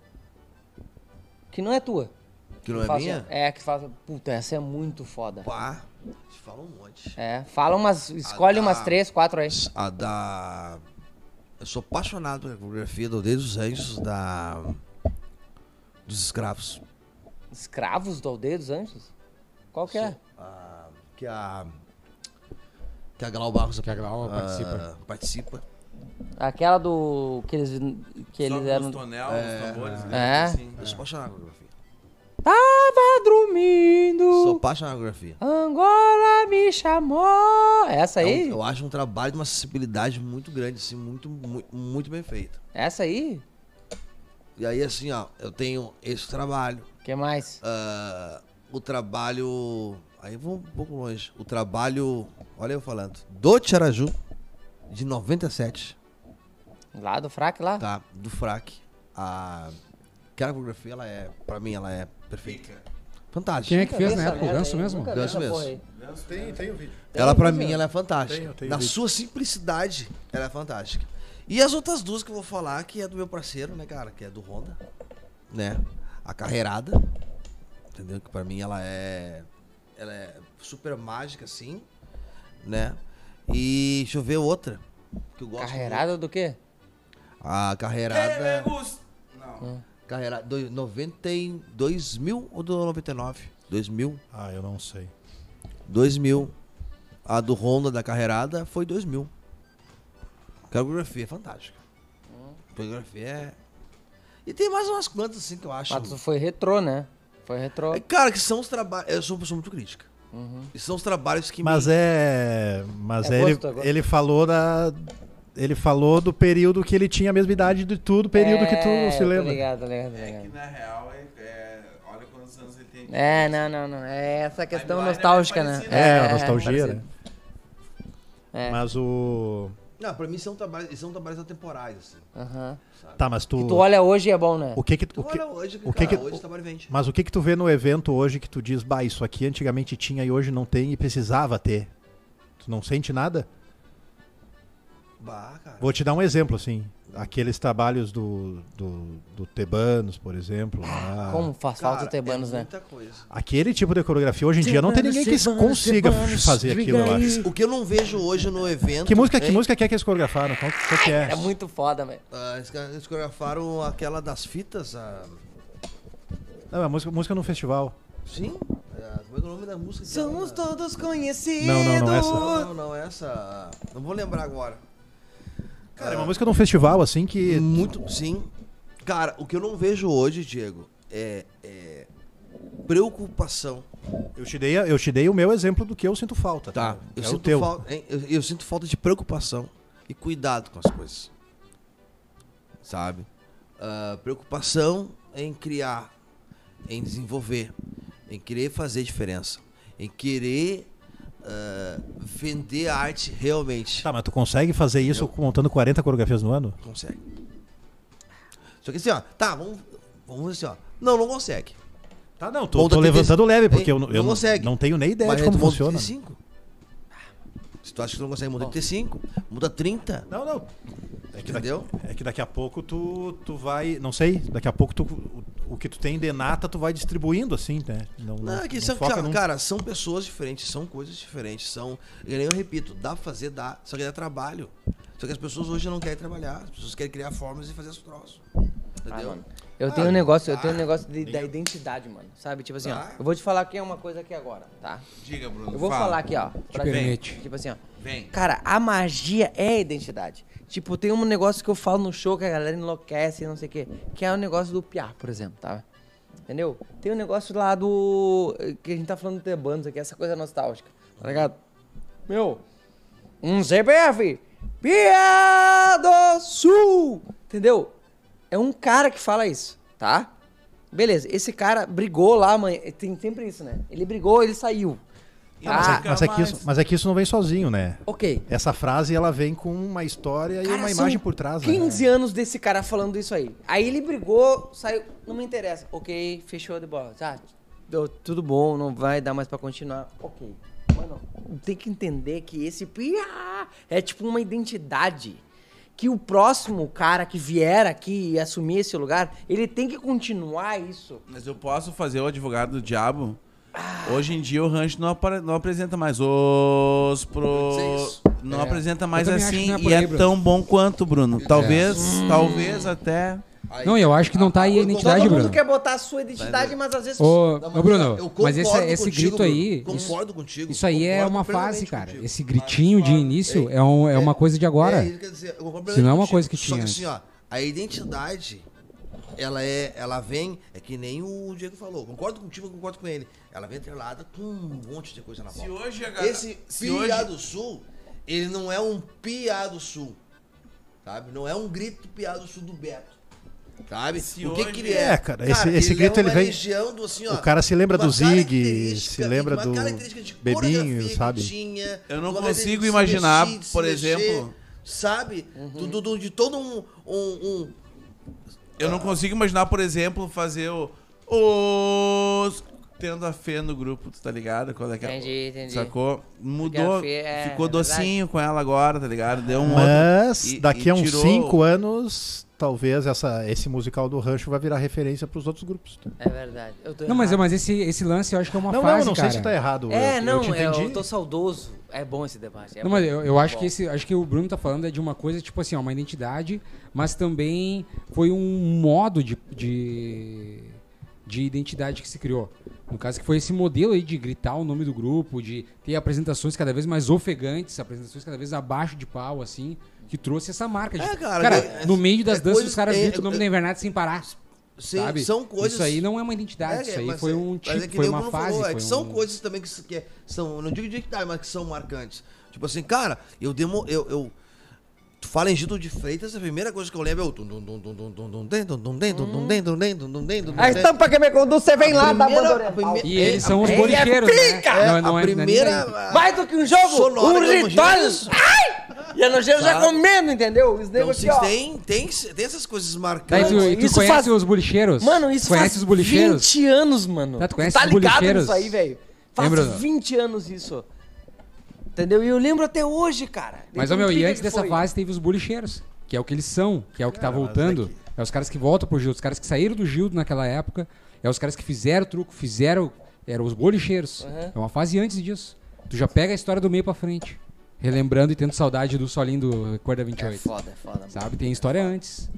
que não é tua. Que não é Fala minha? assim, É, que fala, puta, essa é muito foda. Pá, te fala um monte. É, fala umas, escolhe Ah, umas tá. três, quatro aí. A da. Eu sou apaixonado pela coreografia do Desde os Anjos da. Dos escravos. Escravos do Aldeia dos Anjos? Qual que é? Ah, que a. Que a Glau Barros Que a Glau ah, participa. participa. Aquela do... que eles, que Só eles com eram... Os tonel, os tambores, É. né? Assim. Eu sou apaixonado pela coreografia. Tava Sou dormindo, apaixonado pela coreografia. Angola me chamou. Essa É um- Tá aí? eu acho um trabalho de uma sensibilidade muito grande, assim, muito, muito, muito bem feito. Essa aí? E aí, assim, ó, eu tenho esse trabalho. que mais? ah, o trabalho. Aí vou um pouco longe. O trabalho. Olha eu falando. Do Tiaraju, de 97, Lá do fraco lá? tá? Do Frac. A. Aquela coreografia, ela é. Pra mim, ela é perfeita. Quem é Fantástica. que fez na época? O Ganso mesmo? Ganso mesmo. Tem, tem o vídeo. Ela, pra mim, ela é fantástica. Tenho, tenho Na visto. sua simplicidade, ela é fantástica. E as outras duas que eu vou falar, que é do meu parceiro, né, cara? Que é do Honda. Né? A carreirada. Entendeu? Que pra mim ela é. Ela é super mágica, assim. Né? E deixa eu ver outra. Que eu gosto Carreirada do quê? muito. A É, carreirada. Gus! Não. Carreirada. do- 90, 2000 ou do 99? 2000. Ah, eu não sei. 2000. A do Honda da carreirada foi 2000. Coreografia é fantástica. Coreografia é. E tem mais umas quantas assim que eu acho. Mas tu foi retrô, né? Foi retrô. É, Cara, que são os trabalhos. Eu sou uma pessoa muito crítica. Uhum. E são os trabalhos que Mas me. é, mas É é ele, gosto, é gosto. ele falou da ele falou do período que ele tinha a mesma idade de tudo, período que tu se Tá lembra. ligado, tá ligado, tá É que ligado. na real é. é- olha quantos anos ele tem. É, não, não, não. É essa questão Timeline é nostálgica, né? parecido, né? É, a nostalgia. né? parecido. É. Mas o Não, pra mim são trabalhos, são trabalhos atemporais, assim. Aham. tá, mas tu, Que tu olha hoje e é bom, né? o que que tu, Tu o que, Então, olha hoje, o que cara, que- hoje tá o trabalho vende. mas o que que tu vê no evento hoje que tu diz, bah, isso aqui antigamente tinha e hoje não tem e precisava ter? Tu não sente nada? Bah, cara. Vou te dar um exemplo, assim. Aqueles trabalhos do, do, do Tebanos, por exemplo. lá. Como faz falta Cara, o Tebanos, é né? Muita coisa. Aquele tipo de coreografia, hoje em dia, não tem ninguém que Tebanos, consiga Tebanos, fazer aquilo, eu diga acho. O que eu não vejo hoje no evento. Que música, que hein? música que é que eles coreografaram? Qual, qual que é? É muito foda, velho. Ah, eles- eles coreografaram aquela das fitas, a. Não, é música, música no festival. Sim? Ah, como é que é o nome da música? que ela- todos conhecidos. Não, não, não, essa. Não, não, essa. Não vou lembrar agora. Cara, é uma música num festival, assim, que... Muito. Sim. Cara, o que eu não vejo hoje, Diego, é. é preocupação. Eu te, dei, eu te dei o meu exemplo do que eu sinto falta. Eu, é o sinto teu. Falta, hein, eu, eu sinto falta de preocupação e cuidado com as coisas. Sabe? Ah, preocupação em criar, em desenvolver, em querer fazer diferença, em querer ah, vender a arte realmente. Tá, mas tu consegue fazer isso montando 40 coreografias no ano? Consegue. Só que assim, ó, tá, vamos, vamos ver assim, ó. Não, não consegue. Tá, não, Bom, tô, da tô tendência- levantando leve, porque Hein? eu, não- eu Não não, consegue. não tenho nem ideia Mas de aí como tu monta funciona. 35. Se tu acha que tu não consegue mudar 35, muda 30. Não, não. É que, daqui, Entendeu? é que daqui a pouco tu, tu vai. Não sei, daqui a pouco tu, o, o que tu tem de nata tu vai distribuindo, assim, né? Não, Não, é que isso é- cara, cara, são pessoas diferentes, são coisas diferentes, são. Eu, nem- eu repito, dá pra fazer, dá, só que dá trabalho. Só que as pessoas hoje não querem trabalhar, as pessoas querem criar formas e fazer os troços. Ah, Entendeu? mano. Eu tenho um negócio, eu tenho um negócio de- da identidade, mano. Sabe? Tipo assim, ó, Tá. eu vou te falar aqui uma coisa aqui agora, tá? Diga, Bruno. Eu vou fala. falar aqui, ó. pra- permite. Tipo assim, ó. Vem. Cara, a magia é a identidade. Tipo, tem um negócio que eu falo no show que a galera enlouquece e não sei o quê. Que é o negócio do piar, por exemplo, tá? Entendeu? Tem um negócio lá do. Que a gente tá falando de Tebanos aqui, essa coisa nostálgica. Tá ligado? Meu, um CPF. Pia do Sul! Entendeu? É um cara que fala isso, tá? Beleza, esse cara brigou lá, mãe. Tem sempre isso, né? Ele brigou, ele saiu. Mas Ah, é, mas, é que isso, mas é que isso não vem sozinho, né? Ok. Essa frase ela vem com uma história e Cara, uma são imagem por trás. 15 né? anos desse cara falando isso aí. Aí ele brigou, saiu, não me interessa. Ok, fechou de bola. Tá, deu tudo bom, não vai dar mais pra continuar. Ok. Mano, tem que entender que esse piá é tipo uma identidade. Que o próximo cara que vier aqui e assumir esse lugar, ele tem que continuar isso. Mas eu posso fazer o advogado do diabo? Ah. Hoje em dia o rancho não, apare- não apresenta mais os pro. Pode ser isso. Não É. apresenta Eu mais também acho que assim não é por e aí, é Bruno. Hum. tão bom quanto, Bruno. Talvez, talvez até. Aí- Não, eu acho que não tá aí a identidade, Todo Bruno. mundo quer botar a sua identidade, mas às vezes. Ô, é Não, ô, Bruno, eu mas esse, é concordo esse contigo, grito aí. Bruno, isso- Concordo contigo. Isso aí é concordo uma fase, plenamente cara. contigo. Esse gritinho de início é, um, é uma coisa de agora. É, isso quer dizer, eu concordo Se não é uma plenamente coisa que contigo. tinha Só que assim, ó, a identidade, ela é, ela vem, é que nem o Diego falou. Concordo contigo, eu concordo com ele. Ela vem atrelada com um monte de coisa na volta. hoje a Esse Piá do Sul, ele não é um Piá do Sul. Sabe? Não é um grito Piá do Sul do Beto. Sabe? Se o que, hoje- que ele é? É, cara, esse- esse grito, é ele uma vem- legião do, assim, ó, o cara se lembra uma do Zig, característica, se lembra uma do característica de Bebinho, coreografia que sabe? tinha, Eu não uma maneira de consigo se imaginar, mexer, de se por mexer, exemplo- Sabe? Do- do- do- de todo um- um- um Eu não consigo imaginar, por exemplo, fazer o. Os. Tendo a fé no grupo, tu tá ligado? Qual é que é? Entendi, entendi. Sacou? Porque a Mudou. fé é- ficou é docinho com ela agora, tá ligado? Deu um Mas outro- e- daqui e a uns tirou- 5 anos, talvez essa, esse musical do Rancho vai virar referência pros outros grupos. É verdade. Eu tô Não, mas, errado. mas esse, esse lance eu acho que é uma Não, não, fase, não sei cara. se tá errado. eu- É, eu, não, te eu, entendi. tô saudoso. É bom esse debate. é Não, bom. mas eu, eu acho Bom. que esse, acho que o Bruno tá falando é de uma coisa, tipo assim, ó, uma identidade, mas também foi um modo de, de, de identidade que se criou. No caso, que foi esse modelo aí de gritar o nome do grupo, de ter apresentações cada vez mais ofegantes, apresentações cada vez abaixo de pau, assim, que trouxe essa marca. De, É, cara, é- no meio das é danças, coisa- os caras é- gritam o nome é- da Invernada sem parar. Sim, sabe? são coisas. Isso aí não é uma identidade, É, isso aí mas foi é- um mas tipo, é que foi nem o uma Bruno fase. falou, é foi que são um- coisas também que, se- que é- são, não digo de identidade, mas que são marcantes. Tipo assim, cara, eu demo, eu, eu tu fala em Gito de Freitas, a primeira coisa que eu lembro é o tum, tum, tum, tum, tum, tum, tum, tum, tum, tum, tum, tum, tum, tum, tum, tum, tum, tum, tum, A Ah, estampa que me conduz, você vem lá da primeira- bandeira. a primeira- E É, eles são os ele é bolicheiros, né? pica! Não, É, não a é- não é nem primeira daí. a- Mais do que um jogo, sonora um que eu imagino ritual. é isso. Ai! E a nojeira já Tá. Sabe? comendo, entendeu? Os Então, negros se aqui, ó. tem, tem, tem essas coisas Daí um- marcantes. Tá, tu, tu isso conhece faz- os bolicheiros? Mano, isso conhece faz os bolicheiros? 20 anos, mano. Tá, tu conhece os ligado bolicheiros? nisso aí, velho? Faz Lembra, não? 20 anos isso. Entendeu? E eu lembro até hoje, cara. Mas, Então, ó, meu, e pica antes que dessa foi. fase teve os bolicheiros, que é o que eles são, que é o que tá Cara, mas voltando. é É, que- os caras que voltam pro Gildo, os caras que saíram do Gildo naquela época, é os caras que fizeram truco, fizeram. Eram os bolicheiros. É uma fase antes disso. Tu já pega a história do meio pra frente. Relembrando e tendo saudade do solinho do Corda É 28. foda, é foda. mano. sabe? Tem história antes.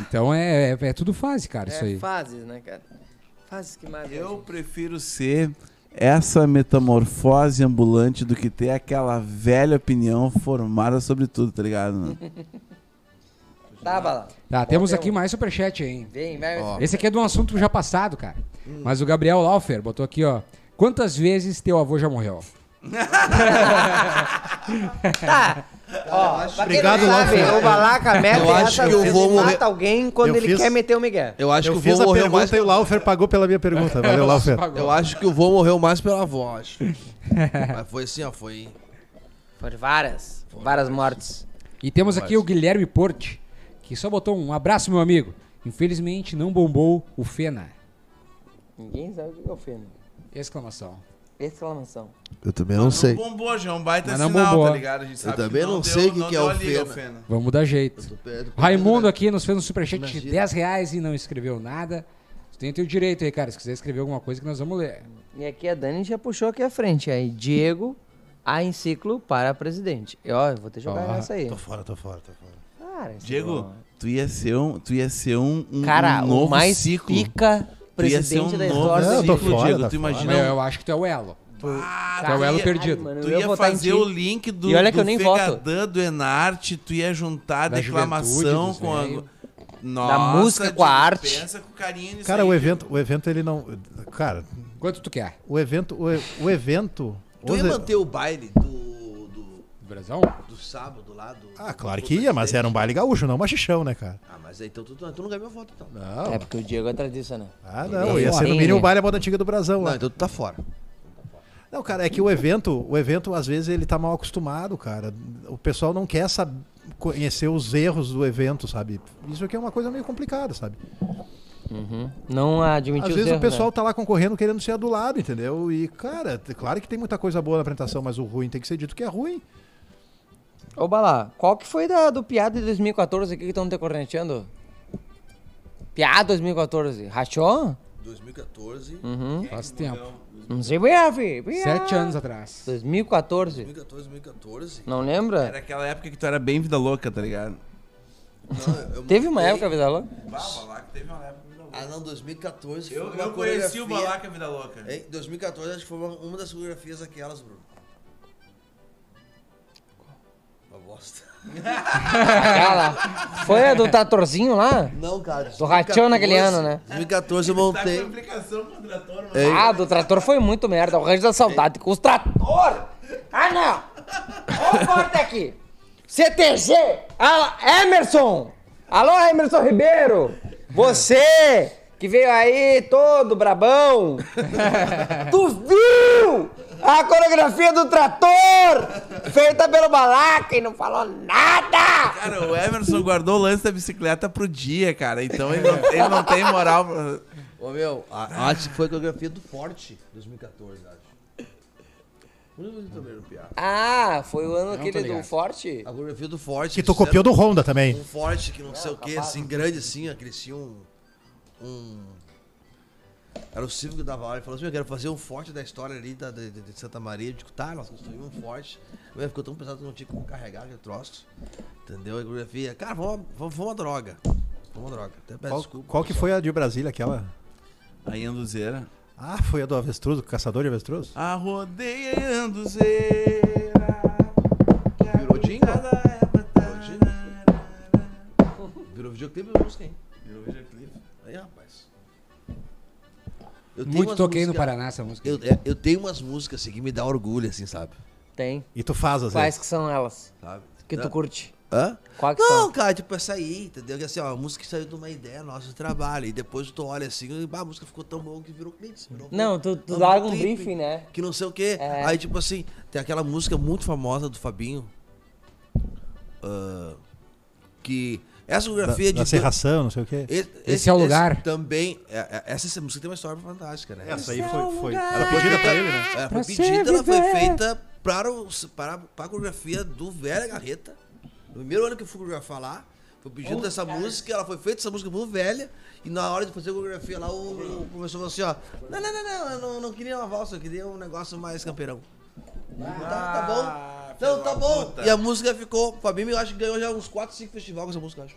Então é, é, é tudo fase, cara, isso Tá. É aí. fases, né, cara? Fases que mais. Eu prefiro ser essa metamorfose ambulante do que ter aquela velha opinião formada sobre tudo, tá ligado? mano? Tava lá. Tá, temos tem aqui um. mais superchat, hein? Vem, vai. Esse aqui é de um assunto já passado, cara. Mas o Gabriel Laufer botou aqui, ó. Quantas vezes teu avô já morreu? Tá. Ó, pra quem não Obrigado, sabe, Laufer. o Balaca mete Eu acho essa, que eu ele vou morrer. mata alguém quando Eu ele fiz- quer meter o Miguel. Eu acho eu que é o fiz vô a morreu pergunta mais. e o Laufer pagou pela minha pergunta. Valeu, Laufer. Eu acho que o vô morreu mais pela avó, acho. Mas foi assim, ó, foi. Foram várias. várias mortes. E temos aqui o Guilherme Porte, que só botou um abraço, meu amigo. Infelizmente não bombou o Fena. Ninguém sabe o que é o Feno. Exclamação. Exclamação. Eu também não sei. bombou, já é um baita Mas não sinal, bombou. tá ligado? A gente sabe também não deu- sei o que que é deu a ofena. ofena. Vamos dar jeito. Raimundo aqui nos fez um superchat de Imagina. 10 reais e não escreveu nada. Tu tem teu direito aí, cara. Se quiser escrever alguma coisa que nós vamos ler. E aqui a Dani já puxou aqui a frente. Aí, Diego, a enciclo para presidente. E, ó, eu vou ter que jogar Ó, essa aí. Tô fora, tô fora, tô fora. Cara, esse Diego, é tu ia ser um, tu ia ser um, um, Cara, um novo o mais ciclo. pica Tu ia ser presidente um da novo história. Não, eu tô ciclo, fora, Diego. tá tu Ah, fora. Mas imagina. um eu, eu acho que tu é o elo. Ah, Tu é o elo ia- perdido. mano, Tu eu ia votar em fazer ti. o link do, E olha que do eu nem voto. Fegadã, do Enarte, tu ia juntar a Da declamação juventude, dos com a... velho. Nossa, música Diego, com a arte. Pensa com carinho nisso Cara, aí, o Diego. evento, o evento ele não. Cara, Quanto tu quer? o evento. O, e- o evento. Tu ia os e- manter o baile do, do, Brasão? do sábado lá? Do, Ah, claro que ia, mas era um baile gaúcho, não machixão, né, cara? Ah, mas aí então tu, tu não ganhou meu voto, então. Não. É porque o Diego é tradição, né? Ah, não. Ia ser no Sim. mínimo o baile a moda antiga do Brasão Não, lá. então tu tá fora. Não, cara, é que o evento, o evento, às vezes, ele tá mal acostumado, cara. O pessoal não quer sab- conhecer os erros do evento, sabe? Isso aqui é uma coisa meio complicada, sabe? Uhum. Não admitiu Às os vezes o erros, né? pessoal tá lá concorrendo querendo ser adulado, entendeu? E, cara, t- claro que tem muita coisa boa na apresentação, mas o ruim tem que ser dito que é ruim. Ô, Bala, qual que foi da, do piada de 2014 aqui que estão te corneteando? Piada 2014. Rachou? 2014, Uhum. Faz tempo. Não sei, breve. Sete anos atrás. 2014. 2014, 2014. Não lembra? Era aquela época que tu era bem vida louca, tá ligado? Não, Então, eu Teve uma montei- época, Vidalão? teve uma época vida louca. Ah, não, 2014 Eu, foi uma eu conheci o coreografia- Balaca Vida Louca. Em 2014 acho que foi uma, uma das coreografias aquelas, Bruno. Uma bosta. Aquela. Foi a do Tatorzinho lá? Não, cara. Do rachão naquele ano, né? 2014 eu Tá com montei. implicação contra a turma. Ei. Ah, do trator foi muito merda. O rancho da saudade com os trator. Ah, não. Ó, corta aqui. CTG. Alô, Emerson. Alô, Emerson Ribeiro. Você que veio aí todo brabão. tu viu a coreografia do trator feita pelo Balaca e não falou nada. Cara, o Emerson guardou o lance da bicicleta pro dia, cara. Então ele não, ele não tem moral. pra- Ô meu, a- acho que foi a coreografia do Forte 2014, acho. Muito bonito também no piá. Ah, foi o ano aquele do ligado. Forte? A coreografia do Forte. Que tu eles fizeram copiou do Honda também. Um Forte que não sei o que, tá assim, grande assim, ó, que eles tinham um. um- Era o Silvio que dava aula e falou assim: Eu quero fazer um forte da história ali da, de, de- de Santa Maria. Eu digo, tá, nós construímos um forte. Mas ficou tão pesado que não tinha como carregar aquele troço. Entendeu? A coreografia. Cara, vamos, vamos, vamos uma droga. Vamos uma droga. Até peço Qual, desculpa. qual que foi a de Brasília, aquela? Aí Anduzeira. Ah, foi a do avestruz, do caçador de avestruz? A rodeia é Anduzeira. que a Virou jingle? cruzada é batalha. Virou videoclipe ou música, hein? Virou videoclipe. Aí, rapaz. Eu tenho Muito umas toquei no músicas- Paraná essa música. Eu, é, eu tenho umas músicas assim, que me dá orgulho, assim, sabe? Tem. E tu faz, às Quais vezes. que são elas? sabe? Que tu Hã? curte? Hã? Qual que Não, são? cara, tipo, essa aí, entendeu? Que assim, ó, a música saiu de uma ideia nossa de trabalho. E depois tu olha assim, e, bah, a música ficou tão boa que virou clipe. virou Não, tu, clipe, tu virou larga um clipe, briefing, né? Que não sei o quê. É. Aí, tipo assim, tem aquela música muito famosa do Fabinho. ah, que. Essa Da, coreografia da de. serração, não sei o quê. E- Esse, é o lugar. também. é- é- Essa música tem uma história fantástica, né? Essa aí foi, foi. Ela pedida pra ele, né? Ela É, foi pedida, ela foi feita para, o, para, para a coreografia do Vera Garreta. No primeiro ano que eu fui coreografar lá, foi pedido dessa música, ela foi feita essa música pro velha, e na hora de fazer a coreografia lá, o, o professor falou assim, ó, não, não, não, não, eu não, não queria uma valsa, eu queria um negócio mais campeirão. Ah, Então, tá, tá bom. Não, tá bom. E a música ficou, o Fabinho, eu acho que ganhou já uns 4, 5 festivais com essa música, eu acho.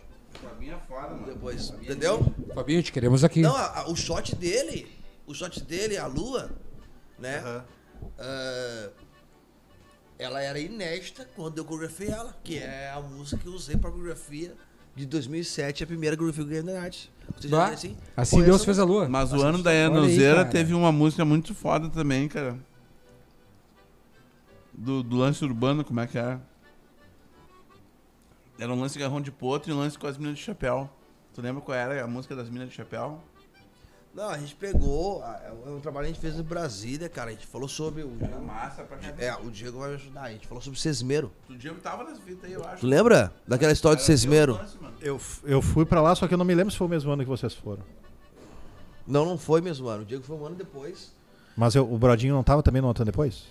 Minha é foda, mano. Depois, entendeu? Fabinho, te queremos aqui. Não, a- a- o shot dele, o shot dele, a lua, né? Ah, ela era inédita quando eu coreografei ela, que é a música que eu usei pra coreografia de 2007, a primeira coreografia que eu ganhei na arte. Vocês já Bah, viram assim? assim Foi Deus essa fez a lua. Mas o ano da Olha aí, Anduzeira cara. teve uma música muito foda também, cara. Do, do lance urbano, como é que era? Era um lance garrão de potro e um lance com as minas de chapéu. Tu lembra qual era a música das minas de chapéu? Não, a gente pegou, a- é um trabalho que a gente fez em Brasília, cara, a gente falou sobre o Diego, Massa pra chapéu. é, o Diego vai me ajudar, a gente falou sobre Sesmero. O Diego tava nas fitas aí, eu acho. Tu lembra daquela história de Sesmero? Eu, f- eu fui pra lá, só né? que eu não me lembro se foi o mesmo ano que vocês foram. Não, não foi mesmo ano. O Diego foi um ano depois. Mas eu- o Brodinho não tava também no Antônio depois?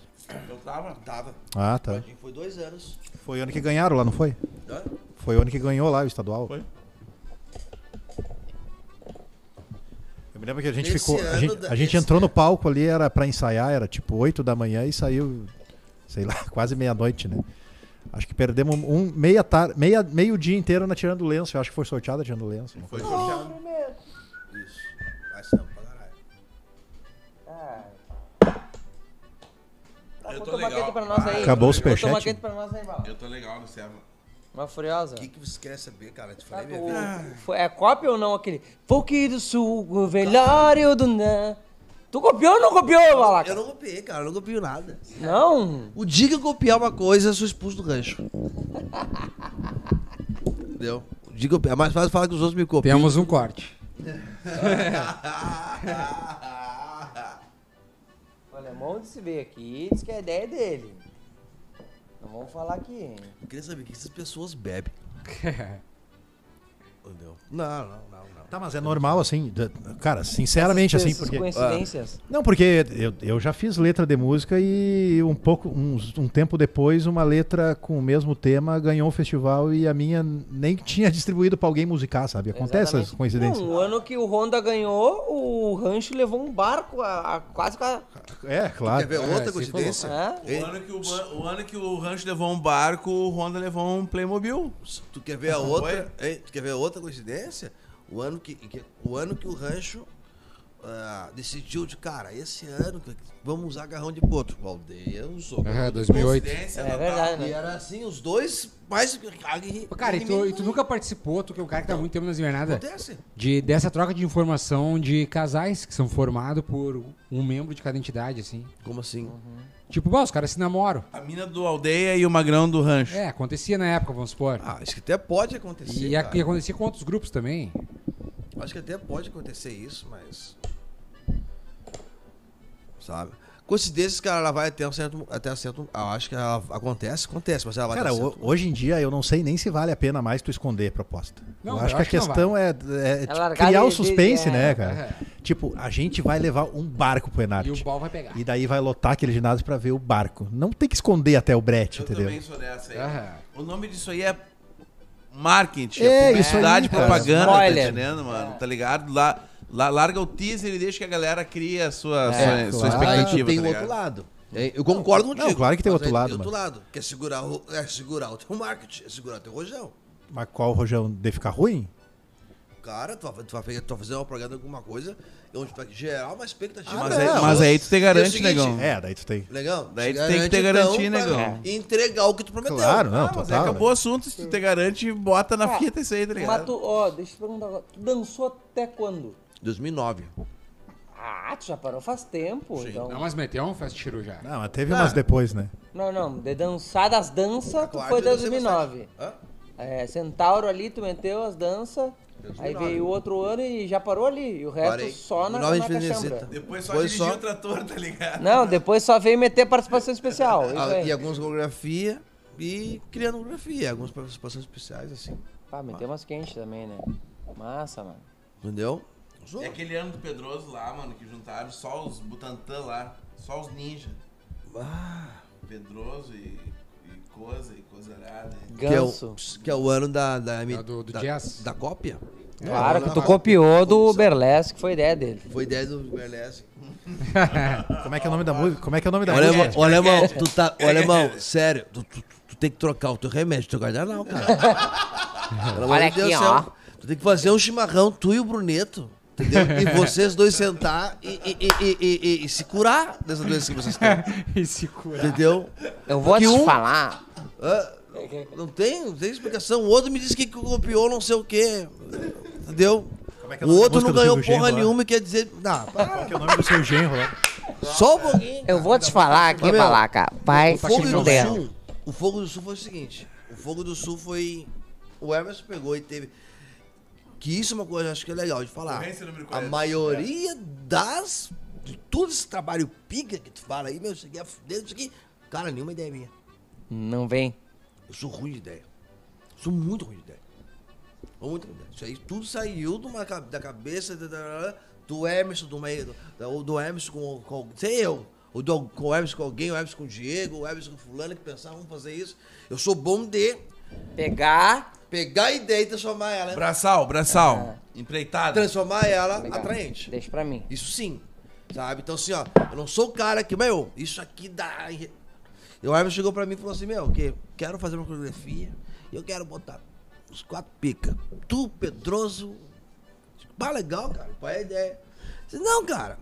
Eu tava, tava. Ah, tá. Foi dois anos. né? Foi o ano que ganharam lá, não foi? Hã? Foi o ano que ganhou lá o estadual. Foi. Eu me lembro que a gente Esse ficou. A ano gente, da- a gente esse- entrou no palco ali, era pra ensaiar, era tipo 8 da manhã e saiu, sei lá, quase meia-noite, né? Acho que perdemos um meia tarde, meia, meio dia inteiro na Tirando Lenço. Eu acho que foi sorteada Tirando Lenço. assim. não foi? Foi sorteado. Isso. Vai ser pra caralho. Tá, Eu bota tô uma legal. Ah, quente pra nós aí. Acabou o Bota uma superchat. quente pra nós aí, Bala. Eu tô legal no servo. Uma furiosa. O que, que você quer saber, cara? Eu Te falei, Sabe minha o- vida. foi- é cópia ou não aquele? Folk do Sul, o velório do Nã. Tu copiou ou não copiou, Balaca? Eu não copiei, cara. Eu não copio nada. Não? O dia que eu copiar uma coisa, eu sou expulso do rancho. Entendeu? O dia que eu... É mais fácil falar que os outros me copiam. Temos um corte. O alemão disse veio aqui disse que a ideia é dele. Não vamos falar aqui, hein? Eu queria saber o que essas pessoas bebem. Entendeu? Não, não, não, não. Tá, mas é normal, assim. da- Cara, sinceramente, assim, Essas porque. coincidências. Não, porque eu, eu já fiz letra de música e um pouco, uns- um, tempo depois, uma letra com o mesmo tema ganhou o festival e a minha nem tinha distribuído pra alguém musicar, sabe? Ah, Acontece essas Exatamente. coincidências. Não, o ano que o Honda ganhou, o Rancho levou um barco a, a quase. A, É, Quer claro. ver É, outra se coincidência? falou. O Hein? ano, que o, ba- o ano que o Rancho levou um barco, o Honda levou um Playmobil. Tu quer ver a outra? hein? Tu quer ver outra coincidência? O ano que, que- o, ano que o rancho ah, decidiu de, cara, esse ano que- vamos usar garrão de potro. O aldeia usou. É, 2008. Coincidência tá é total. verdade, E né? era assim, os dois mais. Pô, Cara, e tu, e tu nunca participou, tu que é um cara que tá há muito tempo nas invernadas, Acontece? de, dessa troca de informação de casais que são formados por um membro de cada entidade, assim. Como assim? Uhum. Tipo, bom, os caras se namoram. A mina do Aldeia e o Magrão do Rancho. É, acontecia na época, vamos supor. Ah, acho que até pode acontecer. E, a- cara. e acontecia com outros grupos também. Acho que até pode acontecer isso, mas. Sabe? Coincidências, cara, ela vai até um certo. Até um certo eu acho que ela acontece, acontece, mas ela vai Cara, até um ho- certo- hoje em dia eu não sei nem se vale a pena mais tu esconder a proposta. Não, eu eu acho acho que que a não questão é, é, tipo, largar criar o de- de- suspense, é, né, cara? Tipo, a gente vai levar um barco pro Enarte. E o bal vai pegar. E daí vai lotar aquele ginásio pra ver o barco. Não tem que esconder até o brete, Eu entendeu? também sou dessa aí. Aham. O nome disso aí é marketing, É, é isso aí, publicidade, cara. propaganda, Spoiler. tá entendendo, mano? Tá ligado? Lá, lá- larga o teaser e deixa que a galera cria a sua, sua, sua É, claro. expectativa, tem tá o ligado? outro lado. É, Eu concordo Não, contigo. claro que tem mas outro aí lado, Tem outro mano. lado. Que é segurar o, é segurar o teu marketing, é segurar o teu rojão. Mas qual o rojão de ficar ruim? Cara, tu vai, tu vai, fazer- tu vai fazer uma propaganda de alguma coisa onde tu vai gerar uma expectativa. Mas, Ah, aí, não. mas aí tu te É garante, o seguinte, negão. É, daí tu tem. Legal? Daí Te tu tem que ter garante, garantia, então, pra negão. Entregar o que tu prometeu. Claro, não, Ah, mas aí total, acabou o assunto, se tu te garante, bota na Cara, fita isso aí, tá Mas ligado? tu, ó, deixa eu te perguntar agora. Tu dançou até quando? 2009. Ah, tu já parou faz tempo, então. Não, mas meteu um fast tiro já. Não, mas teve umas depois, né? Não, não, de dançar das danças, tu É Claro, foi eu dancei 2009. bastante. Hã? É, Centauro ali, tu meteu as danças. Aí veio outro ano e já parou ali. E o resto Parei. só na, 2009 na a gente fez cachambra. visita. Depois só Foi dirigir só- o trator, tá ligado? Não, depois só veio meter participação especial. Isso Ah, aí. e algumas coreografias e criando coreografia, algumas participações especiais, assim. Ah, meteu umas quentes também, né? Massa, mano. Entendeu? Usou. E É aquele ano do Pedroso lá, mano, que juntaram só os Butantã lá, só os ninja. Pedroso e, e Coisa e né? Coisarada. Que é, o, Ganso. que é o ano da, da, É, do- do da, jazz. da cópia. Claro que tu copiou do Berlesque, foi ideia dele. Foi ideia do Berlesque. Como é que é o nome da música? Como é que é o nome da Olha, música? irmão, olha, irmão, é. tu tá. Olha, irmão, sério, tu, tu- tu tem que trocar o teu remédio, teu guardanapo, cara. Pelo amor Olha de Deus aqui, do céu. ó. Tu tem que fazer um chimarrão, tu e o Bruneto. Entendeu? E vocês dois sentar e, e- e- e- e- e- e se curar dessa doença que vocês têm. e se curar. Entendeu? Eu vou Que te um- falar. Hã? Não tem, não tem explicação. O outro me disse que copiou não sei o quê. Entendeu? Como é que é o o nome da outro música não do ganhou Gil Genro porra lá? nenhuma e quer dizer. Não, para, Qual que é o nome do seu genro lá? só um pouquinho. Eu vou te falar aqui, Mas, meu, balaca. Vai O Fogo se do fudendo. Sul. O Fogo do Sul foi o seguinte. O Fogo do Sul foi. O Emerson pegou e teve. Que isso é uma coisa, acho que é legal de falar. Concorrência número A 40. maioria das. De todo esse trabalho pica que tu fala aí, meu, isso aqui é fuder, isso aqui. Cara, nenhuma ideia é minha. Não vem. Eu sou ruim de ideia. Sou muito ruim de ideia. Sou Muito ruim de ideia. Isso aí tudo saiu de uma ca- da cabeça. da- da- da- do Emerson, do, meio, do, do Emerson com, com. Sei eu. O do, com o Emerson com alguém, o Emerson com o Diego, o Emerson com Fulano, que pensavam vamos fazer isso. Eu sou bom de Pegar. pegar a ideia e transformar ela. Braçal, braçal. É. Empreitado. Transformar ela Legal. atraente. Deixa pra mim. Isso sim. Sabe? Então assim, ó, eu não sou o cara que, meu, isso aqui dá. E o Armin chegou pra mim e falou assim, meu, que quero fazer uma coreografia, eu quero botar os quatro pica. Tu, Pedroso. Pá, legal, cara. Qual é a ideia? Eu Disse, não, cara,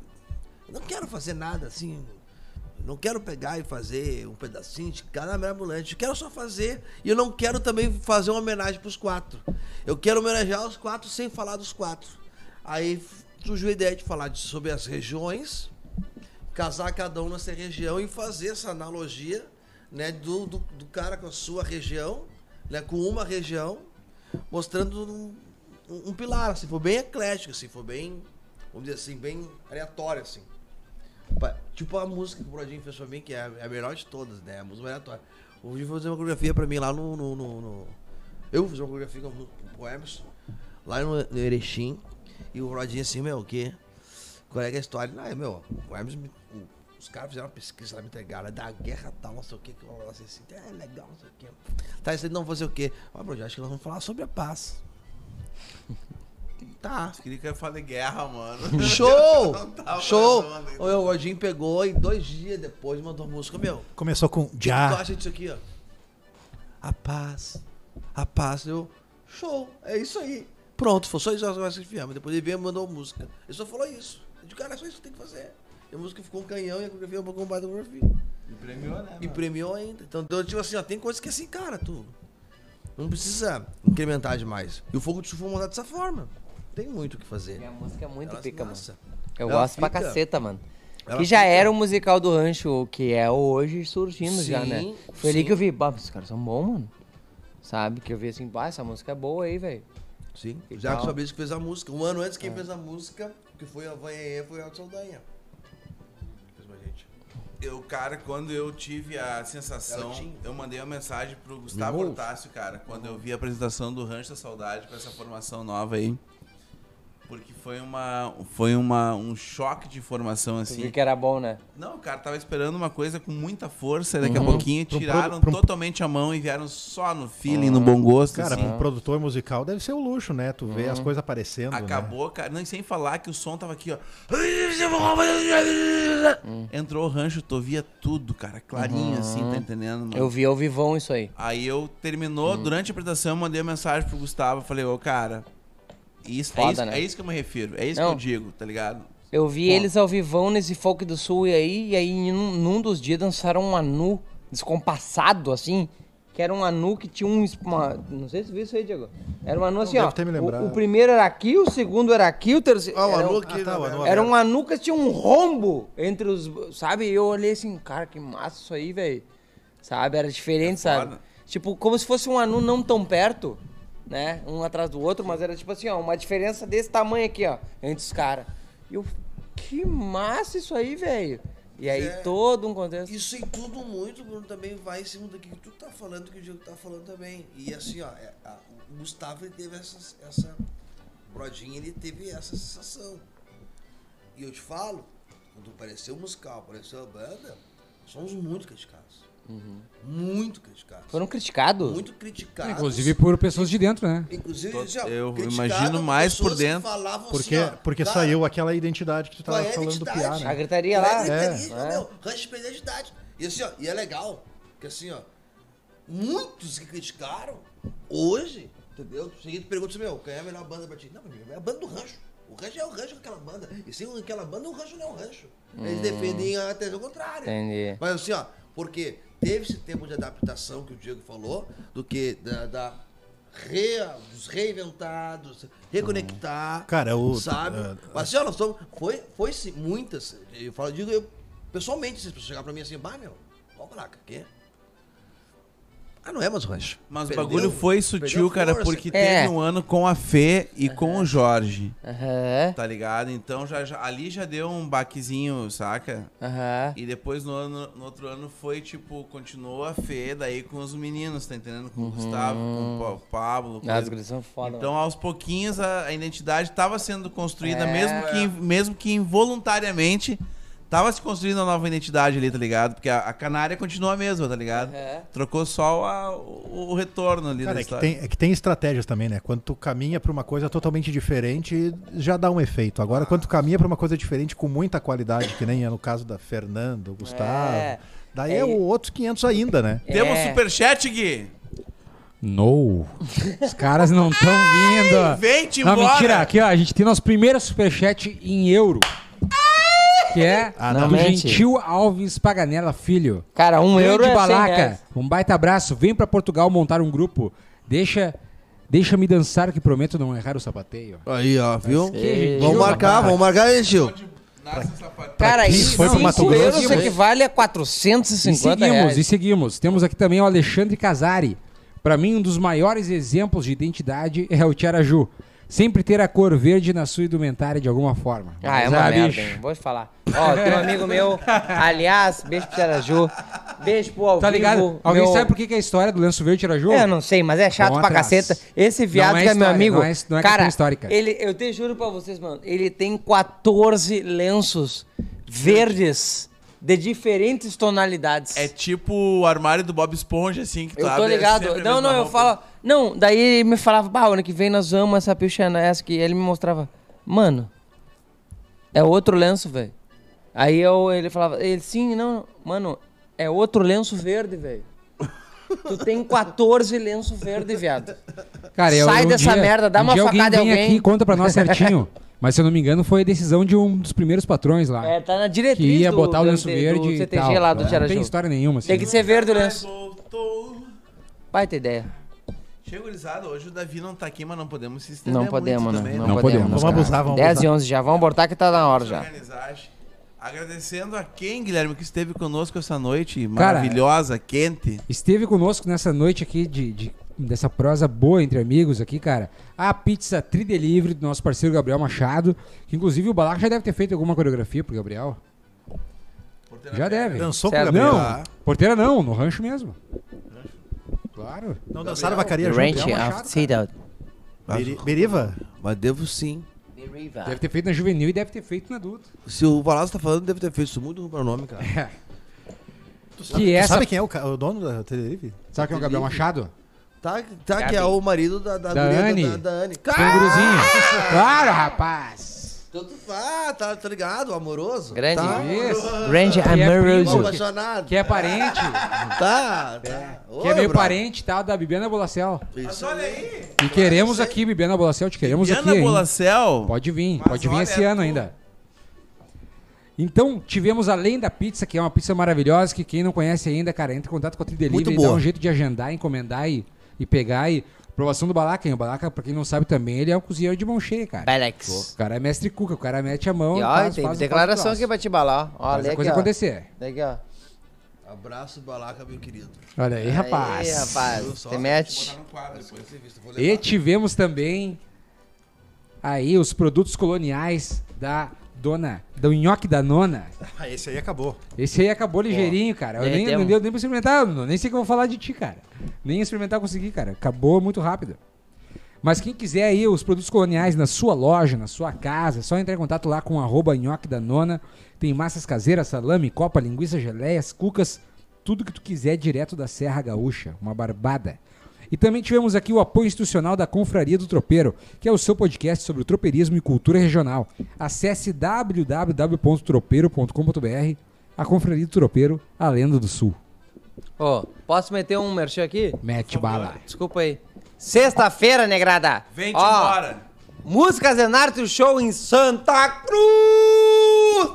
eu não quero fazer nada assim. eu Não quero pegar e fazer um pedacinho de cada ambulante. Eu quero só fazer. E eu não quero também fazer uma homenagem pros quatro. Eu quero homenagear os quatro sem falar dos quatro. Aí surgiu a ideia de falar de- sobre as regiões, casar cada um nessa região e fazer essa analogia né, do, do, do cara com a sua região, né, com uma região, mostrando um, um- um pilar, assim, foi bem eclético, assim, foi bem, vamos dizer assim, bem aleatório, assim. Pa- Tipo a música que o Brodinho fez pra mim, que é a, é a melhor de todas, né? A música aleatória. O Vivi fazer uma coreografia pra mim lá no. no, no- no- Eu vou fazer uma coreografia com o- com o Emerson, lá no, no Erechim. E o Brodinho assim, meu, o quê? Qual é que é a história? Ah, meu, o Emerson. me- o- os caras fizeram uma pesquisa lá, me entregaram, é da guerra tal, não sei o quê, que. eu falava assim, assim, é legal, não sei o quê. Tá, isso aí não vou fazer o quê? Ó, Brodinho, acho que nós vamos falar sobre a paz. tá. Queria que eu fale guerra, mano. Show! Não tava então. Show! gravando ainda. O Gordinho pegou e dois dias depois mandou a música. Meu, o que Começou com tu já. acha disso aqui, ó? A paz. A paz. Eu, show! É isso aí. Pronto, foi só isso que nós enfiamos. Depois ele veio e mandou a música. Ele só falou isso. Eu disse, cara, é só isso que tem que fazer. E a música ficou um canhão e a coreografia foi um combate da coreografia. Me premiou, né? E mano? premiou ainda. Então, eu, tipo assim, ó, tem coisas que assim, cara, tu não precisa incrementar demais. E o Fogo de Sul foi montado dessa forma. Tem muito o que fazer. Minha música é muito Elas- pica, mano. nossa. Eu Ela gosto pra fica- caceta, mano. ela que já fica- era o musical do rancho, que é hoje surgindo já, Sim, né? Foi ali sim. que eu vi, bah, esses caras são bons, mano. Sabe? Que eu vi assim, bah, essa música é boa aí, velho. Sim, E o Jacques tal. Fabrício que fez a música. Um ano antes quem fez a música, que foi a Vanhaê, foi o Elton Saldanha. Fez pra gente. Eu, cara, quando eu tive a sensação, Ela tinha. eu mandei uma mensagem pro Gustavo Hortácio, cara, quando eu vi a apresentação do Rancho da Saudade pra essa formação nova aí. Porque foi uma. Foi uma, um choque de informação, Tu assim. viu que era bom, né? Não, o cara tava esperando uma coisa com muita força, e daqui a Uhum. pouquinho Pra um pro- tiraram pra um- totalmente a mão e vieram só no feeling, no bom gosto. Cara, assim. um produtor musical deve ser o luxo, né? Tu vê as coisas aparecendo. né? Acabou, cara. Não, e sem falar que o som tava aqui, ó. Entrou o rancho, tu via tudo, cara. Clarinho, assim, tá entendendo? Hum. mano? Uhum. Eu Hum. vi ao vivão isso aí. Aí eu terminou, durante a apresentação, eu mandei uma mensagem pro Gustavo. Falei, ô, cara, isso, é, Foda, isso, né? é isso que eu me refiro. É isso Não. que eu digo, tá ligado? Eu vi Bom. eles ao vivão nesse folk do sul e aí, e aí num, num dos dias dançaram um anu descompassado, assim. Que era um anu que tinha um. esp- uma- não sei se tu viu isso aí, Diego. Era um anu assim, ó. deve ter me lembrado. o, o primeiro era aqui, o segundo era aqui, o terceiro. Ah, o era, Anu um- aqui, Ah, tá, né, o Anu velho? era um anu que tinha um rombo entre os. Sabe? E eu olhei assim, cara, que massa isso aí, velho. Sabe? Era diferente, sabe? foda. Tipo, como se fosse um anu não tão perto, né? Um atrás do outro, mas era tipo assim, ó, uma diferença desse tamanho aqui, ó, entre os caras. E eu, que massa isso aí, velho. E aí É. todo um contexto. Isso em tudo muito, Bruno, também vai em cima do que tu tá falando, que o Diego tá falando também. E assim, ó, é, a- o Gustavo ele teve essa, essa. Brodinho, ele teve essa sensação. E eu te falo, quando apareceu o musical, apareceu a banda, somos muito criticados. Muito criticados. Foram criticados? muito criticados. Inclusive por pessoas de dentro, né? Inclusive, Tô- eles já eu criticaram imagino mais por pessoas que dentro. falavam Porque, assim, ó, porque cara, saiu aquela identidade que tu tava qual é a falando do identidade? Piá, né? A gritaria Qual é lá. a gritaria, É. meu? Rush perdeu a identidade. E assim, ó, e é legal, que assim, ó, muitos que criticaram, hoje, entendeu? Seguindo pergunta assim, meu, quem é a melhor banda pra ti? Não, meu, é a banda do rancho. O rancho é o rancho com aquela banda. E sem aquela banda, o rancho não é o rancho. Eles defendem a tese contrária. Hum. Entendi. Mas assim, ó, porque teve esse tempo de adaptação que o Diego falou, do que da, da re- dos reinventados, reconectar. Cara, o- Sabe? é, Mas assim, ó, nós estamos. Foi, foi sim, muitas. Eu falo, digo, eu, pessoalmente, se as pessoas chegarem pra mim assim, bah, meu, ó, caraca, quê? Ah, não é mais rancho. Mas Perdeu- um- o bagulho foi sutil, perdeu cara, força. porque É. teve um ano com a Fê e com o Jorge, Aham, tá ligado? Então já, já- ali já deu um baquezinho, saca? aham. E depois no, ano, no outro ano foi tipo, continuou a Fê, daí com os meninos, tá entendendo? Com o Gustavo, com o Pa- Pablo. Com Ah, As ele. gurias são foda. Então aos pouquinhos a, a identidade tava sendo construída, É. mesmo, que, in- mesmo que involuntariamente. Tava se construindo uma nova identidade ali, tá ligado? Porque a, a canária continua a mesma, tá ligado? Aham. Trocou só a- o, o retorno ali da Cara, é que, história. tem, é que tem estratégias também, né? Quando tu caminha pra uma coisa totalmente diferente, já dá um efeito. Agora, quando tu caminha pra uma coisa diferente com muita qualidade, que nem é no caso da Fernanda, o Gustavo, É. daí É, é, e- o outros 500 ainda, né? Temos É. superchat, Gui! No. Os caras não estão vindo. Vem te Não, embora! mentira. Aqui, ó, a gente tem nosso primeiro superchat em euro. Que é não. do Mente. Gentil Alves Paganella Filho. Cara, um Grande euro é 100 balaca. reais. Um baita abraço. Vem pra Portugal montar um grupo. Deixa... Deixa-me dançar que prometo não errar o sapateio. Aí, ó, viu? Ei. Vamos marcar, vamos marcar, hein, Gil? Cara, quem isso foi pro Mato 5 Grosso, euros né? equivale a E 450 seguimos, reais. e seguimos. Temos aqui também o Alexandre Casari. Pra mim, um dos maiores exemplos de identidade é o Tiaraju. Sempre ter a cor verde na sua indumentária de alguma forma. Ah, é Mas, uma merda, bicho, hein? Vou te falar. Ó, tem um amigo meu, aliás, beijo pro Seraju, beijo pro Alvivo. Tá ligado? Alguém meu... sabe por que, que é a história do lenço verde e Tiaraju? Eu não sei, mas é chato Vão pra atrás. caceta. Esse viado Não é que é meu história, amigo. não é- não é cara, questão histórica. Ele, eu te juro pra vocês, mano. Ele tem 14 lenços verdes de diferentes tonalidades. É tipo o armário do Bob Esponja, assim, que tu Eu tô abre, é ligado. sempre a Não, mesma não, eu roupa. falo. Não, daí ele me falava, bah, ano que vem nós vamos essa picha nessa que ele me mostrava. Mano, é outro lenço, velho. Aí eu, ele falava, ele sim, não, mano, é outro lenço verde, velho. tu tem 14 lenço verde, viado. Cara, eu- Sai um dessa dia- merda, dá um uma dia alguém facada em vem alguém. aqui e conta pra nós certinho. Mas se eu não me engano, foi a decisão de um dos primeiros patrões Ah. lá. É, tá na diretriz que ia do- botar o do- lenço do verde e CTG tal. lá do não Tiaraju. tem história nenhuma. Assim. Tem que ser verde o lenço. Voltou. Vai ter ideia. Chega, gurizada, hoje o Davi não tá aqui, mas não podemos se estender Não muito podemos, né? também, Não, né? podemos. Vamos cara. abusar, vamos 10 e abusar. 11 já, vamos abortar que tá na hora já. organizar. Agradecendo a quem, Guilherme, que esteve conosco essa noite Cara, maravilhosa, quente. Esteve conosco nessa noite aqui de, de- dessa prosa boa entre amigos aqui, cara. A pizza Tridelivery do nosso parceiro Gabriel Machado. Que inclusive o Balaca já deve ter feito alguma coreografia pro Gabriel. já deve. Dançou Certo. com o Gabriel? Não, porteira não, no rancho mesmo. Claro. Não dançaram vacaria é The junto? Ranch of Seattle. Beri- Beriva? Mas devo sim. Deve ter feito na juvenil e deve ter feito na adulto. Se o Palácio tá falando, deve ter feito isso muito o nome, cara. É. que Tu essa. Sabe quem é o, ca- o dono da Tenerife? Sabe quem é o Gabriel Machado? Tá, tá que é o marido da, da, Da guria Anne. Da, da Anne. Tem um Cara, guruzinho. Claro, rapaz. então tu- ah, tá, tá ligado? Amoroso. Grande. Tá, Isso. Range Que é Tô primo, Amoroso. apaixonado. Que é parente. Tá, tá. Que é meio parente e tal da Bibiana Bolacel. Mas olha aí. E queremos aqui, Bibiana Bolacel, te queremos Diana aqui. hein? Bolacel. Pode vir, Mas pode vir olha, esse ano tu- ainda. Então, tivemos além da pizza, que é uma pizza maravilhosa, que quem não conhece ainda, cara, entra em contato com a Muito Tridelivery, dá boa. um jeito de agendar, encomendar e, e pegar. E provação do Balaca, hein? O Balaca, pra quem não sabe também, ele é um cozinheiro de mão cheia, cara. Belex. O cara é mestre cuca, o cara mete a mão E e ó, faz, tem faz, faz declaração o aqui troço. pra te balar. ó. Olha Faz a aqui, coisa ó. acontecer. Olha aqui, ó. Abraço, Balaca, meu querido. Olha aí, rapaz. Aí, rapaz. Tem match. E tivemos também aí os produtos coloniais da dona, do nhoque da nona. Ah, esse aí acabou. Esse aí acabou ligeirinho, cara. Eu nem, derretemos. não deu nem pra experimentar, não, nem sei o que eu vou falar de ti, cara. Nem experimentar eu consegui, cara. Acabou muito rápido. Mas quem quiser aí os produtos coloniais na sua loja, na sua casa, é só entrar em contato lá com arroba nhoque da nona. Tem massas caseiras, salame, copa, linguiça, geleias, cucas, tudo que tu quiser direto da Serra Gaúcha. Uma barbada. E também tivemos aqui o apoio institucional da Confraria do Tropeiro, que é o seu podcast sobre o tropeirismo e cultura regional. Acesse www.tropeiro.com.br, a Confraria do Tropeiro, a lenda do sul. Ô, posso meter um merchan aqui? Mete bala. Desculpa aí. Sexta-feira, negrada. Vem-te Ó, embora. Músicas e Arte Show em Santa Cruz.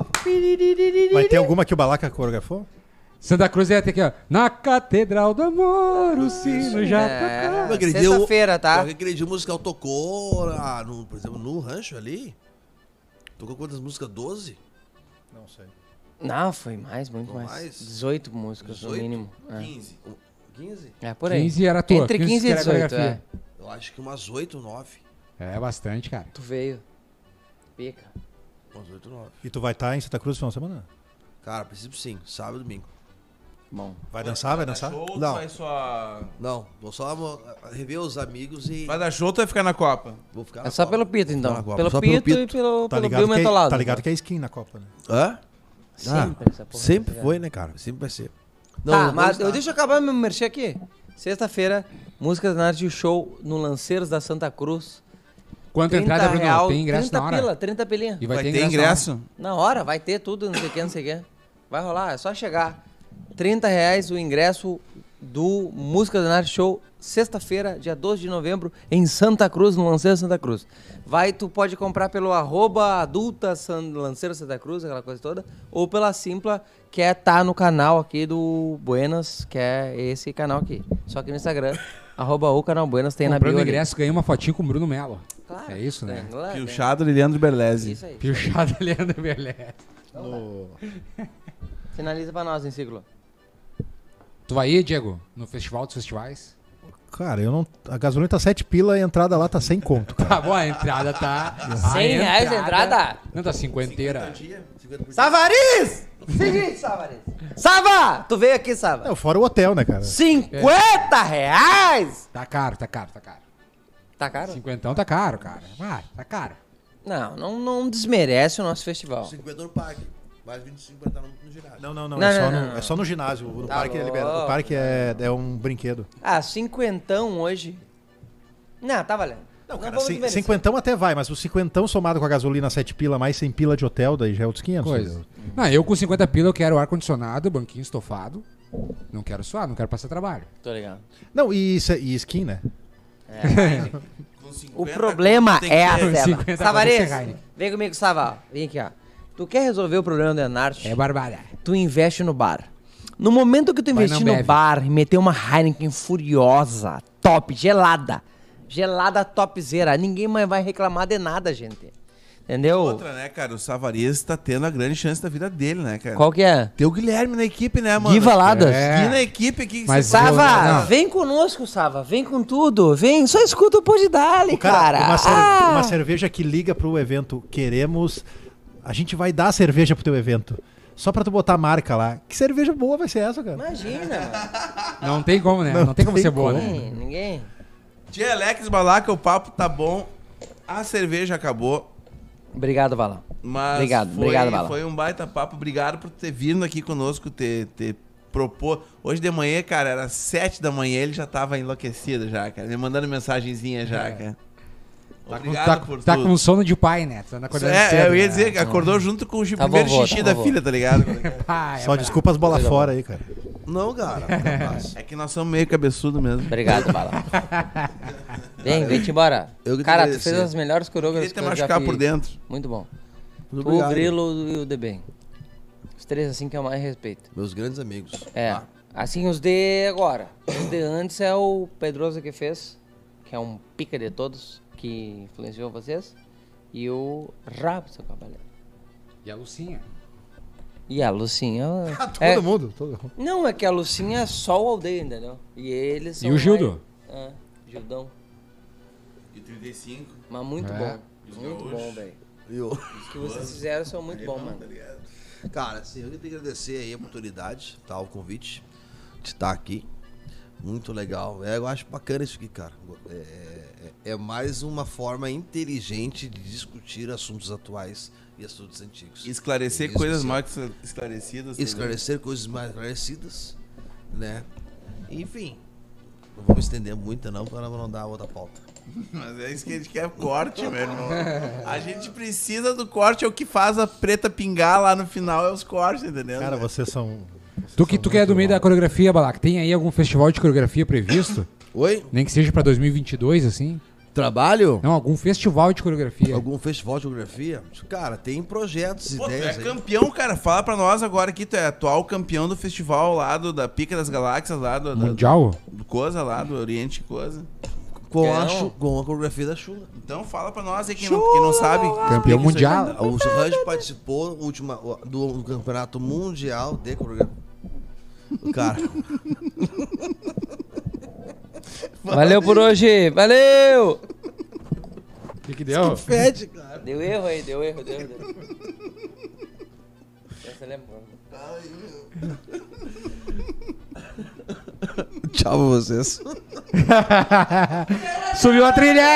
Vai ter alguma que o Balaca coreografou? Santa Cruz ia ter aqui, ó. Na Catedral do Amor, o sino já É, tocou. Sexta-feira, tá? Aquele dia musical tocou, ah, no, por exemplo, no rancho ali. Tocou quantas músicas? 12? Não sei. Não, foi mais, muito mais. Mais? 18 músicas, no 18? mínimo. É. 15. 15? É por aí. 15 era tua, Entre 15 e era 18, é. coreografia. Eu acho que umas 8, 9. É bastante, cara. Tu veio. Pica. Umas 8, 9. E tu vai estar em Santa Cruz no final de semana? Cara, a princípio sim, sábado e domingo. Bom. Vai dançar, vai dançar? Show, tu Não. Vai, só... Não, vou só mo- rever os amigos e vai dar show ou tu vai ficar na Copa? vou ficar na É só Copa. pelo pito, Vou ficar então. na Copa. Pelo, Só pito e pelo, Tá pelo ligado, bio que é, mentolado. tá ligado que Ah, é skin na Copa, né? Hã? Ah, Sempre essa porra. Sempre tá ligado? foi, né, cara? Sempre vai ser. tá, vou mas estar. eu deixa eu acabar meu merchan aqui. Sexta-feira, Música da Arte Show no Lanceiros da Santa Cruz. Quanto 30 entrada, Bruno? real, tem ingresso 30 na hora? pila, 30 pilinha. E Vai, ter, na ingresso? Na hora, vai ter tudo, não sei o que, não sei o que. Vai rolar, é só chegar. 30 reais o ingresso do Música da Arte Show, sexta-feira, dia 12 de novembro, em Santa Cruz, no Lanceiro Santa Cruz. Vai, tu pode comprar pelo arroba adulta San- Lanceiro Santa Cruz, aquela coisa toda, ou pela Simpla, que é tá no canal aqui do Buenas, que é esse canal aqui. Só que no Instagram, arroba o canal Buenas, tem hora. na Comprando bio ali. ingresso, ganhei uma fotinho com o Bruno Melo. Claro, é isso, né? tem, claro, tem. Piochado e Leandro Berlese. Isso aí. Piochado Leandro Belé. Finaliza pra nós, Enciclo. Tu vai ir, Diego? No Festival dos Festivais? Cara, eu não. A gasolina tá 7 pila e a entrada lá tá 100 conto, cara. Tá bom, a entrada tá... a 100 reais a entrada. Não, tá cinquenteira. Savariz! Seguinte, Savariz. Sava! Tu veio aqui, Sava. Não, fora o hotel, né, cara? 50 reais! Tá caro, tá caro, tá caro. Tá caro? Cinquentão tá caro, cara. Vai, tá caro. Não, não, não desmerece o nosso festival. 50 no parque, mais 25 pra estar no, no ginásio. Não, não, não. Tá. Não, é, só não, no, não. é só no ginásio. O Tá parque é liberado. louco, O parque é, é um brinquedo. Ah, cinquentão hoje. Não, tá valendo. Não, Cara, vamos cin- desmerecer. cinquentão até vai, mas o cinquentão somado com a gasolina 7 pila mais 100 pila de hotel, daí já é outros 500. Coisa. entendeu? Não, eu com 50 pila eu quero ar-condicionado, banquinho estofado. Não quero suar, não quero passar trabalho. Tô ligado. Não, e, isso é- e skin, né? O problema é a ter Sava. 50 Savariz, conto, tem que ter vem comigo, Sava. Vem aqui, ó. Tu quer resolver o problema do Enarte? É barbada. tu investe no bar. No momento que tu Vai investir na no Ambev. bar e meter uma Heineken furiosa, top, gelada. Gelada topzera. Ninguém mais vai reclamar de nada, gente. Entendeu? Outra, né, cara? O Savarias tá tendo a grande chance da vida dele, né, cara? Qual que é? Tem o Guilherme na equipe, né, mano? Guiva Ladas. É. E na equipe aqui que Mas- é. você- Sava, Não. vem conosco, Sava. Vem com tudo. Vem, só escuta o Pode Dali, cara. uma, cer- Ah! uma cerveja que liga pro evento. Queremos. A gente vai dar a cerveja pro teu evento. Só pra tu botar a marca lá. Que cerveja boa vai ser essa, é, cara? Imagina, mano. Não tem como, né? Não, Não tem como tem ser boa, como. né? Ninguém, ninguém. Tia Alex Balaca, o papo tá bom. A cerveja acabou. Obrigado, Valão. Mas Obrigado, foi, obrigado, Bala. Foi um baita papo. Obrigado por ter vindo aqui conosco, ter, ter propor. Hoje de manhã, cara, era sete da manhã, ele já tava enlouquecido já, cara. Me mandando mensagenzinha já, cara. É. Tá com, Obrigado tá, por tá tudo. com sono de pai, né? Tá acordando é, cedo, eu ia né? dizer que acordou junto com o Tá primeiro vovô, xixi tá da vovô. filha, tá ligado? Pai, é Só brabo. desculpa as bolas fora aí, cara. Não, cara. capaz. é que nós somos meio cabeçudo mesmo. Obrigado, Bala. vem, vem-te embora. eu que te Cara, tu agradecer. fez as melhores coreografias que Queria ter eu já machucado por fiz. dentro. Muito bom. Muito O obrigado. Grilo e o DB. Os três assim que eu mais respeito. Meus grandes amigos. É. Ah. Assim, os de agora. Os de antes é o Pedroso que fez, que é um pica de todos, que influenciou vocês. E o Rabo, seu cavaleiro. E a Lucinha? E a Lucinha. Tá Todo é- mundo, todo mundo. Não, é que a Lucinha é só o aldeia, entendeu? E eles. E são o Gildo? mais- É, Gildão. E 35. Mas muito É. bom. Os Muito gaúchos. bom, velho. E eu- Os que vocês fizeram são muito bons, mano. Cara, assim, eu queria agradecer aí a oportunidade, tá? O convite de estar aqui. Muito legal. É, eu acho bacana isso aqui, cara. É, é- é mais uma forma inteligente de discutir assuntos atuais e assuntos antigos. Esclarecer Isso, coisas sim. mais esclarecidas. Esclarecer coisas mais esclarecidas, né? Enfim, não vou me estender muito não para não dar outra pauta. Mas é isso que a gente quer, corte, meu irmão. A gente precisa do corte, é o que faz a preta pingar lá no final, é os cortes, entendeu? Cara, vocês são. vocês né? Tu que, são tu que é muito do meio bons. da coreografia, Balac, tem aí algum festival de coreografia previsto? Oi? Nem que seja pra 2022, assim? Trabalho? Não, algum festival de coreografia. Algum festival de geografia? Cara, tem projetos, Pô, tu é ideias aí. campeão, cara. Fala pra nós agora que tu é atual campeão do festival lá do, da Pica das Galáxias, lá do, da- Mundial? do Coisa, lá do Oriente Coisa. Com a, Não. chu- com a coreografia da Chula. Então fala pra nós aí, quem, não, quem não sabe. Campeão explica isso aí. mundial. O Range participou última, do, do campeonato mundial de coreografia. Cara, Valeu por hoje. Valeu! O que, que deu? Fede, cara. Deu erro aí, deu erro, deu erro. Deu. erro. Essa é lembra. Tchau pra vocês. Subiu a trilha!